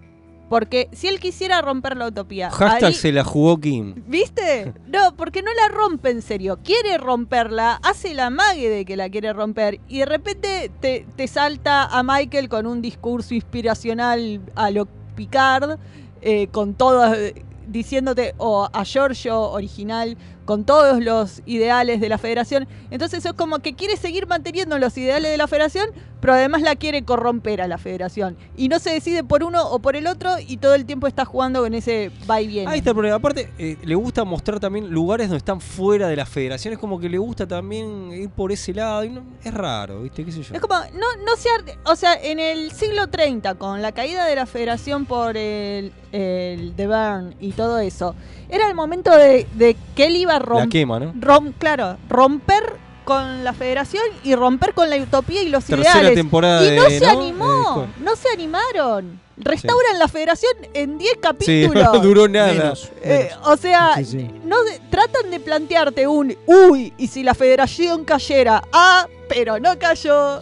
[SPEAKER 3] Porque si él quisiera romper la utopía,
[SPEAKER 1] Hashtag
[SPEAKER 3] ahí-
[SPEAKER 1] se la jugó Kim.
[SPEAKER 3] ¿viste? No, porque no la rompe en serio. Quiere romperla, hace la mague de que la quiere romper y de repente te, te salta a Michael con un discurso inspiracional a lo Picard, eh, con todos eh, diciéndote, o a Giorgio original, con todos los ideales de la federación. Entonces es como que quiere seguir manteniendo los ideales de la federación, pero además la quiere corromper a la federación. Y no se decide por uno o por el otro y todo el tiempo está jugando con ese va y viene.
[SPEAKER 1] Ahí está el problema. Aparte, eh, le gusta mostrar también lugares donde están fuera de las federaciones, como que le gusta también ir por ese lado. y no- es raro, ¿viste? ¿Qué sé yo?
[SPEAKER 3] Es como, no, no se ar- O sea, en el siglo 30, con la caída de la federación por el, el The Burn y todo eso, era el momento de, de que él iba a
[SPEAKER 1] La
[SPEAKER 3] romper.
[SPEAKER 1] quema, ¿no?
[SPEAKER 3] claro, romper con la federación y romper con la utopía y los
[SPEAKER 1] Tercera
[SPEAKER 3] ideales.
[SPEAKER 1] temporada
[SPEAKER 3] y no
[SPEAKER 1] de- ¿no?
[SPEAKER 3] se
[SPEAKER 1] Eh,
[SPEAKER 3] animó,
[SPEAKER 1] Discord.
[SPEAKER 3] no se animaron. Restauran la federación en 10
[SPEAKER 1] Sí, (laughs)
[SPEAKER 3] capítulos.
[SPEAKER 1] no duró nada.
[SPEAKER 5] Menos,
[SPEAKER 3] Eh,
[SPEAKER 5] menos.
[SPEAKER 3] o sea,
[SPEAKER 2] Sí, sí.
[SPEAKER 3] no de- tratan de plantearte un uy, y si la federación cayera, ah, pero no cayó,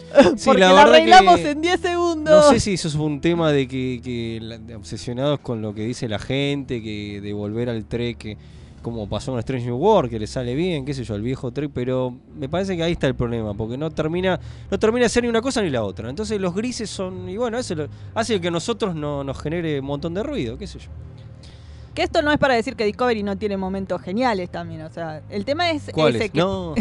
[SPEAKER 1] (laughs) Sí,
[SPEAKER 3] porque
[SPEAKER 1] la
[SPEAKER 3] la,
[SPEAKER 1] verdad
[SPEAKER 3] arreglamos
[SPEAKER 1] que
[SPEAKER 3] en 10
[SPEAKER 1] No
[SPEAKER 3] segundos.
[SPEAKER 1] sé si eso es un tema de que, que la- de obsesionados con lo que dice la gente, que de volver al Trek, que- como pasó con Strange New World, que le sale bien, qué sé yo, el viejo Trek, pero me parece que ahí está el problema, porque no termina no termina de ser ni una cosa ni la otra. Entonces los grises son, y bueno, eso lo- hace que a nosotros no, nos genere un montón de ruido, qué sé yo.
[SPEAKER 3] Que esto no es para decir que Discovery no tiene momentos geniales también, o sea, el tema es
[SPEAKER 1] ¿Cuál
[SPEAKER 3] ese
[SPEAKER 1] es?
[SPEAKER 3] que...
[SPEAKER 1] (laughs) No.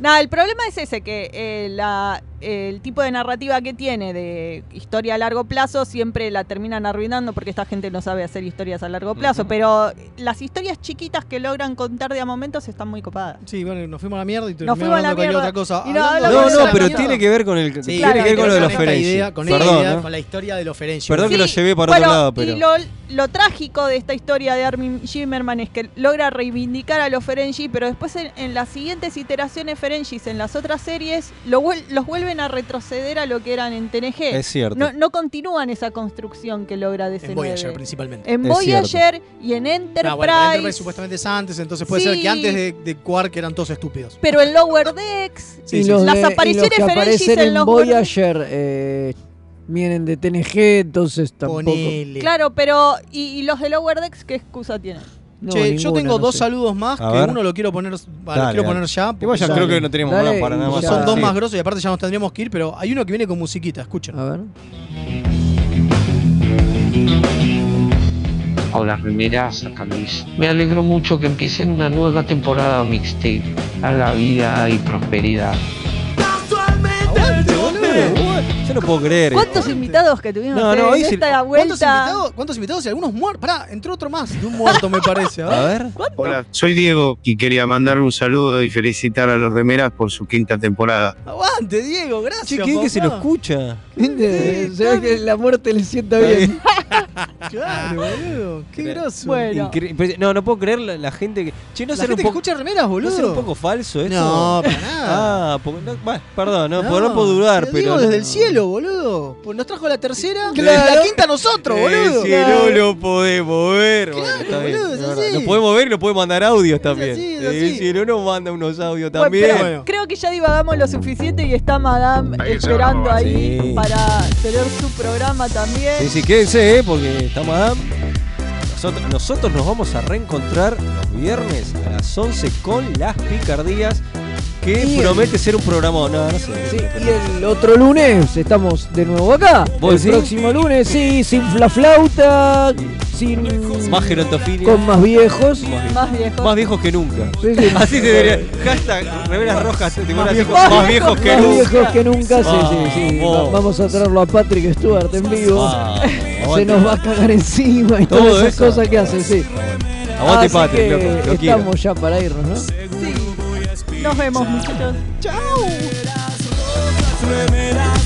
[SPEAKER 3] Nada, el problema es ese, que eh, la- el tipo de narrativa que tiene de historia a largo plazo siempre la terminan arruinando porque esta gente no sabe hacer historias a largo plazo,
[SPEAKER 1] Ujú.
[SPEAKER 3] pero las historias chiquitas que logran contar de a momentos están muy copadas.
[SPEAKER 5] Sí, bueno, nos fuimos a la mierda y
[SPEAKER 3] Nos
[SPEAKER 5] terminamos
[SPEAKER 3] fuimos a la
[SPEAKER 5] hablando de cualquier
[SPEAKER 3] mierda.
[SPEAKER 5] otra cosa.
[SPEAKER 3] Y no,
[SPEAKER 5] Hablando
[SPEAKER 1] No,
[SPEAKER 3] hablamos
[SPEAKER 5] de
[SPEAKER 3] Claro,
[SPEAKER 5] cualquier
[SPEAKER 1] no,
[SPEAKER 5] otra
[SPEAKER 1] pero
[SPEAKER 5] mierda.
[SPEAKER 1] tiene que ver con el
[SPEAKER 5] Sí,
[SPEAKER 1] tiene que ver con lo de los
[SPEAKER 5] esta
[SPEAKER 1] Ferengi.
[SPEAKER 5] idea, con esta
[SPEAKER 3] ¿eh?
[SPEAKER 1] Perdón, ¿eh?
[SPEAKER 5] idea,
[SPEAKER 1] ¿no?
[SPEAKER 5] con la historia de los Ferengi.
[SPEAKER 1] Perdón que lo llevé para
[SPEAKER 3] Bueno,
[SPEAKER 1] otro lado,
[SPEAKER 3] y
[SPEAKER 1] pero
[SPEAKER 3] LOL lo trágico de esta historia de Armin Shimmerman es que logra reivindicar a los Ferengi, pero después en, en las siguientes iteraciones Ferengis, en las otras series, lo vuel- los vuelven a retroceder a lo que eran en TNG.
[SPEAKER 1] Es cierto.
[SPEAKER 3] No, no continúan esa construcción que logra DC9.
[SPEAKER 24] En Voyager principalmente.
[SPEAKER 3] En
[SPEAKER 1] Es
[SPEAKER 3] Voyager y en Enterprise.
[SPEAKER 5] Ah,
[SPEAKER 24] No, bueno, pero Enterprise supuestamente es antes, entonces puede ser
[SPEAKER 3] Sí.
[SPEAKER 24] que antes de, de Quark eran todos estúpidos.
[SPEAKER 3] pero en Lower Decks,
[SPEAKER 24] Sí,
[SPEAKER 2] y
[SPEAKER 24] sí,
[SPEAKER 2] los de-
[SPEAKER 24] sí.
[SPEAKER 3] las
[SPEAKER 2] y los
[SPEAKER 3] apariciones
[SPEAKER 2] que
[SPEAKER 3] Ferengis
[SPEAKER 2] aparecen
[SPEAKER 3] en
[SPEAKER 2] en
[SPEAKER 3] los
[SPEAKER 2] Voyager eh, vienen de TNG, entonces tampoco.
[SPEAKER 24] Ponele.
[SPEAKER 3] Claro, pero ¿y, y los de Lower Decks qué excusa tienen?
[SPEAKER 2] No,
[SPEAKER 24] Che, yo
[SPEAKER 2] ninguna,
[SPEAKER 24] tengo
[SPEAKER 2] no
[SPEAKER 24] dos
[SPEAKER 2] sé.
[SPEAKER 24] saludos más,
[SPEAKER 1] A
[SPEAKER 24] que
[SPEAKER 1] ver.
[SPEAKER 24] uno lo quiero poner, ah, lo
[SPEAKER 1] Dale,
[SPEAKER 24] quiero poner
[SPEAKER 1] dale.
[SPEAKER 24] ya.
[SPEAKER 1] Igual ya
[SPEAKER 24] porque
[SPEAKER 1] creo que no tenemos
[SPEAKER 2] Dale,
[SPEAKER 1] más para nada
[SPEAKER 2] y
[SPEAKER 1] más.
[SPEAKER 2] ya.
[SPEAKER 1] para
[SPEAKER 24] Son dos
[SPEAKER 1] decir.
[SPEAKER 24] más grosos y aparte ya nos tendríamos que ir, pero hay uno que viene con musiquita, escuchen.
[SPEAKER 2] A ver.
[SPEAKER 25] Hola remeras, acá Luis. Me alegro mucho que empiecen una nueva temporada mixtape. Haga vida y prosperidad.
[SPEAKER 1] Yo no puedo creer.
[SPEAKER 3] ¿Cuántos invitados que tuvimos
[SPEAKER 1] No, no,
[SPEAKER 3] en
[SPEAKER 1] hoy se-
[SPEAKER 3] esta
[SPEAKER 24] ¿Cuántos
[SPEAKER 3] vuelta?
[SPEAKER 24] invitados? ¿Cuántos invitados? Y algunos muertos. Pará, entró otro más de un
[SPEAKER 1] (laughs)
[SPEAKER 24] muerto, me parece.
[SPEAKER 1] A ver.
[SPEAKER 26] Hola, soy Diego y quería mandar un saludo y felicitar a los remeras por su quinta temporada.
[SPEAKER 24] Aguante, Diego, gracias.
[SPEAKER 1] Che, ¿quién que se lo
[SPEAKER 24] papá.
[SPEAKER 1] escucha?
[SPEAKER 2] ¿Viste? Se ve que la muerte le sienta bien.
[SPEAKER 24] Claro, boludo. Qué
[SPEAKER 1] Pero-
[SPEAKER 24] groso.
[SPEAKER 3] Bueno,
[SPEAKER 1] Incre- pero- No, no puedo creer la, la gente que. Che, no
[SPEAKER 24] La
[SPEAKER 1] será un
[SPEAKER 24] gente que
[SPEAKER 1] poco.
[SPEAKER 24] escucha remeras,
[SPEAKER 1] ¿No será un
[SPEAKER 24] boludo.
[SPEAKER 1] poco falso eso?
[SPEAKER 24] No, para nada.
[SPEAKER 1] Ah, porque- no, bueno, perdón, no, por- no puedo dudar,
[SPEAKER 24] te
[SPEAKER 1] pero.
[SPEAKER 24] digo desde el
[SPEAKER 1] no.
[SPEAKER 24] cielo, boludo. Pues nos trajo la tercera,
[SPEAKER 1] Claro.
[SPEAKER 24] la quinta a nosotros, boludo.
[SPEAKER 1] Sí, Eh, no lo podemos ver. bueno, está bien,
[SPEAKER 24] boludo,
[SPEAKER 1] es
[SPEAKER 24] es
[SPEAKER 1] verdad.
[SPEAKER 24] así.
[SPEAKER 1] Lo podemos ver y lo podemos mandar audios también.
[SPEAKER 24] así, es
[SPEAKER 1] Eh,
[SPEAKER 24] así.
[SPEAKER 1] Si no nos manda unos audios
[SPEAKER 3] Bueno,
[SPEAKER 1] también.
[SPEAKER 3] pero creo que ya divagamos lo suficiente y está Madame
[SPEAKER 1] Hay que cerrar,
[SPEAKER 3] esperando
[SPEAKER 1] Madame.
[SPEAKER 3] ahí
[SPEAKER 1] Sí.
[SPEAKER 3] para tener su programa también.
[SPEAKER 1] Sí, sí, quédense, eh, porque está Madame. Nosotros, nosotros nos vamos a reencontrar los viernes a las 11 con las picardías, que
[SPEAKER 2] Y el-
[SPEAKER 1] promete ser un programa. No, no sé.
[SPEAKER 2] Sí, y el otro lunes estamos de nuevo acá.
[SPEAKER 1] ¿Vos
[SPEAKER 2] El
[SPEAKER 1] decís?
[SPEAKER 2] próximo lunes, sí, sin la flauta, sin
[SPEAKER 1] Más gerontofilia.
[SPEAKER 2] con más viejos.
[SPEAKER 3] Más viejos.
[SPEAKER 1] Más viejos (laughs) que nunca.
[SPEAKER 2] Sí, sí.
[SPEAKER 1] Así se debería. Hashtag reveras rojas. te ponen así, Más, viejos que
[SPEAKER 2] Más
[SPEAKER 1] nunca.
[SPEAKER 2] viejos que nunca, sí, sí, sí.
[SPEAKER 1] Vamos.
[SPEAKER 2] Va- Vamos a traerlo a Patrick Stewart en vivo.
[SPEAKER 1] Vamos.
[SPEAKER 2] Se nos va a cagar encima y
[SPEAKER 1] Todo
[SPEAKER 2] todas esas
[SPEAKER 1] eso.
[SPEAKER 2] cosas que hace, sí.
[SPEAKER 1] Aguante,
[SPEAKER 2] Así
[SPEAKER 1] Patrick,
[SPEAKER 2] que
[SPEAKER 1] loco, lo
[SPEAKER 2] estamos
[SPEAKER 1] quiero.
[SPEAKER 2] ya para irnos, ¿no?
[SPEAKER 3] Nos vemos, muchachos. Chao.
[SPEAKER 27] remeras